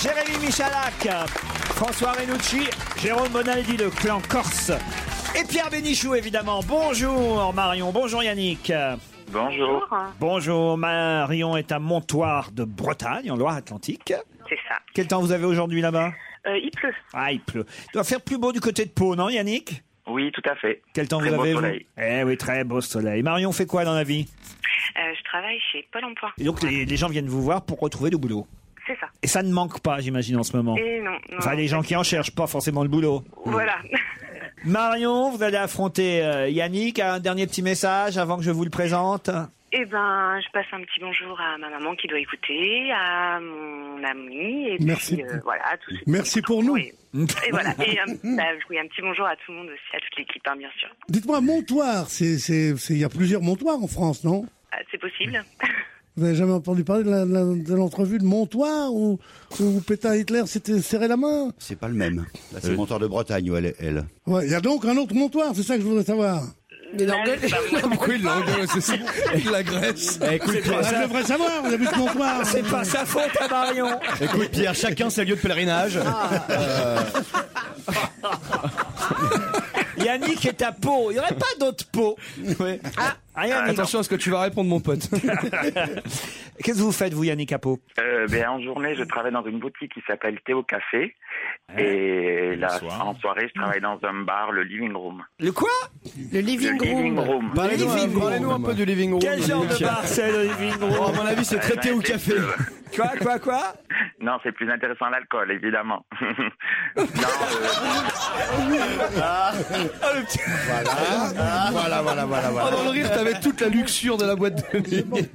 S2: Jérémy Michalak, François Renucci, Jérôme Bonaldi, le clan Corse. Et Pierre Bénichou, évidemment. Bonjour Marion, bonjour Yannick.
S15: Bonjour.
S2: Bonjour Marion est à Montoire de Bretagne, en Loire-Atlantique.
S9: C'est ça.
S2: Quel temps vous avez aujourd'hui là-bas
S9: Euh, il pleut.
S2: Ah, il pleut. Il doit faire plus beau du côté de Pau, non Yannick
S15: Oui, tout à fait.
S2: Quel temps
S15: Très
S2: vous
S15: beau
S2: avez vous
S15: soleil.
S2: Eh oui, très beau soleil. Marion fait quoi dans la vie
S9: Euh, je travaille chez Pôle emploi.
S2: Et donc les, les gens viennent vous voir pour retrouver du boulot.
S9: C'est ça.
S2: Et ça ne manque pas, j'imagine, en ce moment.
S9: Et non, non,
S2: enfin, les gens qui en cherchent pas forcément le boulot.
S9: Voilà.
S2: Marion, vous allez affronter euh, Yannick. Un dernier petit message avant que je vous le présente.
S13: Ah,
S9: Eh ben, je passe un petit bonjour à ma maman qui doit écouter, à mon ami, et puis,
S5: Merci.
S9: euh, voilà, à tous ceux qui
S5: Merci pour nous.
S9: écoutent. Et voilà, et
S7: euh,
S9: un, bah, oui, un petit bonjour à tout le monde aussi, à toute l'équipe, hein, bien sûr.
S5: Dites-moi, Montoire, c'est, c'est, c'est- il y a plusieurs Montoirs en France, non
S9: Ah, C'est possible
S5: Vous n'avez jamais entendu parler de, la- de la- de l'entrevue de Montoire où, où Pétain Hitler s'était serré la main
S4: C'est pas le même. Là, Bah, c'est Montoire de Bretagne où elle est, elle.
S5: Ouais, il y a donc un autre Montoire, c'est ça que je voudrais savoir.
S8: Mais l'engueule-
S6: Ah,
S13: Pourquoi il l'engueule C'est ça. Il l'agresse.
S6: Eh, écoute,
S5: Ah, je devrais savoir, vous habitez Montoire.
S2: C'est pas sa faute à Marion.
S6: hein. Écoute, Pierre, chacun ses lieux de pèlerinage.
S8: Ah.
S6: Euh,
S2: Yannick est à Pau. Il n'y aurait pas d'autre Pau. Ah, Yannick.
S13: Attention à ce que tu vas répondre, mon pote.
S2: Qu'est-ce que vous faites, vous, Yannick, à Pau
S15: Euh, ben, en journée, je travaille dans une boutique qui s'appelle Théo Café. Et là, en soirée, je travaille dans un bar, le living room.
S2: Le quoi
S8: Le living
S15: Le living
S8: room.
S15: room.
S13: Parlez-nous
S15: Living room.
S13: parlez-nous un peu du living room.
S2: Quel genre de
S13: Yannick.
S2: bar c'est, le living room
S13: Oh, à mon avis, c'est traité au café.
S2: Quoi, quoi, quoi
S15: Non, c'est plus intéressant l'alcool, évidemment. non,
S4: Voilà, voilà, voilà,
S13: Oh, dans le rire, t'avais toute la luxure de la boîte de nuit.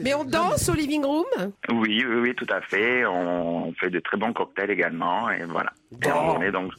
S8: Mais on danse au living room
S15: euh, oui, oui, oui, tout à fait. On fait de très bons cocktails également, et voilà. Et en journée, donc.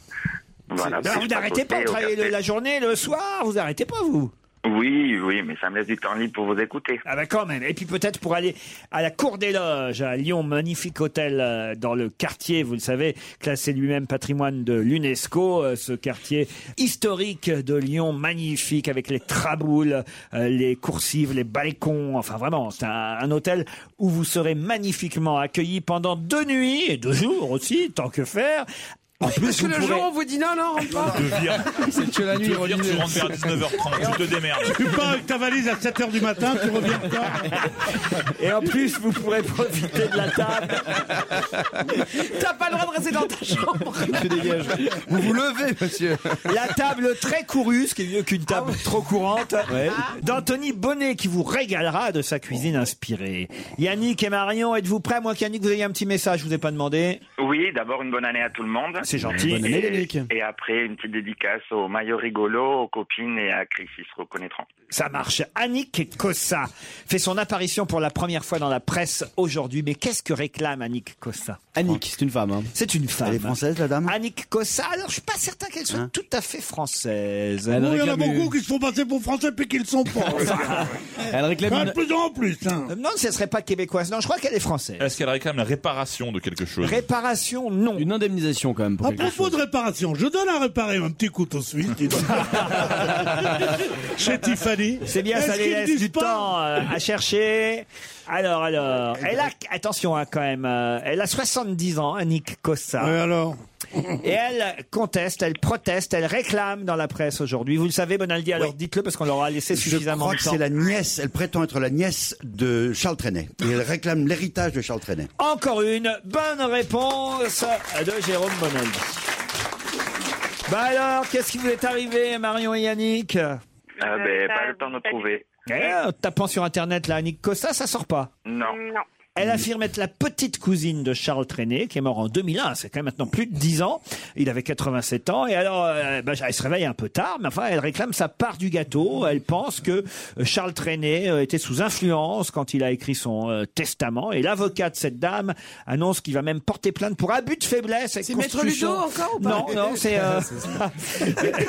S15: Voilà,
S2: Non,
S15: puis
S2: Vous
S15: je passe
S2: n'arrêtez
S15: au
S2: pas
S15: thé,
S2: de
S15: au
S2: travailler
S15: café.
S2: le- la journée, le soir. Vous n'arrêtez pas, vous
S15: Oui, oui, mais ça me laisse du temps libre pour vous écouter.
S2: Ah bah quand même. Et puis peut-être pour aller à la Cour des Loges à Lyon, magnifique hôtel euh, dans le quartier, vous le savez, classé lui-même patrimoine de l'UNESCO, euh, ce quartier historique de Lyon, magnifique avec les traboules, euh, les coursives, les balcons, enfin vraiment, c'est un, un hôtel où vous serez magnifiquement accueillis pendant deux nuits et deux jours aussi, tant que faire. En plus,
S8: Parce que
S2: vous
S8: le
S2: pourrez-
S8: jour, on vous dit non, non, rentre pas.
S13: C'est que la nuit,
S7: Tu veux dire, tu rentres vers 19h30, tu te démerdes.
S5: Tu pars avec ta valise à 7h du matin, tu reviens pas.
S2: Et en plus, vous pourrez profiter de la table.
S8: T'as pas le droit de rester dans ta chambre.
S13: tu dégages. Vous vous levez, monsieur.
S2: La table très courue, ce qui est mieux qu'une table trop courante, d'Anthony Bonnet qui vous régalera de sa cuisine inspirée. Yannick et Marion, êtes-vous prêts Moi, Yannick, vous ayez un petit message, je vous ai pas demandé.
S15: Oui, d'abord une bonne année à tout le monde.
S2: C'est gentil.
S6: Bonne année,
S15: et,
S6: Yannick.
S15: et après, une petite dédicace aux maillots rigolos, aux copines et à Chris, ils se reconnaîtront.
S2: Ça marche. Annick Cossa fait son apparition pour la première fois dans la presse aujourd'hui. Mais qu'est-ce que réclame Annick Cossa
S6: Annick, c'est une femme. hein.
S2: C'est une femme.
S4: Elle est française, la dame
S2: Annick Cossa, alors je suis pas certain qu'elle soit tout à fait française.
S5: Ah, Il
S6: Hein Elle
S5: y en a
S6: réclame,
S5: beaucoup qui se font passer pour français puis qu'ils le sont pas.
S6: elle réclame
S5: Enfin,
S6: une-
S5: de plus en plus. hein.
S2: Euh, Non, ce serait pas québécoise. Non, je crois qu'elle est française.
S7: Est-ce qu'elle réclame la réparation de quelque chose
S2: Réparation, non.
S6: une indemnisation quand même pour
S5: À
S6: quelque
S5: propos
S6: chose.
S5: de réparation, je donne à réparer un petit couteau suisse. dis donc. chez Tiffany.
S2: C'est bien, ça
S5: Est-ce
S2: les
S5: qu'ils
S2: laisse
S5: disent
S2: du
S5: pas
S2: temps euh, à chercher. Alors, alors,
S10: Eh ben,
S2: elle a, attention hein, quand même, euh, elle a 70 ans, Annick Cossa.
S5: Et alors
S2: Et elle conteste, elle proteste, elle réclame dans la presse aujourd'hui. Vous le savez, Bonaldi, alors dites-le parce qu'on leur a laissé
S4: Ah,
S10: Je
S2: suffisamment
S10: crois
S2: de
S10: que
S2: temps.
S10: c'est la nièce, elle prétend être la nièce de Charles Trenet. Et elle réclame l'héritage de Charles Trenet.
S2: Encore une bonne réponse de Jérôme Bonaldi. Bah alors, qu'est-ce qui vous est arrivé, Marion et Yannick
S15: Ah, ben, pas le temps de trouver.
S2: Eh, en tapant sur internet là, Annick Cossa, ça sort pas.
S15: Non.
S2: Elle affirme être la petite cousine de Charles Trenet, qui est mort en 2001. C'est quand même maintenant plus de 10 ans. Il avait 87 ans. Et alors, euh, bah, elle se réveille un peu tard, mais enfin, elle réclame sa part du gâteau. Elle pense que euh, Charles Trenet euh, était sous influence quand il a écrit son euh, testament. Et l'avocat de cette dame annonce qu'il va même porter plainte pour abus de faiblesse. et
S13: C'est Maître
S2: constitution.
S13: Ludo encore ou pas
S2: Non, non, c'est... euh,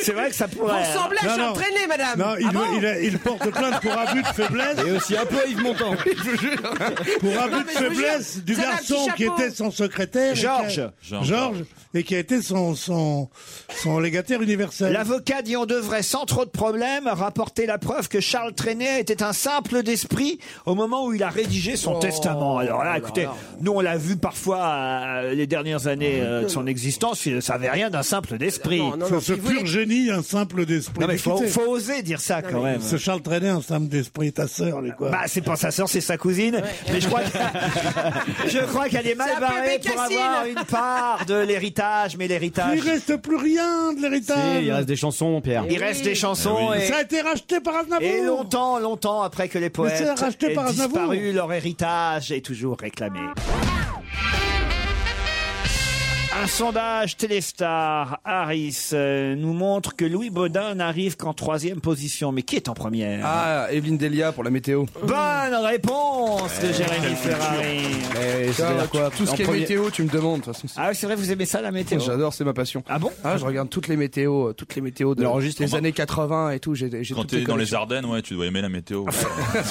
S2: c'est vrai que ça
S13: Vous
S2: pourrait... euh,
S13: ressemblez à
S5: Non,
S13: Charles
S5: non.
S13: Trenet, madame.
S5: Non, il,
S13: Ah bon
S5: il a- il porte plainte pour abus de faiblesse.
S4: Et aussi un peu Yves Montand. je vous jure.
S5: Pour
S4: Non,
S5: abus de
S4: mais je vous
S5: faiblesse
S4: jure,
S5: du
S4: ça va,
S5: garçon
S4: petit
S5: qui
S4: chapeau.
S5: était son secrétaire. et qui a-
S2: Georges.
S5: Georges. Et qui a été son, son, son légataire universel.
S2: L'avocat dit on devrait sans trop de problèmes rapporter la preuve que Charles Trenet était un simple d'esprit au moment où il a rédigé son
S5: Oh.
S2: testament. Alors là, écoutez, nous on l'a vu parfois euh, les dernières
S5: Ah,
S2: années euh, de son existence, il ne savait rien d'un simple d'esprit.
S5: Sur ce pur génie, un simple d'esprit.
S2: Non, mais faut-
S5: Écoutez,
S2: faut oser dire ça, quand même.
S5: Ce Charles Trenet, un simple d'esprit, ta sœur, les quoi.
S2: Bah, c'est pas sa sœur, c'est sa cousine. Mais je crois que- je crois qu'elle est
S5: C'est
S2: mal
S5: un peu
S2: barrée pour
S5: Bécassine.
S2: avoir une part de l'héritage, mais l'héritage.
S5: Il reste plus rien de l'héritage.
S6: des chansons, Pierre.
S2: Il reste des chansons et-
S5: Ça a été racheté par Aznavour.
S2: Et longtemps, longtemps après que les
S5: Mais c'est
S2: poètes
S5: racheté
S2: aient
S5: par Aznavour.
S2: disparu, leur héritage est toujours réclamé. Un sondage Téléstar Harris euh, nous montre que Louis Baudin n'arrive qu'en troisième position. Mais qui est en première
S4: Ah, Evelyne Delia pour la météo.
S2: Bonne réponse de Jérémy Ferrari.
S4: Eh,
S2: Eh,
S4: Tiens, tout ce qui est météo, tu me demandes. de toute façon. Oh,
S2: Ah, c'est vrai, vous aimez ça la météo
S4: J'adore, c'est ma passion.
S2: Ah bon
S4: Ah, je regarde toutes les météos, euh, toutes les météos de
S7: L'enregistre.
S4: des années 80 et tout. J'ai
S7: Quand t'es dans les Ardennes, ouais, tu dois aimer la météo.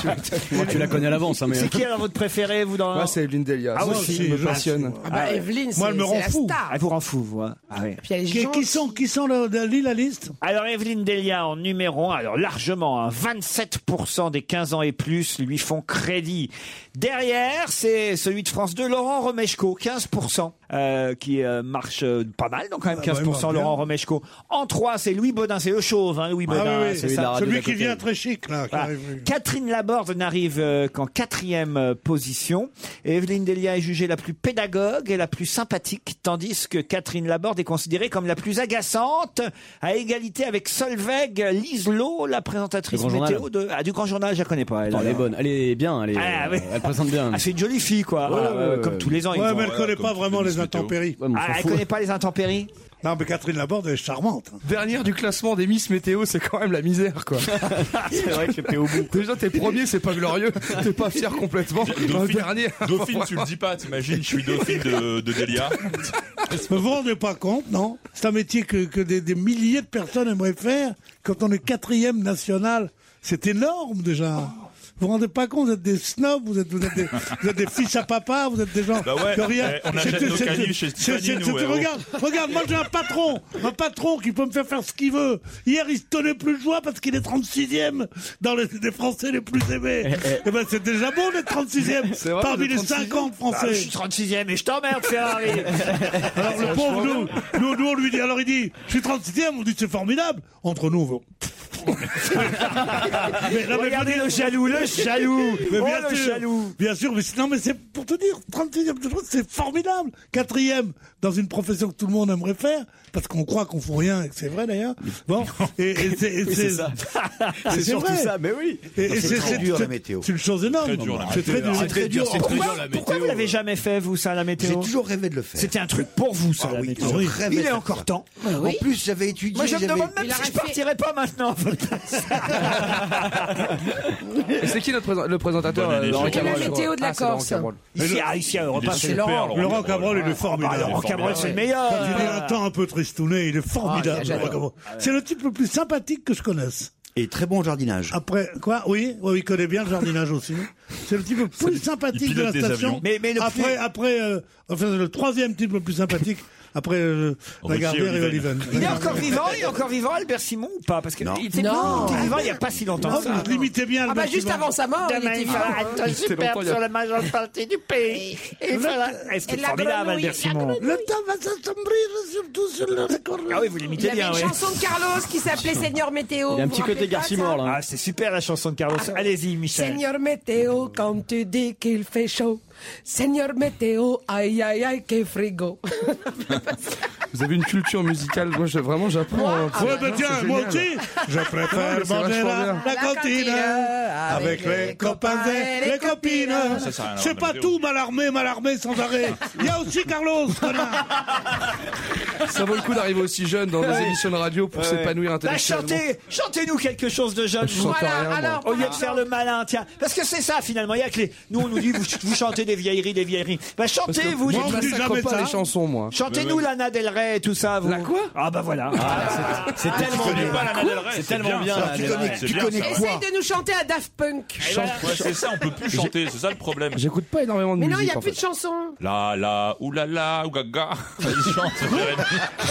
S6: tu la connais à l'avance, hein, mais-
S2: C'est qui alors votre préféré, vous dans
S4: Moi, c'est Evelyne Delia.
S2: Ah,
S4: Ça,
S2: aussi,
S4: ça me
S2: je-
S4: passionne.
S5: Ah bah,
S13: Evelyne,
S5: Moi, elle me
S13: c'est-
S5: rend
S13: c'est la
S5: fou.
S13: star.
S2: Elle vous rend fou, vous. hein Ah ouais.
S13: Puis elle est
S5: Qui,
S13: gentille.
S5: qui sont, qui sont le, de l'île à liste
S2: Alors Evelyne Delia en numéro 1, alors largement, hein, 27% des 15 ans et plus lui font crédit. Derrière, c'est celui de France 2, Laurent Romeshko, 15%, euh, qui euh, marche euh, pas mal, donc quand même
S5: Ah bah,
S2: 15%
S5: il marche
S2: Laurent Romeshko. En 3, c'est Louis Baudin, c'est le chauve, hein, Louis
S5: Ah
S2: Baudin,
S5: oui, oui.
S2: c'est ça.
S5: Celui qui vient très chic, là. qui
S2: Voilà.
S5: arrive.
S2: Catherine Laborde n'arrive euh, qu'en quatrième euh, position. Et Evelyne Delia est jugée la plus pédagogue et la plus sympathique, tandis que Catherine Laborde est considérée comme la plus agaçante, à égalité avec Solveig Liselot, la présentatrice
S6: Le Grand
S2: météo de, ah, du Grand Journal. Je la connais pas. Elle,
S6: Attends, elle est
S2: alors.
S6: bonne, elle est bien, elle, est- euh,
S2: Ah, oui.
S6: elle présente bien.
S2: Ah, c'est une jolie fille, quoi. Voilà,
S6: ouais,
S2: euh,
S6: ouais,
S2: comme
S6: ouais.
S2: tous les ans. ils euh,
S5: Ouais,
S2: vont-
S5: mais elle connaît pas vraiment les intempéries.
S6: Ouais, mais on s'en
S2: Ah, elle
S6: fout.
S2: connaît pas les intempéries.
S5: Non, mais Catherine Laborde, elle est charmante.
S4: Dernière du classement des Miss Météo, c'est quand même la misère, quoi.
S6: C'est vrai que j'étais au bout.
S4: Déjà, t'es premier, c'est pas glorieux. T'es pas fier complètement. Le dernier.
S7: Dauphine, tu le dis pas, t'imagines, je suis Dauphine de, de Delia.
S5: Vous vous rendez pas compte, non C'est un métier que, que des, des milliers de personnes aimeraient faire quand on est quatrième national. C'est énorme déjà. Vous vous rendez pas compte, vous êtes des snobs, vous êtes, vous êtes, des, vous êtes des fils à papa, vous êtes des gens
S7: Bah ouais,
S5: que rien.
S7: eh, on achète
S5: C'est-
S7: nos
S5: c'est-
S7: canifs chez
S5: c'est- c'est-
S7: Tiffany,
S5: c'est-
S7: nous, eh, oh.
S5: Regarde, regarde, moi j'ai un patron, un patron qui peut me faire faire ce qu'il veut. Hier, il se tenait plus de joie parce qu'il est 36e dans les des Français les plus aimés. Eh ben, c'est déjà bon d'être 36e
S4: C'est vrai,
S5: parmi
S4: le
S5: les
S4: 36e.
S5: 50
S2: Ah, je
S7: Bah,
S5: Français.
S2: suis 36ème et je t'emmerde, Ferrari.
S5: Alors le pauvre, nous, nous, nous, on lui dit, alors il dit, je suis 36e, on dit c'est formidable. Entre nous, on veut. mais, non, mais
S2: Regardez
S5: je veux
S2: le
S5: dire-
S2: jaloux, le jaloux.
S5: Mais
S2: Oh,
S5: bien
S2: le
S5: sûr,
S2: jaloux.
S5: Bien sûr, mais c'est- non, mais c'est pour te dire, 36e, je trouve que c'est formidable. Quatrième, dans une profession que tout le monde aimerait faire, parce qu'on croit qu'on fout rien, et que c'est vrai d'ailleurs. Bon, et, et c'est et
S6: Oui,
S5: c'est-
S6: c'est ça.
S5: et
S6: C'est
S5: c'est
S6: surtout
S5: vrai.
S6: ça, mais oui.
S5: Et- et
S10: Non, c'est très dur, la météo.
S5: C'est une chose énorme.
S7: Très dur, la
S5: C'est très
S7: météo.
S5: dur.
S7: C'est très dur, c'est très dur, la météo.
S2: Pourquoi vous l'avez jamais fait, vous, ça, la
S10: J'ai
S2: météo
S10: toujours rêvé de le faire.
S2: C'était un truc pour vous, ça,
S10: Ah
S2: la
S10: oui,
S2: météo.
S10: je rêvais
S2: Il
S10: de
S2: est
S10: ça.
S2: encore temps.
S10: En plus, j'avais étudié.
S2: Bah Moi, je me
S10: j'avais-
S2: demande même
S13: Il
S2: si je
S13: aurait fait-
S2: partirais pas maintenant.
S4: Et C'est qui notre présent- le présentateur
S7: Bonne année,
S4: euh, Laurent
S7: Jérôme.
S4: Cabrol
S13: La météo de la
S4: Ah, c'est Laurent
S13: Corse.
S4: Cabrol.
S2: ici, ah, ici, à Europe
S7: Il est
S2: un, c'est
S7: super,
S2: Laurent.
S7: Laurent.
S5: Laurent bah, Cabrol, il est
S2: Ah,
S5: formidable.
S2: Laurent Cabrol, c'est le meilleur.
S5: Quand il est un temps un peu tristouné, il est formidable.
S13: Ah, j'adore.
S5: Laurent Cabrol. c'est le type le plus sympathique que je connaisse.
S10: Et très bon jardinage.
S5: Après, quoi Oui, oui, il connaît bien le jardinage aussi. C'est le type le plus sympathique de la
S7: pilote des
S5: station.
S7: avions.
S2: Mais- mais le
S5: après,
S2: plus-
S5: après euh, enfin, c'est le troisième type le plus sympathique après euh, Lagardère et Oliven.
S2: Il est encore vivant, il est encore vivant, Albert Simon ou pas Parce qu'il était
S5: Non.
S2: il était vivant il n'y a pas si longtemps.
S5: Ah, mais je l'imitais bien,
S8: Ah bah, Albert juste Simon. avant sa mort, il
S2: Demain,
S8: était
S2: il hein. fera
S8: vivant.
S2: un temps
S8: Il était
S2: superbe
S8: longtemps, il y a-
S2: sur la majeure partie du pays. Il fera- Ah, C'était
S8: et la
S2: formidable,
S8: grenouille,
S2: Albert Simon.
S8: Le
S5: temps va s'assombrir, surtout sur le record.
S2: Ah oui, vous
S8: Il y
S2: l'imitez
S8: avait
S2: bien,
S8: une
S2: oui.
S8: chanson de Carlos qui s'appelait Seigneur Météo. vous vous rappelez pas de ça
S2: Ah, c'est super la chanson de Carlos. Ah Allez-y, Michel.
S8: Ah Seigneur Météo, quand tu dis qu'il fait chaud. Seigneur Météo, aïe aïe aïe, quel frigo.
S4: Vous avez une culture musicale. Moi, je- vraiment, j'apprends. hein.
S13: Ouais, bah tiens,
S4: C'est
S13: moi
S4: génial.
S13: aussi, je
S4: Non, mais
S13: préfère
S4: c'est
S13: manger
S4: vachement
S13: la,
S4: bien.
S13: la cantine avec les copains et les copines.
S5: Ça, ça a rien à voir
S13: C'est
S5: avec
S13: pas
S5: la météo.
S13: tout, malarmé, malarmé sans arrêt. Il y a aussi Carlos, connard.
S4: Ça vaut le coup d'arriver aussi jeune dans des
S2: Ouais.
S4: émissions de radio pour
S2: Ouais.
S4: s'épanouir
S2: Bah,
S4: intellectuellement.
S2: chantez, chantez-nous quelque chose de jeune.
S4: Je chante Voilà, rien, moi. alors,
S2: au lieu de
S4: voilà.
S2: faire le malin, tiens. Parce que c'est ça finalement. Il y a que les... nous on nous dit vous, vous chantez des vieilleries, des vieilleries. Bah
S4: Parce que
S2: chantez vous.
S4: moi, je massacre pas les chansons, moi.
S2: Chantez-nous Lana Del Rey et tout ça. Vous. La quoi Ah bah voilà.
S4: Ah,
S5: Ah,
S2: c'est tellement bien.
S7: C'est tellement bien.
S2: Tu connais- tu connais
S8: Essaye de nous chanter à Daft Punk.
S7: Ouais, c'est ça, on peut plus chanter, c'est ça le problème.
S4: J'écoute pas énormément de
S8: Mais non, il
S4: musique.
S8: n'y a
S4: en
S8: plus
S4: fait.
S8: de chansons.
S7: La la, oulala, ougaga. Ils chantent.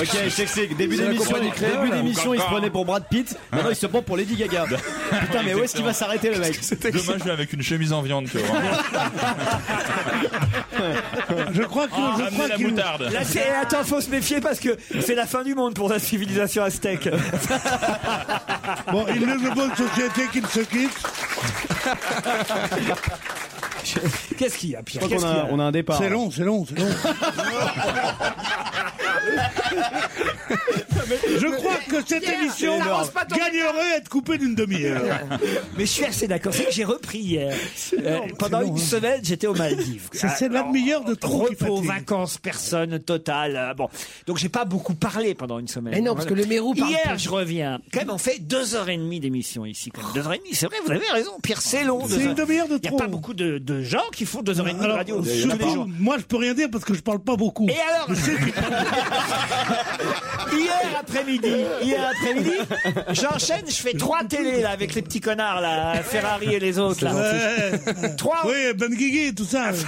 S6: Ok, je t'explique. Début d'émission, début d'émission, il se prenait pour Brad Pitt.
S2: Ah.
S6: Maintenant, il se prend pour Lady Gaga. Putain, mais où est-ce qu'il va s'arrêter, le mec
S7: Demain, je vais avec une chemise en viande, tu vois.
S5: Je crois que
S7: Ah,
S5: je
S7: ramenez
S5: crois
S7: la
S5: qu'il-
S7: moutarde.
S2: Là, c'est eh, attends, faut se méfier parce que c'est la fin du monde pour la civilisation aztèque.
S5: Bon, il est de bonne société qu'il se quitte.
S2: Qu'est-ce qu'il y a, Pierre
S6: Je crois qu'on
S2: Qu'est-ce
S6: a-
S2: qu'il y
S6: on a un départ. hein.
S5: C'est long, c'est long, c'est long. Je crois que cette
S8: Pierre,
S5: émission
S8: n'avance pas ton
S5: gagnerait à être coupée d'une demi-heure.
S2: Mais je suis assez d'accord. C'est que j'ai repris hier. Euh,
S5: énorme,
S2: pendant
S5: c'est long,
S2: une
S5: hein.
S2: semaine, j'étais aux Maldives.
S5: C'est- c'est
S2: Alors,
S5: la demi-heure de trop qui
S2: Repos,
S5: fatigue.
S2: vacances, personne, total. euh, Bon, donc j'ai pas beaucoup parlé pendant une semaine.
S8: Mais non, parce que
S2: Voilà.
S8: le Mérou parle
S2: Hier,
S8: plus.
S2: je reviens. Quand même, on fait deux heures et demie d'émission ici. quand même. Deux heures et demie, c'est vrai. Vous avez raison. Pierre, c'est long.
S5: C'est une demi-heure de
S2: Il y a
S5: trop.
S2: pas beaucoup de, de gens qui font deux heures et demie de
S5: Alors,
S2: radio tous les
S5: surtout,
S2: jours.
S5: moi, je peux rien dire parce que je parle pas beaucoup.
S2: Et alors Hier après-midi, hier après-midi, j'enchaîne, je fais trois télés là avec les petits connards là, Ferrari et les autres là. Trois,
S5: Oui, Ben Guigui, tout ça.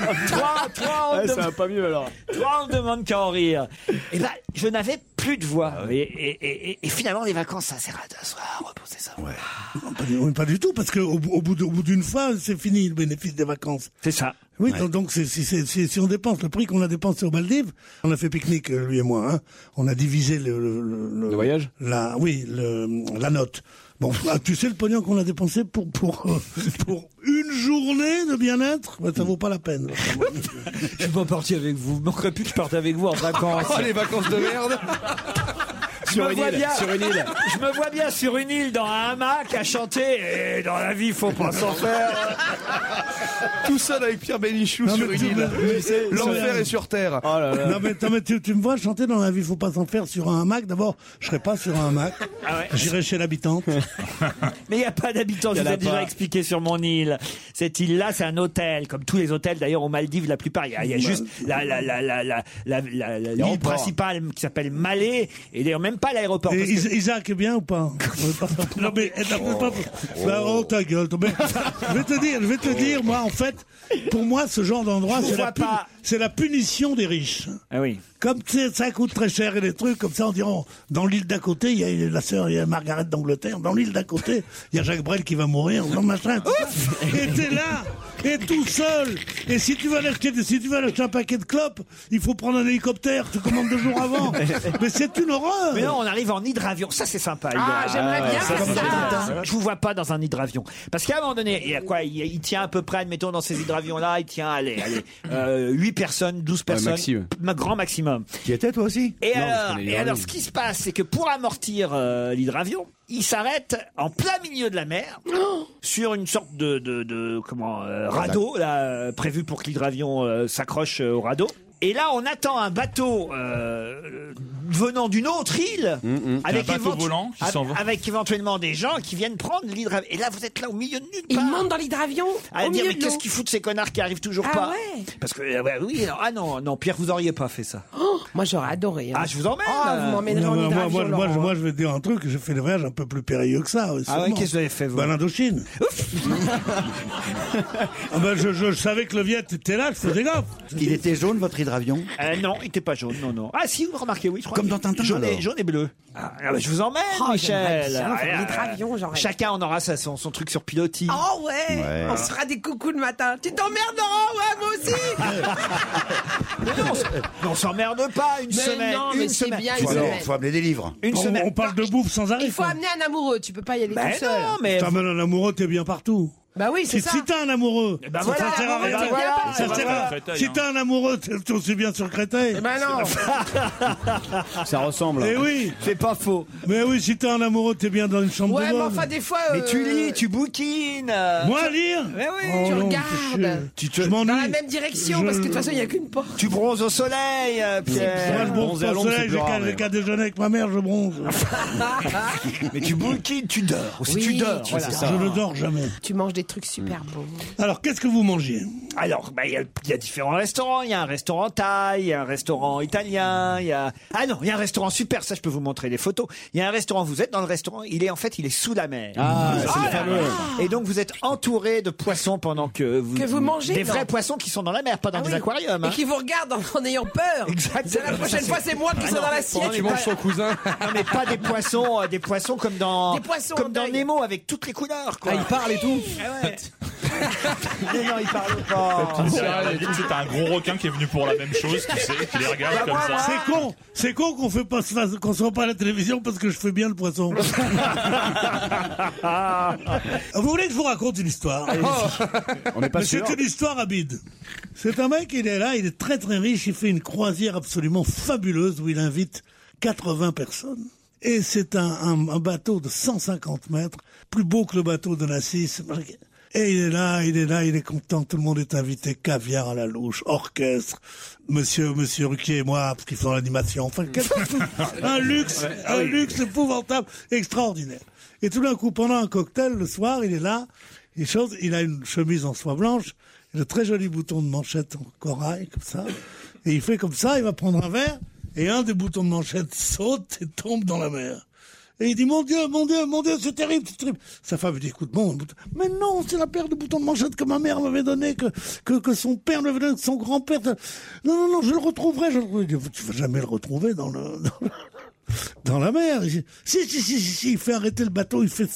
S2: Ah, trois, trois, on me demande-
S6: pas mieux alors.
S2: trois, on me demande qu'à en rire. Et ben, je n'avais plus de voix.
S4: Ah
S2: Et, et- et- et- et finalement, les vacances, ça sert à soir, reposer ça.
S5: Non, pas, du- pas du tout, parce qu'au au bout de- au bout d'une fois, c'est fini le bénéfice des vacances.
S2: C'est ça.
S5: Oui, donc- donc c'est- si, c'est- si- si on dépense le prix qu'on a dépensé aux Maldives, on a fait pique-nique, euh, lui et moi. hein. On a divisé le, le, le,
S4: voyage
S5: la, Oui, le- la note. Bon, ah, tu sais le pognon qu'on a dépensé pour pour euh, pour une journée de bien-être, bah, ça vaut pas la peine.
S2: Je suis pas parti avec vous. Il manquerait plus que je parte avec vous en vacances.
S4: Oh, les vacances de merde
S2: Je me,
S4: une
S2: vois
S4: île,
S2: bien,
S4: sur une île.
S2: je me vois bien sur une île dans un hamac à chanter et dans la vie faut pas s'en faire.
S4: Tout seul avec Pierre Bénichou
S5: Non,
S4: sur
S5: mais
S4: une
S5: tu
S4: île.
S5: me-
S4: Tu sais, L'enfer est sur terre.
S13: Oh
S5: Non mais, non, mais tu, tu me vois chanter dans la vie, faut pas s'en faire sur un hamac. D'abord, je serai pas sur un hamac.
S2: Ah ouais.
S5: J'irai chez l'habitante.
S2: Mais il n'y a pas d'habitants, je vous ai déjà expliqué sur mon île. Cette île-là, c'est un hôtel, comme tous les hôtels d'ailleurs aux Maldives, la plupart. Il y a, il y a juste la, la, la, la, la, la- la- la- l'île
S4: L'aéroport.
S2: principale qui s'appelle Malé, et d'ailleurs même pas l'aéroport.
S5: Et
S2: parce que-
S5: Is- Isaac est bien ou pas Non mais elle n'a pas. Bah, oh, ta gueule. mais- je vais te dire, je vais te dire, moi en fait, pour moi ce genre d'endroit c'est la,
S2: vois pas.
S5: pun- c'est la punition des riches.
S2: Ah oui.
S5: Comme tu sais, ça coûte très cher et des trucs comme ça, on dirait, oh, dans l'île d'à côté, il y a la sœur, il y a Margaret d'Angleterre, dans l'île d'à côté, il y a Jacques Brel qui va mourir, dans machin. tout ça. Et t'es là, et tout seul. Et si tu veux aller acheter, si tu veux aller acheter un paquet de clopes, il faut prendre un hélicoptère, tu commandes deux jours avant. Mais c'est une horreur.
S2: Mais non, on arrive en hydravion. Ça, c'est sympa.
S8: Ah,
S2: Il y a-
S8: j'aimerais bien faire ça.
S2: Je vous vois pas dans un hydravion. Parce qu'à un moment donné, il y a quoi il, il tient à peu près, admettons, dans ces hydravions-là, il tient, allez, allez, euh, 8 personnes, 12 personnes.
S4: maximum.
S2: ma- Grand maximum.
S22: Qui était toi aussi
S2: Et,
S4: Non, parce
S2: alors,
S4: qu'on est
S2: et
S4: hydravion.
S2: alors, ce qui se passe, c'est que pour amortir euh, l'hydravion, il s'arrête en plein milieu de la mer, sur une sorte de, de, de- comment euh, radeau là euh, prévu pour que l'hydravion euh, s'accroche euh, au radeau. Et là, on attend un bateau euh, euh, venant d'une autre île,
S4: Mm,
S7: Un bateau
S2: éventu-
S7: volant qui
S2: av-
S7: s'en va.
S2: avec éventuellement des gens qui viennent prendre l'hydravion. Et là, vous êtes là au milieu de nulle
S8: Il
S2: part.
S8: monte dans l'hydravion.
S2: à dire
S8: au milieu
S2: mais
S8: de l'eau.
S2: qu'est-ce qu'ils foutent ces connards qui arrivent toujours
S8: Ah
S2: pas
S8: ouais.
S2: Parce que euh, ouais, oui, alors- ah non, non, Pierre, vous auriez pas fait ça.
S8: Oh, moi j'aurais adoré. hein.
S2: Ah, je vous emmène.
S8: Ah,
S2: euh.
S8: vous m'emmènerez
S5: Non,
S8: en
S5: mais moi,
S8: hydravion.
S5: moi, moi,
S8: Laurent,
S5: je- moi,
S8: hein.
S5: je vais te dire un truc, j'ai fait des voyages un peu plus périlleux que ça.
S2: Ah ouais, qu'est-ce que vous avez fait, vous
S5: Bah, l'Indochine. ah ben, je, je, je savais que le Viet était là, je faisais gaffe.
S22: Il était jaune, votre
S10: de ravion
S2: Euh, non, il n'était pas jaune, non, non. Ah si, vous remarquez, oui, je crois.
S10: Comme
S2: que-
S10: dans Tintin,
S2: Jaune,
S10: alors.
S2: et, jaune et bleu. Ah, ah, bah, je vous emmène,
S8: Oh, j'aimerais
S2: Michel.
S8: bien faire
S2: Ah,
S8: les
S2: ah,
S8: travions, j'en rêve.
S2: Chacun en aura sa- son, son truc sur pilotis.
S8: Oh ouais, On se fera des coucous le matin. Tu t'emmerdes, Laurent Ouais, moi aussi
S2: Mais non, on s- on s'emmerde pas une
S8: Mais
S2: semaine.
S8: non,
S2: une
S8: mais c'est
S2: semaine.
S8: bien
S10: Faut, amener- faut amener des livres.
S2: Une
S5: On-
S2: semaine.
S5: On parle de bouffe sans arrêt.
S8: Il faut
S5: quoi.
S8: amener un amoureux, tu peux pas y aller
S5: Ben
S8: tout seul.
S5: non, mais- T'emmènes un amoureux, t'es bien partout.
S8: Bah oui, c'est
S5: si,
S8: ça.
S5: Si t'as un amoureux,
S8: ben
S5: ça, ça
S8: voilà,
S5: sert à
S8: amoureux,
S5: rien.
S8: t'es bien partout.
S5: Ça
S8: Ça
S5: sert
S8: va
S5: à-
S8: sur Créteil,
S5: Si
S8: hein.
S5: t'as un amoureux, t'es t'es aussi bien sur Créteil.
S8: Eh ben non.
S6: Ça ressemble.
S5: Eh oui
S2: C'est pas faux.
S5: Mais oui, si t'as un amoureux, t'es bien dans une chambre
S8: Ouais,
S5: de
S8: mais
S5: bonne.
S8: enfin, des fois.
S2: Mais tu
S8: euh,
S2: lis, tu bouquines. euh,
S5: Moi, lire
S2: Mais oui.
S5: Oh
S8: tu
S5: non,
S8: regardes.
S5: tu te- Je m'ennuie.
S8: Dans la même direction,
S5: Je-
S8: parce que de toute façon, il n'y a qu'une porte.
S2: Tu bronzes au soleil, euh,
S5: Moi,
S2: Pierre.
S5: je bronze pas au soleil, j'ai qu'à j'ai qu'à déjeuner avec ma mère, je bronze.
S2: Mais tu bouquines, tu dors. Aussi,
S8: Oui,
S2: tu dors.
S8: tu
S2: voilà.
S8: dors.
S5: Je ne dors jamais. Hmm.
S8: Tu manges des trucs super beaux.
S5: Alors, qu'est-ce que vous mangez
S2: Alors, bah, il y, a- il y a différents restaurants. Il y a un restaurant thaï, il y a un restaurant italien, il y a... Ah non, il y a un restaurant super, ça je peux vous montrer les photos. Il y a un restaurant, vous êtes dans le restaurant, il est en fait, il est sous la mer.
S6: Ah, c'est
S2: là
S6: le fameux.
S2: là. Et donc vous êtes entouré de poissons pendant que vous...
S8: Que vous mangez,
S2: Des
S8: non
S2: vrais poissons qui sont dans la mer, pas dans
S8: Ah
S2: des
S8: oui.
S2: aquariums. hein.
S8: Et qui vous regardent en, en ayant peur.
S2: Exactement.
S8: La prochaine fois, c'est moi qui
S2: Ah
S8: suis
S2: non,
S8: dans
S2: pendant
S8: l'assiette.
S2: les pas-
S23: cousin.
S2: Non mais pas des poissons, euh, des poissons comme dans
S8: Des poissons en
S2: comme dans
S8: deuil.
S2: Nemo avec toutes les couleurs quoi.
S23: il parle et tout.
S2: Ah ouais. Mais non, il parle pas.
S5: Oh.
S7: la limite, c'est un gros requin qui est venu pour la même chose, tu sais, qui les regarde comme ça.
S5: C'est con, c'est con qu'on fait pas se fasse- qu'on soit pas à la télévision parce que je fais bien le poisson. vous voulez que je vous raconte une histoire
S6: On n'est pas
S5: Mais
S6: sûr.
S5: c'est une histoire habide. C'est un mec, il est là, il est très très riche, il fait une croisière absolument fabuleuse où il invite 80 personnes. Et c'est un, un- un bateau de 150 mètres, plus beau que le bateau de Nassis. Et il est là, il est là, il est content, tout le monde est invité, caviar à la louche, orchestre, monsieur, monsieur Ruquier et moi, parce qu'ils font l'animation, enfin, quelque chose, un luxe,
S3: Ah
S5: un luxe épouvantable, extraordinaire. Et tout d'un coup, pendant un cocktail, le soir, il est là, il chose, il a une chemise en soie blanche, et de très jolis boutons de manchette en corail, comme ça, et il fait comme ça, il va prendre un verre, et un des boutons de manchette saute et tombe dans la mer. Et il dit, mon Dieu, mon Dieu, mon Dieu, c'est terrible, c'est terrible. Sa femme dit, écoute, bon, bouton- mais non, c'est la paire de boutons de manchette que ma mère m'avait donné, que, que, que son père m'avait donné, que son grand-père. Non, non, non, je le retrouverai, je le retrouverai. Il dit, tu vas jamais le retrouver dans le, dans le- dans la mer. Il dit, Si, si, si, si, si, il fait arrêter le bateau, il fait,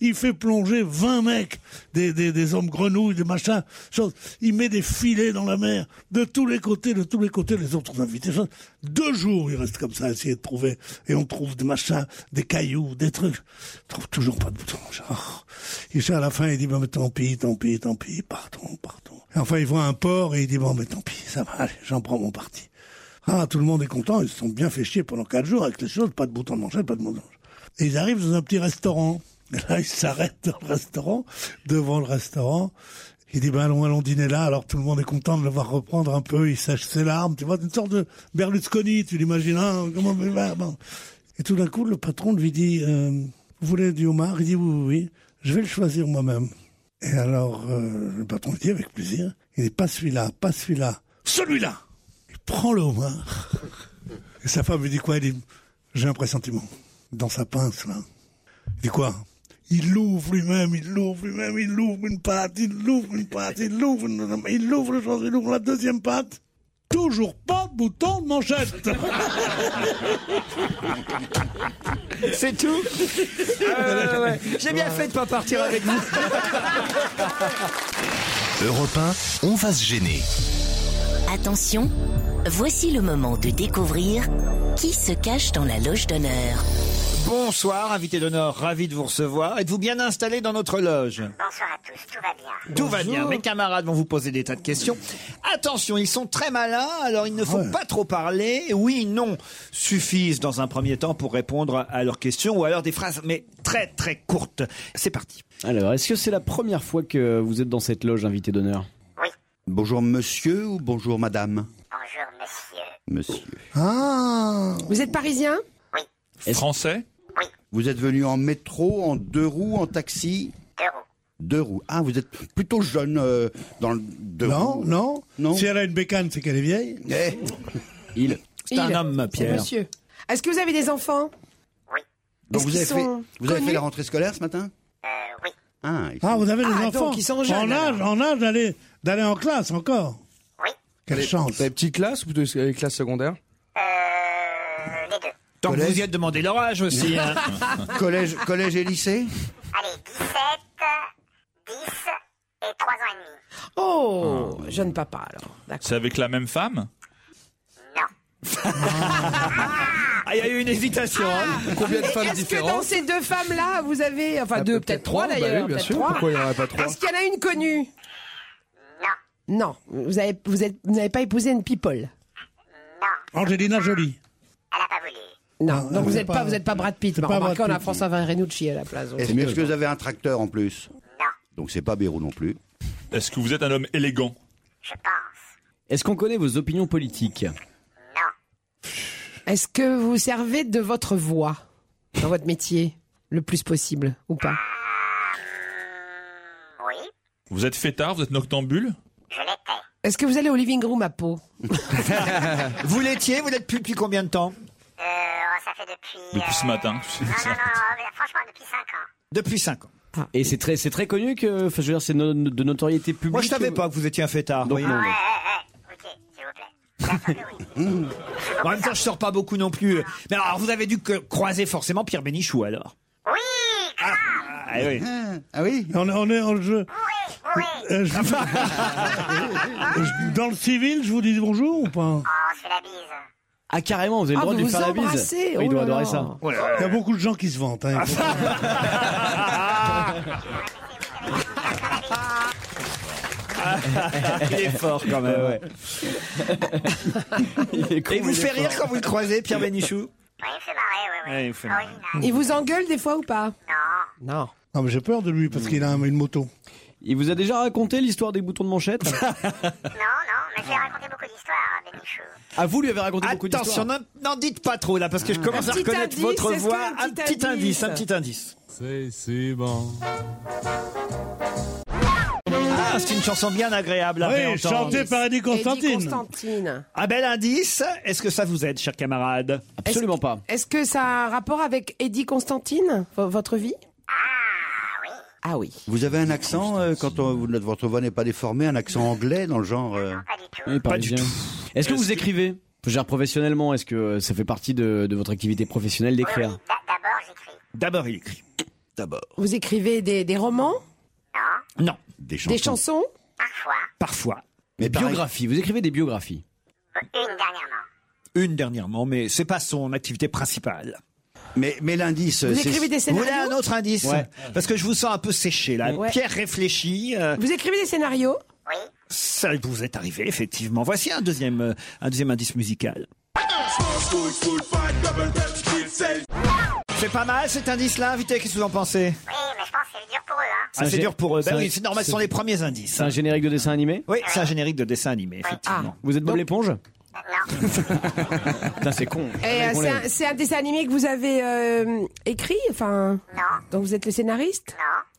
S5: il fait plonger 20 mecs, des, des, des hommes grenouilles, des machins, choses. Il met des filets dans la mer, de tous les côtés, de tous les côtés, les autres invités. choses. Deux jours, il reste comme ça à essayer de trouver. Et on trouve des machins, des cailloux, des trucs. On trouve toujours pas de bouton. Genre. Et ça, à la fin, il dit, bon, mais tant pis, tant pis, tant pis, partons, partons. Et enfin, il voit un port et il dit, bon, mais tant pis, ça va, allez, j'en prends mon parti. Ah, tout le monde est content, ils se sont bien fait chier pendant quatre jours avec les choses, pas de bouton de manchette, pas de manchette. Et ils arrivent dans un petit restaurant. Et là, ils s'arrêtent dans le restaurant, devant le restaurant. Il dit, ben allons, allons dîner là. Alors tout le monde est content de le voir reprendre un peu, il sèche ses larmes, tu vois, une sorte de Berlusconi, tu l'imagines, hein, comment il va bon. Et tout d'un coup, le patron lui dit, euh, vous voulez du homard Il dit, oui, oui, oui, je vais le choisir moi-même. Et alors, euh, le patron lui dit, avec plaisir, il dit, pas celui-là, pas celui-là, celui-là il prend le homard. Et sa femme lui dit quoi Elle dit J'ai un pressentiment. Dans sa pince, là. Il dit quoi Il l'ouvre lui-même, il l'ouvre lui-même, il l'ouvre une patte, il l'ouvre une patte, il l'ouvre, une- il l'ouvre le chose, il ouvre la deuxième patte. Toujours pas de bouton de manchette.
S2: C'est tout. Ah, ouais, ouais, ouais. J'ai bien fait de pas partir avec vous.
S1: Europe 1, on va se gêner.
S12: Attention, voici le moment de découvrir qui se cache dans la loge d'honneur.
S2: Bonsoir, invité d'honneur, ravi de vous recevoir. Êtes-vous bien installé dans notre loge
S13: Bonsoir à tous, tout va bien.
S2: Tout va bien, mes camarades vont vous poser des tas de questions. Attention, ils sont très malins, alors il ne faut pas trop parler. Oui, non suffisent dans un premier temps pour répondre à leurs questions ou alors des phrases, mais très très courtes. C'est parti.
S6: Alors, est-ce que c'est la première fois que vous êtes dans cette loge, invité d'honneur
S10: Bonjour monsieur ou bonjour madame
S13: Bonjour monsieur.
S10: Monsieur.
S8: Ah. Vous êtes parisien
S7: Français
S10: Vous êtes venu en métro, en deux roues, en taxi
S13: Deux roues.
S10: Deux roues. Ah, vous êtes plutôt jeune euh, dans le deux
S5: non,
S10: roues.
S5: non,
S10: Non.
S5: Si elle a une bécane, c'est qu'elle est vieille.
S10: Eh,
S6: Il.
S2: C'est un
S8: Il.
S2: homme, Pierre.
S8: Monsieur. Est-ce que vous avez des enfants
S10: donc vous
S8: qu'ils
S10: avez, fait,
S8: sont
S10: vous avez fait
S8: connus
S10: la rentrée scolaire ce matin
S13: Euh, oui.
S10: Ah, il-
S5: Ah, vous avez des
S8: Ah, donc
S5: enfants
S8: ils sont
S5: En
S8: jeunes,
S5: âge,
S8: alors.
S5: en âge d'aller d'aller en classe encore.
S13: Oui. Quelle
S11: les,
S13: chance.
S11: Les petites classes ou plutôt les classes secondaires
S2: Tant que vous y êtes demandé leur âge aussi. hein.
S10: collège, collège et lycée
S24: Allez, 17, 10 et 3 ans et demi.
S8: Oh, jeune papa alors.
S7: C'est avec la même femme
S2: Ah, il y a eu une hésitation. hein.
S11: Combien de
S8: Et
S11: femmes
S8: Ah, Est-ce que
S11: différentes
S8: dans ces deux femmes-là, vous avez, enfin
S11: Ah,
S8: deux,
S11: peut-être
S8: peut-être
S11: trois,
S8: trois
S11: bah oui,
S8: d'ailleurs,
S11: bien
S8: peut-être
S11: sûr,
S8: trois.
S11: pourquoi il y en aurait pas trois
S8: Est-ce qu'il y en a une connue Non. Non, vous avez, vous êtes- vous n'avez pas épousé une people.
S13: Angelina Jolie.
S8: Non,
S13: non,
S8: donc vous
S13: c'est
S8: n'êtes
S13: Ah, pas-
S8: pas, vous êtes pas Brad Pitt.
S13: c'est
S8: Bah,
S13: pas
S8: remarquez,
S13: Brad
S8: on a
S13: Pitt.
S8: François Renucci à la place. donc.
S10: Est-ce Eh, est-ce que vous avez un tracteur en plus Donc c'est pas Bérou non plus.
S7: Est-ce que vous êtes un homme élégant
S6: Est-ce qu'on connaît vos opinions politiques
S8: Est-ce que vous servez de votre voix dans votre métier le plus possible ou pas
S7: Vous êtes fêtard, vous êtes noctambule
S8: Est-ce que vous allez au living room à Pau
S2: Euh, vous l'étiez, vous l'êtes plus depuis combien de temps
S7: depuis ce matin
S2: Depuis 5 ans.
S6: Et c'est très, c'est très connu que, enfin, je veux dire, c'est no- de notoriété publique.
S2: Moi, je savais pas que vous étiez un fêtard.
S6: Donc,
S2: voyez.
S13: Ah,
S6: non, non.
S2: En même temps, je sors pas beaucoup non plus. Mais alors, vous avez dû que- croiser forcément Pierre Bénichou alors. Ah oui.
S10: Ah oui
S13: On, est- on est en jeu. Euh, je- Je- Dans le civil, je vous dis bonjour ou pas
S6: Ah, carrément, vous avez le
S8: Ah,
S6: droit de
S8: vous
S6: lui faire la
S8: vous
S6: bise.
S8: embrassez,
S6: Oui, il
S8: oh
S6: doit
S8: là
S6: adorer
S8: là.
S6: ça.
S13: Il y a beaucoup de gens qui se vantent. hein.
S2: ah, Il est fort quand même. ouais. Et vous fait rire quand vous le croisez, Pierre Bénichou Eh Ouais, il me fait marrer.
S8: Il vous engueule des fois ou pas
S13: Non. Non, mais j'ai peur de lui parce qu'il a un- une moto.
S6: Il vous a déjà raconté l'histoire des boutons de manchette Ah, vous lui avez raconté beaucoup
S2: Attention,
S6: d'histoires Ah.
S2: n'en n'en dites pas trop là, parce que je commence à
S8: Un petit
S2: reconnaître
S8: indice,
S2: votre
S8: est-ce
S2: voix.
S8: qu'un
S2: Un
S8: petit
S2: petit indice,
S8: indice
S2: un petit indice.
S11: C'est si bon.
S2: Ah, c'est une chanson bien agréable à
S13: Oui,
S2: réentendre.
S13: chanté par Eddie
S8: Eddie
S13: Constantine.
S8: Constantine.
S2: Un bel indice. Est-ce que ça vous aide, chers camarades
S6: Absolument pas.
S8: Est-ce que ça a un rapport avec Eddie Constantine, vo- votre vie Ah oui.
S10: Vous avez un accent, euh, quand on- vous- votre voix n'est pas déformée, un accent anglais dans le genre euh,
S6: Oui, parisien.
S2: du
S6: Est-ce que vous écrivez Je veux dire, professionnellement, est-ce que euh, ça fait partie de, de votre activité professionnelle d'écrire
S2: D'abord, il écrit.
S10: D'abord.
S8: Vous écrivez des, des romans,
S2: Non,
S10: Des chansons.
S8: des chansons
S2: parfois.
S10: Mais
S6: Des biographies, vous écrivez des biographies.
S2: Une dernièrement, mais c'est pas son activité principale.
S10: Mais, mais l'indice,
S8: Vous
S10: c'est-
S8: écrivez des
S2: Vous voulez un
S8: scénarios
S2: autre indice
S6: Ouais.
S2: Parce que je vous sens un peu séché là.
S8: Ouais.
S2: Pierre réfléchit. euh,
S8: Vous écrivez des scénarios
S2: ça vous est arrivé effectivement. Voici un deuxième, euh, un deuxième indice musical. C'est pas mal cet indice-là, invité. Qu'est-ce que vous en pensez Ah, c'est
S6: un
S2: dur pour eux.
S6: c'est
S2: Ben
S6: un-
S2: oui, c'est normal. Ce sont les premiers indices.
S6: C'est un générique de dessin animé
S2: Oui, c'est un générique de dessin animé, effectivement.
S6: Vous êtes Bob l'éponge Putain, c'est con.
S8: Et, euh, c'est un- C'est un, dessin animé que vous avez euh, écrit enfin, Donc vous êtes le scénariste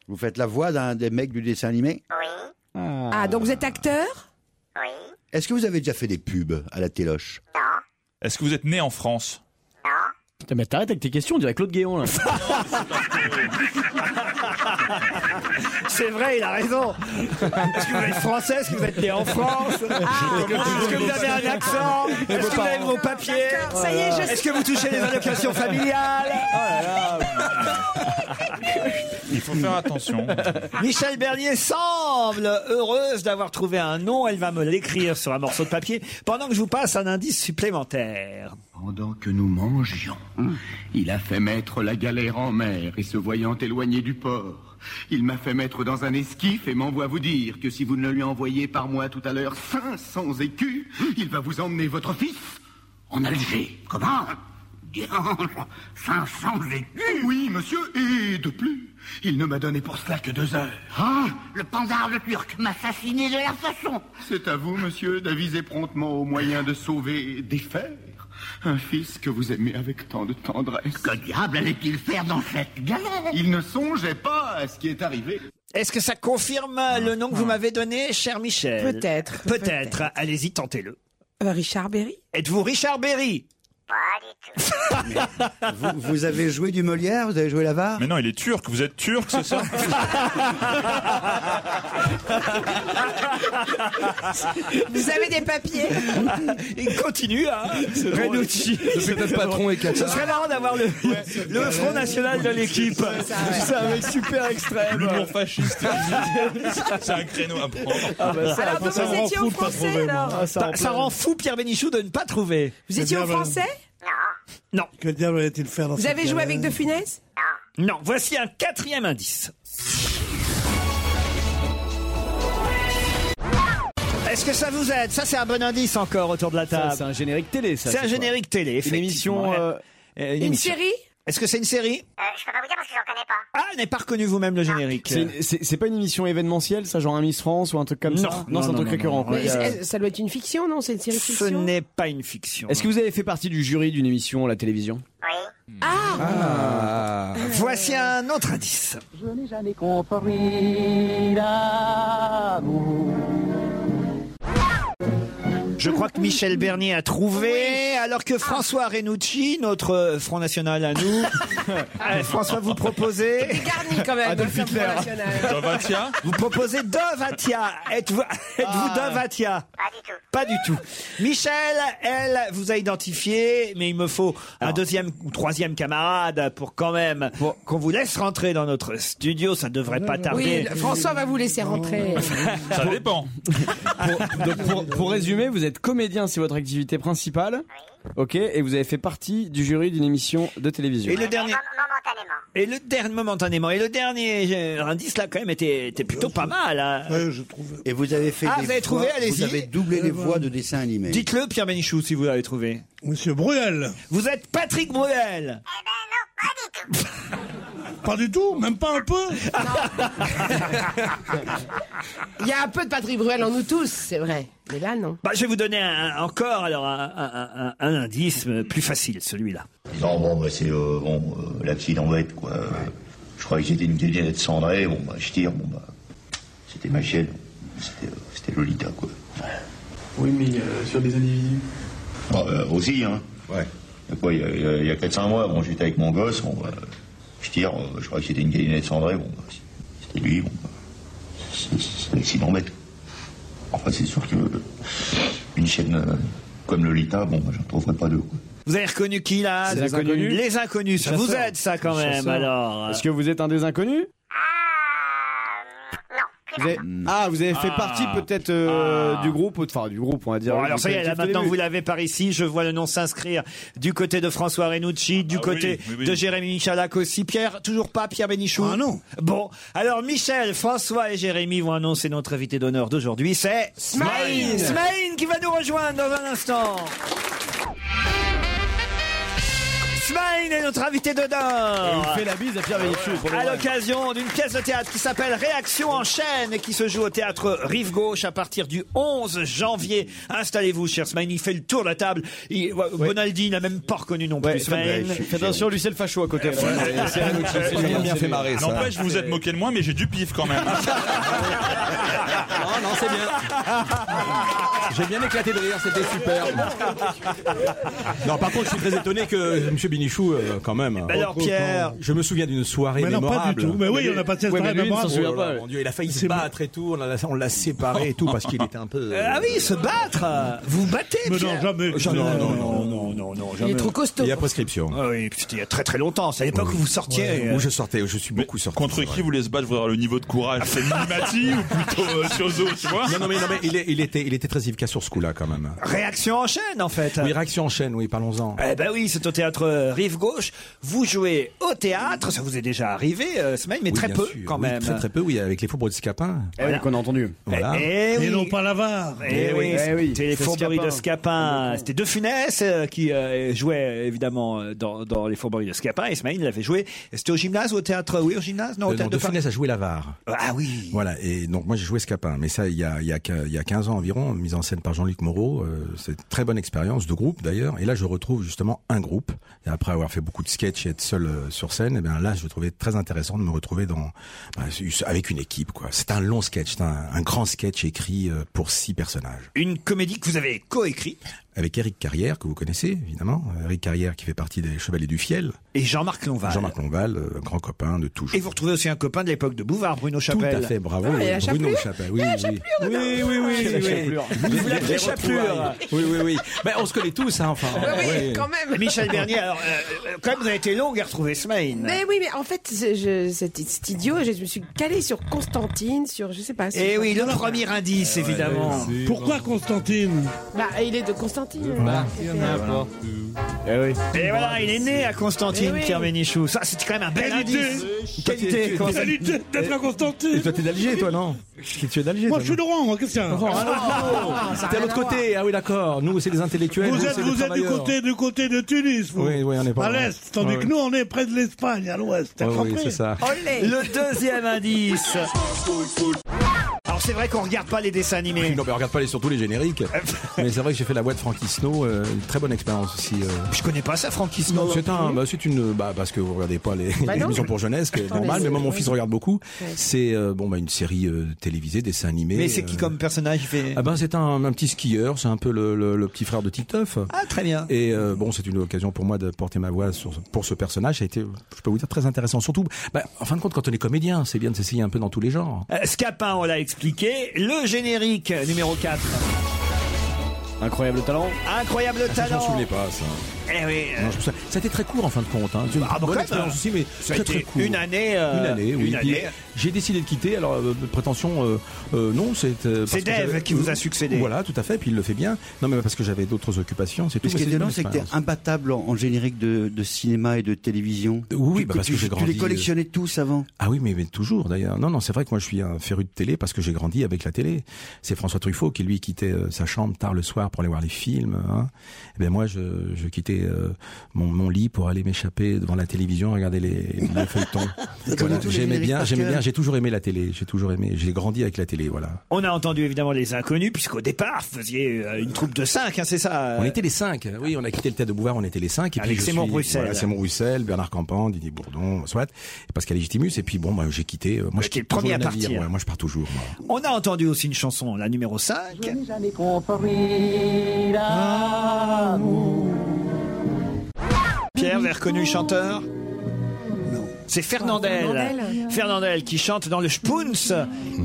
S10: vous faites la voix d'un des mecs du dessin animé
S8: Ah, donc vous êtes acteur
S10: Est-ce que vous avez déjà fait des pubs à la téloche
S7: Est-ce que vous êtes né en France
S6: Putain, mais t'arrêtes avec tes questions, on dirait Claude Guéant là.
S2: C'est vrai, il a raison. Est-ce que vous êtes français Est-ce que vous êtes né en France Est-ce que vous avez un accent Est-ce que vous avez vos papiers
S8: Ça y est, je
S2: Est-ce que vous touchez les allocations familiales
S7: Il faut faire attention.
S2: Michel Bernier semble heureuse d'avoir trouvé un nom. Elle va me l'écrire sur un morceau de papier pendant que je vous passe un indice supplémentaire.
S25: Pendant que nous mangions,
S24: Hmm.
S25: il a fait mettre la galère en mer et se voyant éloigné du port, il m'a fait mettre dans un esquif et m'envoie vous dire que si vous ne lui envoyez par mois tout à l'heure 500 écus, il va vous emmener votre fils en Alger. Comment Diantre 500 écus Oui, monsieur, et de plus, il ne m'a donné pour cela que deux heures.
S24: Ah, le pandard le turc m'assassinait de la façon.
S25: C'est à vous, monsieur, d'aviser promptement aux moyens de sauver, défaire un fils que vous aimez avec tant de tendresse. Que diable allait-il faire dans cette galère Il ne songeait pas à ce qui Ah, est arrivé.
S2: Est-ce que ça confirme le nom que vous m'avez donné, cher Michel
S8: Peut-être,
S2: Peut-être. Allez-y, tentez-le.
S8: Euh, Richard Berry
S2: Êtes-vous Richard Berry
S26: Pas du tout.
S27: Vous, vous avez joué du Molière Vous avez joué l'avare
S7: Mais non, il est turc. Vous êtes turc, c'est ça
S8: Vous avez des papiers
S2: Il continue, hein Renucci.
S11: C'est peut-être patron et
S2: Ce
S11: Qatar.
S2: serait marrant d'avoir le, le Front National de l'équipe. C'est avec super extrême.
S7: L'humour fasciste. c'est un créneau à prendre.
S2: Ah bah ça,
S8: Alors,
S2: ça,
S8: donc, vous
S2: rend
S8: étiez
S2: fou
S8: au
S2: de pas
S8: français,
S2: trouver, moi.
S8: alors
S2: Ah, ça,
S8: Ça-
S2: rend
S8: ça
S2: plein.
S8: rend
S2: fou Pierre Bénichou de ne pas trouver.
S8: Vous étiez au français
S2: Non.
S5: Que diable allait-il faire dans
S8: Vous
S5: cette
S8: avez joué avec
S5: galère
S8: De Funès
S2: Non, voici un quatrième indice. Est-ce que ça vous aide Ça, c'est un bon indice encore autour de la
S6: Ça,
S2: table.
S6: C'est un générique télé, ça.
S2: C'est un
S6: quoi
S2: générique télé,
S6: Une émission.
S2: effectivement.
S6: euh, euh,
S2: Une
S6: émission.
S8: Série
S2: Est-ce que c'est une série
S26: Euh, je peux pas vous dire parce que j'en connais pas.
S2: Ah, n'est pas reconnu vous-même le générique.
S6: C'est une- C'est c'est pas une émission événementielle, ça, genre un Miss France ou un truc comme
S2: Non,
S6: ça
S2: non,
S6: c'est un
S2: non,
S6: truc
S2: non,
S6: récurrent.
S2: non,
S6: quoi.
S2: Euh, non.
S6: Il y a-
S8: Mais c'est- Ça doit être une fiction, non C'est une série
S2: Ce
S8: fiction
S2: n'est pas une fiction.
S6: Est-ce que vous avez fait partie du jury d'une émission à la télévision Ah.
S2: Ah Voici un autre indice.
S28: Je n'ai jamais compris l'amour.
S2: Je crois que Michel Bernier a trouvé, alors que François Renucci, notre euh, Front National à nous, euh, François, vous proposez...
S8: Garni quand même,
S2: Adolf
S8: comme
S2: Hitler.
S8: Front National.
S7: Dovatia
S2: Vous proposez Dovatia. Êtes-vous êtes
S8: Ah.
S2: Dovatia Pas du tout. Michel, elle, vous a identifié, mais il me faut un deuxième ou troisième camarade pour quand même qu'on vous laisse rentrer dans notre studio. Ça ne devrait pas
S8: Oui,
S2: tarder.
S8: le- François va vous laisser rentrer.
S7: Ça dépend.
S6: pour, donc, pour- pour résumer, vous êtes comédien, c'est votre activité principale. Ok, et vous avez fait partie du jury d'une émission de télévision.
S2: Et le dernier. Et le dernier momentanément. Et le dernier euh, indice là quand même était, était plutôt pas mal. hein.
S27: Et vous avez fait
S2: Ah,
S27: des
S2: vous avez trouvé,
S27: voix-
S2: allez-y. Euh,
S27: Vous avez doublé
S8: Eh ben,
S27: les voix de dessins animés.
S2: Dites-le Pierre Bénichou si vous l'avez trouvé.
S5: Monsieur Bruel.
S2: Vous êtes Patrick
S5: Eh ben,
S2: Bruel.
S5: Pas du tout, Oh, même pas un peu.
S8: Il y a un peu de Patrick Bruel en nous tous, c'est vrai. Mais là, non.
S2: Bah, je vais vous donner un- encore alors un, un- un- un indice euh, plus facile celui-là.
S10: Non, bon, bah, c'est euh, bon, euh, l'accident bête, quoi. Euh, Je croyais que j'étais une dégaine de cendrée, bon, bah, je tire, bon, bah, c'était ma chienne, c'était, euh, c'était Lolita, quoi.
S29: Oui, mais euh, sur des individus.
S10: Bon, euh, aussi, hein. Ouais. Il y a quoi, il y a- il y a, il y a 4-5 mois, bon, j'étais avec mon gosse, bon, bah, je tire, euh, je croyais que c'était une galinette cendrée, bon, bah, c'était lui, bon, bah, c'est, c'est un accident bête. Enfin, c'est sûr que euh, une chienne euh, comme Lolita, bon, bah, j'en trouverai pas deux, quoi.
S2: Vous avez reconnu qui là
S6: C'est les inconnus.
S2: Les inconnus, ça
S6: Chasseurs.
S2: vous aide ça quand même
S6: Chasseurs.
S2: alors.
S6: Est-ce que vous êtes un des inconnus Vous avez- Ah, vous avez fait
S2: Ah.
S6: partie peut-être euh, du groupe, enfin du groupe, on va dire.
S2: Bon,
S6: du
S2: alors ça y est, là
S6: collectif
S2: maintenant
S6: télévu.
S2: vous l'avez par ici. Je vois le nom s'inscrire du côté de François Renucci, du
S7: bah
S2: côté
S7: oui, oui, oui.
S2: de Jérémy Michalak aussi. Pierre, toujours pas Pierre Bénichou. Ah non. Bon, alors Michel, François et Jérémy vont annoncer notre invité d'honneur d'aujourd'hui. C'est Smaïn. Smaïn qui va nous rejoindre dans un instant. Smaïn est notre invité d'honneur.
S13: Il fait la bise à Pierre Bénichou. pour le
S2: À
S13: vrai.
S2: l'occasion d'une pièce de théâtre qui s'appelle Réaction en chaîne et qui se joue au théâtre Rive Gauche à partir du 11 janvier. Installez-vous, cher Smaïn. Il fait le tour de la table. Il- ouais, Bonaldi n'a même pas reconnu non plus
S6: Ouais,
S2: Smaïn.
S6: faites- Faites attention, Lucien Facho à côté. Ouais, c'est un outil, c'est bien, c'est bien.
S7: N'empêche, vous vous êtes moqué de moi, mais j'ai du pif quand même.
S11: Non, non, c'est bien. J'ai bien éclaté de rire, c'était super. Non, par contre, je suis très étonné que M. Binichou, euh, quand même.
S2: ben alors, Pierre.
S11: Je me souviens d'une soirée
S5: Mais non, pas
S11: mémorable.
S5: du tout. Mais oui, on a passé une
S11: Ouais, mais lui, il
S5: soirée
S11: s'en
S5: mémorable.
S11: souvient
S5: Oh là
S11: pas,
S5: là,
S11: mon Dieu, il a failli se battre et tout. On l'a- On l'a séparé et tout parce qu'il était un peu. euh,
S2: Ah oui, se battre. Vous battez,
S5: Mais
S2: Pierre.
S5: non, jamais.
S11: Non, non, non, non,
S2: non, non,
S11: jamais.
S8: costaud.
S11: Il y a prescription.
S2: Ah oui, c'était il y a très très longtemps. C'est à l'époque où vous sortiez.
S11: Où je sortais, où je suis beaucoup sorti.
S7: Contre
S11: c'est
S7: qui vous voulez se battre, vous le niveau de courage C'est Mimati ou plutôt euh, Siozo, tu vois
S11: Non, non, mais, non, mais il, est- il était, il était très efficace sur ce coup-là, quand même.
S2: Réaction en chaîne, en fait.
S11: Oui, réaction en chaîne, oui, parlons-en.
S2: Eh ben oui, c'est au théâtre euh, Rive Gauche. Vous jouez au théâtre, ça vous est déjà arrivé, euh, Smaïn, mais
S11: Oui,
S2: très
S11: bien
S2: peu
S11: sûr.
S2: quand
S11: Oui,
S2: même.
S11: Très, très peu, oui, avec les faux de Scapin.
S6: Eh oui, qu'on a entendu.
S11: Voilà.
S2: Eh
S5: Et
S2: oui.
S5: non pas l'avare.
S2: Eh
S6: Eh oui,
S2: oui,
S6: eh oui.
S2: c'était les
S6: C'est
S2: fourberies de
S6: Scapin.
S2: Scapin. C'était De Funès euh, qui euh, jouait évidemment euh, dans, dans les fourberies de Scapin. Et Smaïn l'avait joué. C'était au gymnase ou au théâtre Oui, au gymnase Non, au
S11: Euh, non,
S2: théâtre
S11: de
S2: de Paris.
S11: Funès a joué l'avare.
S2: Ah oui.
S11: Voilà, et donc moi j'ai joué Scapin, mais ça il y a, il y, a, quin- il y a 15 ans environ, mise en scène par Jean-Luc Moreau, euh, c'est une très bonne expérience de groupe d'ailleurs, et là je retrouve justement un groupe, et après avoir fait beaucoup de sketch et être seul euh, sur scène, et bien là je trouvais très intéressant de me retrouver dans bah, avec une équipe quoi. C'est un long sketch, c'est un, un grand sketch écrit euh, pour six personnages.
S2: Une comédie que vous avez coécrite.
S11: avec Eric Carrière, que vous connaissez évidemment. Eric Carrière qui fait partie des Chevaliers du Fiel.
S2: Et Jean-Marc Lonval.
S11: Jean-Marc Lonval, euh, grand copain de toujours.
S2: Et vous retrouvez aussi un copain de l'époque de Bouvard, Bruno Chapelle.
S11: Tout à fait, bravo.
S2: Ah, et la
S11: Bruno
S2: chapelure
S11: Chapelle, oui,
S2: Et la
S11: oui.
S2: chapelure,
S11: oui.
S2: dedans.
S11: Oui, oui, oui. oui. Les-
S2: La chapelure. Vous l'appelez
S11: les
S2: chapelure.
S11: retrouvailles. Oui, oui, oui. Ben, on se connaît tous, hein, enfin.
S2: Ah
S11: ouais.
S2: Michel Bernier, alors, euh, euh, quand même, vous avez été longue à retrouver Smaïn.
S30: Mais oui, mais en fait, c'est- je- c'est c'est idiot. Je me suis calée sur Constantine, sur je sais pas. sur-
S2: Eh oui, le premier indice, évidemment.
S13: Pourquoi Constantine
S30: Bah, il est de Constantine.
S2: Voilà.
S11: Ah,
S30: C'est-
S2: Eh voilà, il est né à Constantine,
S30: Eh oui.
S2: Pierre Bénichou. Ça, c'est quand même un bel
S13: Qualité.
S2: indice.
S13: Qualité,
S2: Qualité.
S13: qualité d'être à Constantine.
S11: Et toi, t'es d'Alger, toi, non Tu es d'Alger
S13: Moi,
S11: toi,
S13: je suis de
S11: non
S13: Rouen, moi, Christian.
S11: Oh,
S2: Ah,
S11: alors, C'était à l'autre côté. Ah oui, d'accord. Nous, c'est des intellectuels.
S13: Vous
S11: nous,
S13: êtes,
S11: c'est des
S13: vous êtes du
S11: travailleurs.
S13: côté, du côté de Tunis, vous.
S11: Oui, oui, on est pas
S13: À
S11: loin.
S13: l'est, tandis
S11: Ouais,
S13: que
S11: ouais.
S13: nous, on est près de l'Espagne, à l'ouest. T'as
S11: Ouais, Oh oui,
S13: compris
S11: c'est ça.
S5: Ah
S2: Olé. Le deuxième indice. Alors c'est vrai qu'on regarde pas les dessins animés.
S11: Non, mais regarde pas les surtout les génériques. mais c'est vrai que j'ai fait la voix de Frankie Snow, euh, une très bonne expérience aussi.
S2: Je connais pas ça, Frankie
S11: Snow. C'est un, bah, c'est une, bah, parce que vous regardez pas les,
S2: Bah
S11: les
S2: non.
S11: émissions pour jeunesse, qui est
S2: Attends,
S11: normal.
S2: mais
S11: Mais moi,
S2: c'est-
S11: mon fils regarde beaucoup.
S2: Ouais.
S11: C'est euh, bon, bah, une série euh, télévisée, dessin animé.
S2: Mais c'est qui
S11: euh,
S2: comme personnage il fait
S11: ah ben c'est un, un petit skieur, c'est un peu le, le- le petit frère de Titeuf.
S2: Ah très bien.
S11: Et euh, bon, c'est une occasion pour moi de porter ma voix sur, pour ce personnage. Ça a été, je peux vous dire, très intéressant. Surtout, bah, en fin de compte, quand on est comédien, c'est bien de s'essayer un peu dans tous les genres.
S2: Euh, Scapin, on l'a expliqué. Le générique numéro 4.
S11: Incroyable talent.
S2: Incroyable
S11: Ah, ça, je m'en
S2: talent.
S11: souvenais pas ça.
S2: Eh oui. euh,
S11: Non, je me souviens. ça a été très court en fin de compte. Hein.
S2: Ah, bon,
S11: Bonne
S2: quand même,
S11: expérience
S2: hein.
S11: aussi, mais
S2: Ça a
S11: très, très
S2: été
S11: court.
S2: une année, euh,
S11: une année, oui.
S2: une
S11: Puis,
S2: année.
S11: J'ai décidé de quitter. Alors euh, prétention, euh, euh, non, c'est. euh, parce
S2: C'est
S11: que
S2: Dave
S11: j'avais-
S2: qui vous a succédé.
S11: Voilà, tout à fait. Puis il le fait bien. Non, mais parce que j'avais d'autres occupations, c'est tout.
S10: Mais ce qui est
S11: Mais une
S10: étonnant,
S11: bonne
S10: c'est que t'es
S11: expérience.
S10: imbattable en, en générique de, de cinéma et de télévision.
S11: Oui,
S10: Tu-
S11: bah, parce
S10: tu-
S11: que j'ai
S10: tu
S11: grandi,
S10: les collectionnais tous avant.
S11: Ah oui, mais, mais toujours d'ailleurs. Non, non, c'est vrai que moi je suis un féru de télé parce que j'ai grandi avec la télé. C'est François Truffaut qui lui quittait euh, sa chambre tard le soir pour aller voir les films. Hein. Et ben moi, je, je quittais euh, mon, mon lit pour aller m'échapper devant la télévision, regarder les, les feuilletons. Voilà,
S2: tous
S11: j'aimais
S2: les génériques
S11: bien,
S2: par
S11: j'aimais
S2: cœur.
S11: bien. J'ai toujours aimé la télé. J'ai toujours aimé. J'ai grandi avec la télé. Voilà.
S2: On a entendu évidemment les inconnus, puisqu'au départ, vous faisiez euh, une troupe de 5, c'est ça euh,
S11: On était les cinq. Oui, on a quitté le théâtre de Bouvard, on était les cinq. Et
S2: Avec
S11: puis je
S2: Seymour
S11: suis-
S2: Bruxelles.
S11: Voilà, Seymour Bruxelles, Bernard Campan, Didier Bourdon, soit, et Pascal Légitimus. Et puis bon, bah, j'ai quitté. euh, Moi, je
S2: T'es le
S11: quitte toujours
S2: premier à
S11: le navire.
S2: partir.
S11: Ouais, moi, je pars toujours. moi.
S2: On a entendu aussi une chanson, la numéro 5.
S3: jamais compris l'amour.
S2: Pierre, vous avez reconnu le chanteur c'est
S11: Ah,
S2: Fernandel. Fernandel. qui chante dans le Spoons.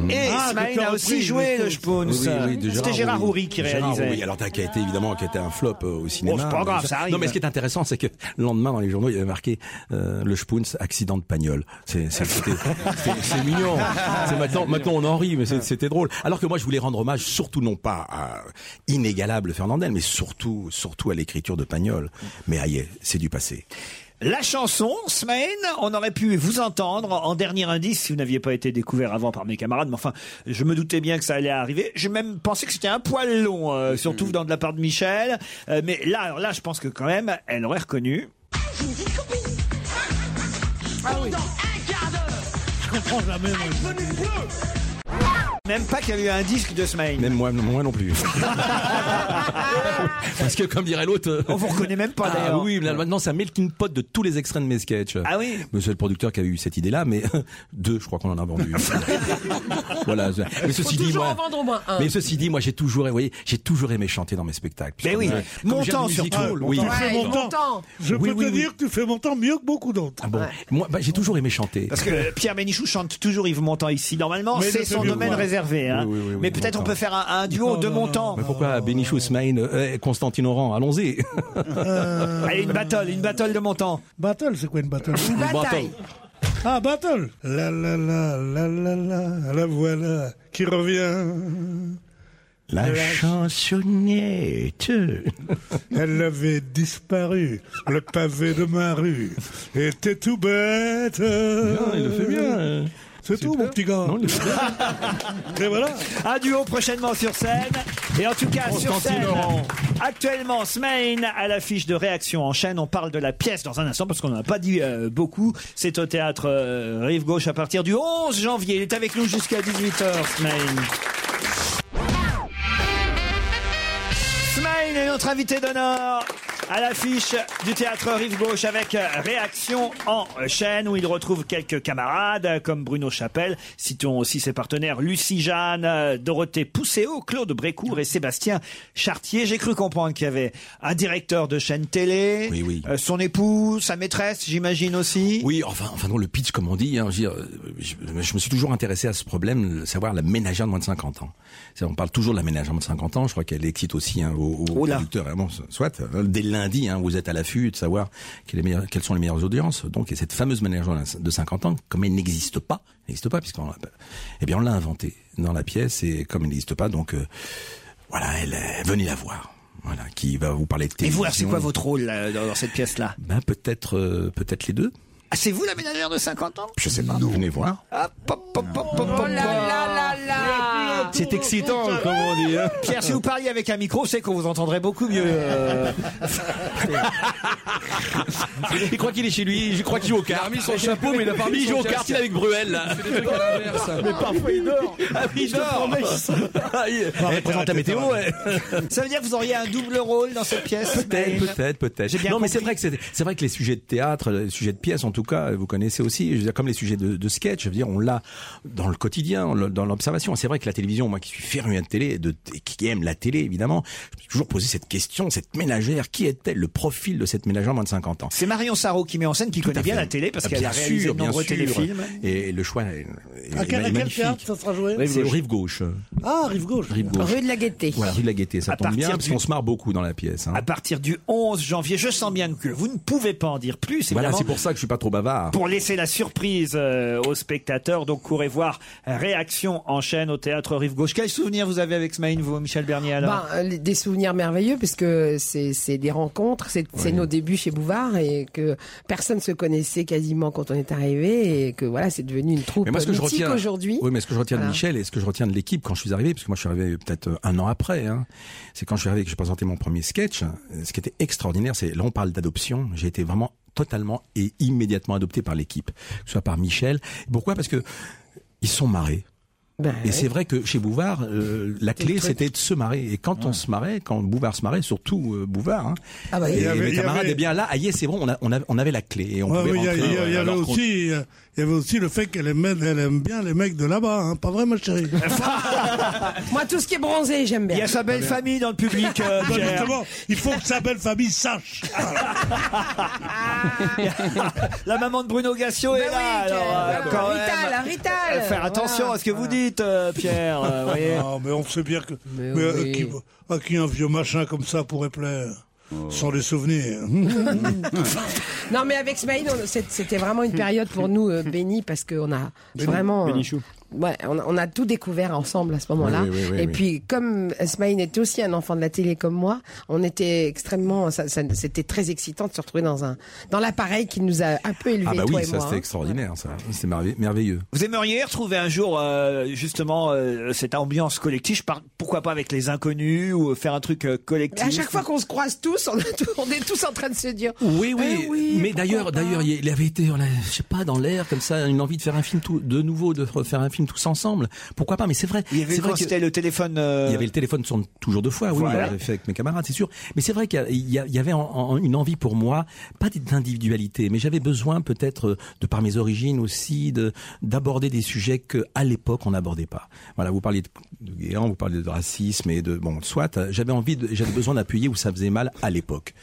S2: Et
S14: Ah,
S2: Smaïn
S14: d'accord,
S2: a
S14: oui,
S2: aussi joué
S14: le
S2: le Spoons.
S11: Oui, oui, oui, de
S2: C'était Gérard Houry qui
S11: Gérard
S2: réalisait.
S11: Houry, alors t'as- qui a été évidemment qui a été un flop euh, au cinéma.
S2: Bon, Oh, c'est pas grave,
S11: Mais-
S2: ça arrive.
S11: Non, mais ce qui est intéressant, c'est que le lendemain dans les journaux, il y avait marqué euh, le Spoons accident de pagnole. C'est c'est- c'était- c'était- c'est mignon. C'est maintenant, maintenant on en rit, mais c'est- c'était drôle. Alors que moi, je voulais rendre hommage surtout non pas à inégalable Fernandel, mais surtout surtout à l'écriture de Pagnol. Mais aïe, c'est du passé.
S2: La chanson, Smain, on aurait pu vous entendre en dernier indice si vous n'aviez pas été découvert avant par mes camarades. Mais enfin, je me doutais bien que ça allait arriver. J'ai même pensé que c'était un poil long, euh,
S11: Mm.
S2: surtout dans de la part de Michel. Euh, mais là, alors là, je pense que quand même, elle aurait reconnu.
S11: Ah
S3: Dans un quart d'heure.
S2: Je comprends jamais, Même pas qu'il y avait eu un disque de Smain.
S11: Même moi, moi non plus. Parce que comme dirait l'autre, euh,
S2: On vous reconnaît même pas
S11: Ah
S2: d'ailleurs.
S11: oui, là, maintenant c'est un melting pot de tous les extraits de mes sketchs.
S2: Ah oui
S11: Mais c'est le producteur qui avait eu cette idée-là, mais deux, je crois qu'on en a vendu. voilà. je- Mais ceci
S30: Faut
S11: dit,
S30: toujours
S11: moi.
S30: en vendre au moins un.
S11: Mais ceci dit, moi j'ai toujours, vous voyez, j'ai toujours aimé chanter dans mes spectacles.
S2: Mais
S11: Puisque euh,
S2: oui,
S11: comme j'ai- comme j'ai
S2: Montand
S11: la musique
S2: surtout.
S11: rôle,
S2: Ouais,
S11: oui.
S30: Content.
S13: Je
S11: Oui,
S13: peux
S11: oui,
S13: te
S11: oui.
S13: dire que tu fais mon temps mieux que beaucoup d'autres.
S11: Ah bon. Moi, bah, j'ai toujours aimé chanter.
S2: Parce que Pierre Bénichou chante toujours Yves Montand ici. Normalement,
S11: Mais
S2: c'est
S11: le
S2: son
S11: public,
S2: domaine
S11: ouais.
S2: réservé. hein.
S11: Oui, oui, oui, oui,
S2: Mais peut-être on
S11: Montand.
S2: peut faire un, un duo de Montand.
S11: Mais pourquoi Benichou, Smain, euh, Constantine Oran, allons-y.
S2: Euh, Allez, une battle, une battle de Montand.
S13: Battle, c'est quoi une battle
S2: Une bataille.
S13: Ah, battle La la la, la la la, la voilà qui revient.
S11: La chansonnette.
S13: Elle avait disparu, le pavé de ma rue était tout bête.
S11: il le fait bien, euh.
S13: C'est tout, mon petit gars. Et voilà.
S2: Un duo prochainement sur scène. Et en tout cas, sur
S13: Constantine
S2: scène.
S13: Laurent.
S2: Actuellement, Smain à l'affiche de réaction en chaîne. On parle de la pièce dans un instant parce qu'on n'en a pas dit euh, beaucoup. C'est au théâtre euh, Rive Gauche à partir du 11 janvier. Il est avec nous jusqu'à 18h, Smain. Smain est notre invité d'honneur. à l'affiche du théâtre Rive Gauche avec euh, Réaction en chaîne où il retrouve quelques camarades euh, comme Bruno Chapelle. Citons aussi ses partenaires Lucie Jeanne, euh, Dorothée Pousséau, Claude Brécourt et Sébastien Chartier. J'ai cru comprendre qu'il y avait un directeur de chaîne télé, euh, son époux, sa maîtresse, j'imagine aussi.
S11: Oui, enfin, enfin non, le pitch, comme on dit, hein, je, veux dire, euh, je- je me suis toujours intéressé à ce problème, le savoir la ménagère de moins de 50 ans. C'est-à-dire, On parle toujours de la ménagère de moins de 50 ans, je crois qu'elle excite aussi hein, aux, aux producteurs. Bon, soit, euh, dès lundi, hein, vous êtes à l'affût de savoir quelles, les meilleures- quelles sont les meilleures audiences. Donc, et cette fameuse ménagère de 50 ans, comme elle n'existe pas, elle n'existe pas, puisqu'on l'a- eh bien, on l'a inventée dans la pièce, et comme elle n'existe pas, donc, euh, voilà, elle, euh, venez la voir. Voilà, qui va vous parler de
S2: Et vous,
S11: télévision.
S2: alors, c'est quoi votre rôle là, dans dans cette pièce-là
S11: Ben, peut-être, euh, peut-être les deux.
S2: Ah, c'est vous la ménagère de 50 ans
S11: Je sais pas. Venez voir.
S5: Oh
S2: C'est excitant, comme on dit. Pierre, si vous parliez avec un micro, c'est qu'on vous entendrait beaucoup mieux. euh.
S4: Il croit qu'il est chez lui, je crois qu'il joue au cartes. Il a remis son chapeau, mais il a pas remis, il joue au cartes, il est avec Bruel là.
S3: Mais
S4: parfois il dort.
S2: Ah oui,
S4: il dort. Ah,
S2: Elle présente la météo, Ça veut dire que vous auriez un double rôle dans cette pièce
S11: Peut-être,
S2: Maëlle
S11: peut-être, peut-être.
S2: J'ai bien
S11: non, mais c'est vrai que c'est c'est vrai que les sujets de théâtre, les sujets de pièces, en tout cas, vous connaissez aussi. Je veux dire, comme les sujets de, de sketch, je veux dire, on l'a dans le quotidien, on l'a dans l'observation. C'est vrai que la télévision, moi qui suis fermé de télé, et de, et qui aime la télé évidemment, je me suis toujours posé cette question cette ménagère, qui est-elle, le profil de cette ménagère en moins de 50 ans
S2: C'est Marion Sarraud qui met en scène, qui connaît bien la télé,
S11: Ah,
S2: parce qu'elle a réalisé de nombreux téléfilms.
S11: Et le choix est, est-
S5: À
S11: est
S5: quel, à quel
S11: magnifique.
S5: théâtre ça sera joué
S11: C'est au rive gauche.
S5: Ah, rive gauche.
S11: Rive gauche.
S5: de la Gaîté.
S11: Voilà, rue de la Gaîté, ça
S2: À
S11: tombe bien,
S2: partir
S11: parce
S2: du- Ah,
S11: qu'on se marre beaucoup dans la pièce. hein.
S2: À partir du 11 janvier, je sens bien que vous ne pouvez pas en dire plus,
S11: Voilà,
S2: évidemment.
S11: c'est pour ça que je suis pas trop bavard.
S2: Pour laisser la surprise euh, aux spectateurs, donc courez voir Réaction en chaîne au théâtre Rive Gauche. Quel souvenir vous avez avec Smaïn, vous, Michel Bernier, alors
S30: Ben, euh, les- des souvenirs merveilleux parce que c'est c'est des rencontres, c'est c'est nos débuts chez Bouvard et que personne se connaissait quasiment quand on est arrivé et que voilà, c'est devenu une troupe
S11: Mais moi, ce que je
S30: mythique
S11: retiens
S30: aujourd'hui.
S11: Oui, mais ce que je retiens
S30: Voilà.
S11: de Michel et ce que je retiens de l'équipe quand je suis arrivé, parce que moi je suis arrivé peut-être euh, un an après, hein, c'est quand je suis arrivé que j'ai présenté mon premier sketch. euh, Ce qui était extraordinaire, c'est là on parle d'adoption. J'ai été vraiment totalement et immédiatement adopté par l'équipe, que ce soit par Michel. Pourquoi Parce que ils se sont marrés.
S30: Ben
S11: et c'est vrai que chez Bouvard, euh, la clé c'était de se marrer. Et quand on se marrait, quand Bouvard se marrait, surtout euh, Bouvard, hein,
S5: Ah bah, il y
S11: et
S5: avait- il
S11: mes
S5: y
S11: camarades,
S5: avait-
S11: eh bien là, aïe, c'est bon, on, a- on, a- on avait la clé et on
S13: Ah
S5: Ouais,
S11: pouvait
S5: mais il y a-
S11: rentrer.
S5: il y a- il y avait
S11: alors qu'on-
S5: aussi, euh, il y avait aussi le fait qu'elle aimait- elle aime bien les mecs de là-bas, hein. pas vrai, ma chérie
S30: Ah, Moi, tout ce qui est bronzé, j'aime bien.
S2: Il y a sa
S11: Ah,
S2: belle famille dans le public. euh,
S5: Non,
S2: Pierre.
S5: Bah, justement, il faut que sa belle famille sache.
S2: La maman de Bruno Gassio
S30: Bah
S2: est là. alors, euh, quand même.
S30: Rital, Rital.
S2: Euh, Faire attention
S30: Voilà.
S2: à ce que vous dites, euh, Pierre. euh, vous voyez.
S5: Non, Ah, mais on sait bien que. mais, euh,
S2: oui.
S5: qui- à qui un vieux machin comme ça pourrait plaire Sans les souvenirs.
S30: Non, mais avec Smaïn, on- c'est- c'était vraiment une période pour nous euh, bénie parce qu'on a
S5: Bénie.
S30: vraiment. euh,
S5: Bénichou.
S30: Ouais, on, a- on a tout découvert ensemble à ce moment-là.
S3: Oui, oui, oui, oui,
S30: et
S3: oui.
S30: puis, comme Smaïn était aussi un enfant de la télé comme moi, on était extrêmement, ça- ça- c'était très excitant de se retrouver dans un, dans l'appareil qui nous a un peu élevés,
S11: Ah bah
S30: toi
S11: oui,
S30: et
S11: ça
S30: moi.
S11: c'était
S30: hein.
S11: extraordinaire, ça, c'est merveille- merveilleux.
S2: Vous aimeriez retrouver un jour euh, justement euh, cette ambiance collective, je parle, pourquoi pas avec les inconnus ou faire un truc euh,
S30: Mais
S2: collectif.
S30: à chaque fois qu'on se croise tous, on, a tout- on est tous en train de se dire.
S11: Oui, oui,
S30: Eh
S11: mais d'ailleurs, d'ailleurs, il y a- il avait été, on l'a- je sais pas, dans l'air comme ça, une envie de faire un film tout, de nouveau, de faire un film tous ensemble. Pourquoi pas Mais c'est vrai.
S2: Il y avait
S11: c'est vrai
S2: quand c'était le téléphone. euh,
S11: Il y avait le téléphone tourne toujours deux fois, oui,
S2: Voilà.
S11: moi, j'ai fait avec mes camarades, c'est sûr. Mais c'est vrai qu'il y a- il y, a- il y avait en- en- une envie pour moi, pas d'individualité, mais j'avais besoin peut-être, euh, de par mes origines aussi, de d'aborder des sujets que à l'époque on n'abordait pas. Voilà, vous parliez de, de Guéant, vous parliez de racisme et de bon, soit. euh, J'avais envie, de- j'avais besoin d'appuyer où ça faisait mal à l'époque.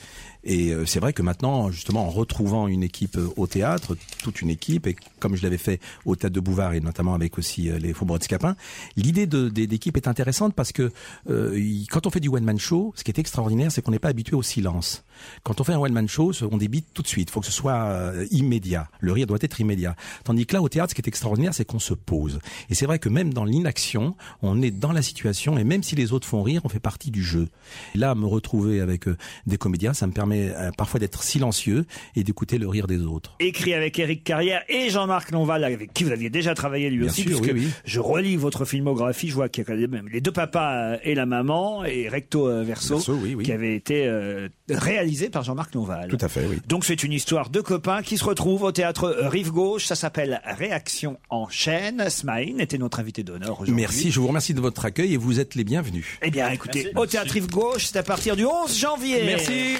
S11: Et euh, c'est vrai que maintenant, justement, en retrouvant une équipe euh, au théâtre, toute une équipe, et comme je l'avais fait au Théâtre de Bouvard et notamment avec aussi euh, les Faubourgs de Scapin, l'idée de- des- d'équipe est intéressante parce que euh, il- quand on fait du one-man show, ce qui est extraordinaire, c'est qu'on n'est pas habitué au silence. Quand on fait un one-man show, ce- on débite tout de suite. Il faut que ce soit euh, immédiat. Le rire doit être immédiat. Tandis que là, au théâtre, ce qui est extraordinaire, c'est qu'on se pose. Et c'est vrai que même dans l'inaction, on est dans la situation et même si les autres font rire, on fait partie du jeu. Et là, me retrouver avec euh, des comédiens, ça me permet euh, parfois d'être silencieux et d'écouter le rire des autres.
S2: Écrit avec Eric Carrière et Jean-Marc Lonval, avec qui vous aviez déjà travaillé lui
S11: Bien
S2: aussi,
S11: sûr,
S2: puisque
S11: oui, oui.
S2: je relis votre filmographie, je vois qu'il y a quand même les deux papas euh, et la maman, et Recto euh, Verso, qui avait été euh, réalisé par Jean-Marc Lonval.
S11: Tout à fait, oui.
S2: Donc c'est une histoire de copains qui se retrouvent au théâtre Rive Gauche, ça s'appelle Réaction en chaîne. Smaïn était notre invité d'honneur aujourd'hui.
S11: Merci, je vous remercie de votre accueil et vous êtes les bienvenus.
S2: Eh bien écoutez, au théâtre Rive Gauche, c'est à partir du 11 janvier.
S11: Merci.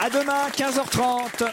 S2: À demain, 15h30.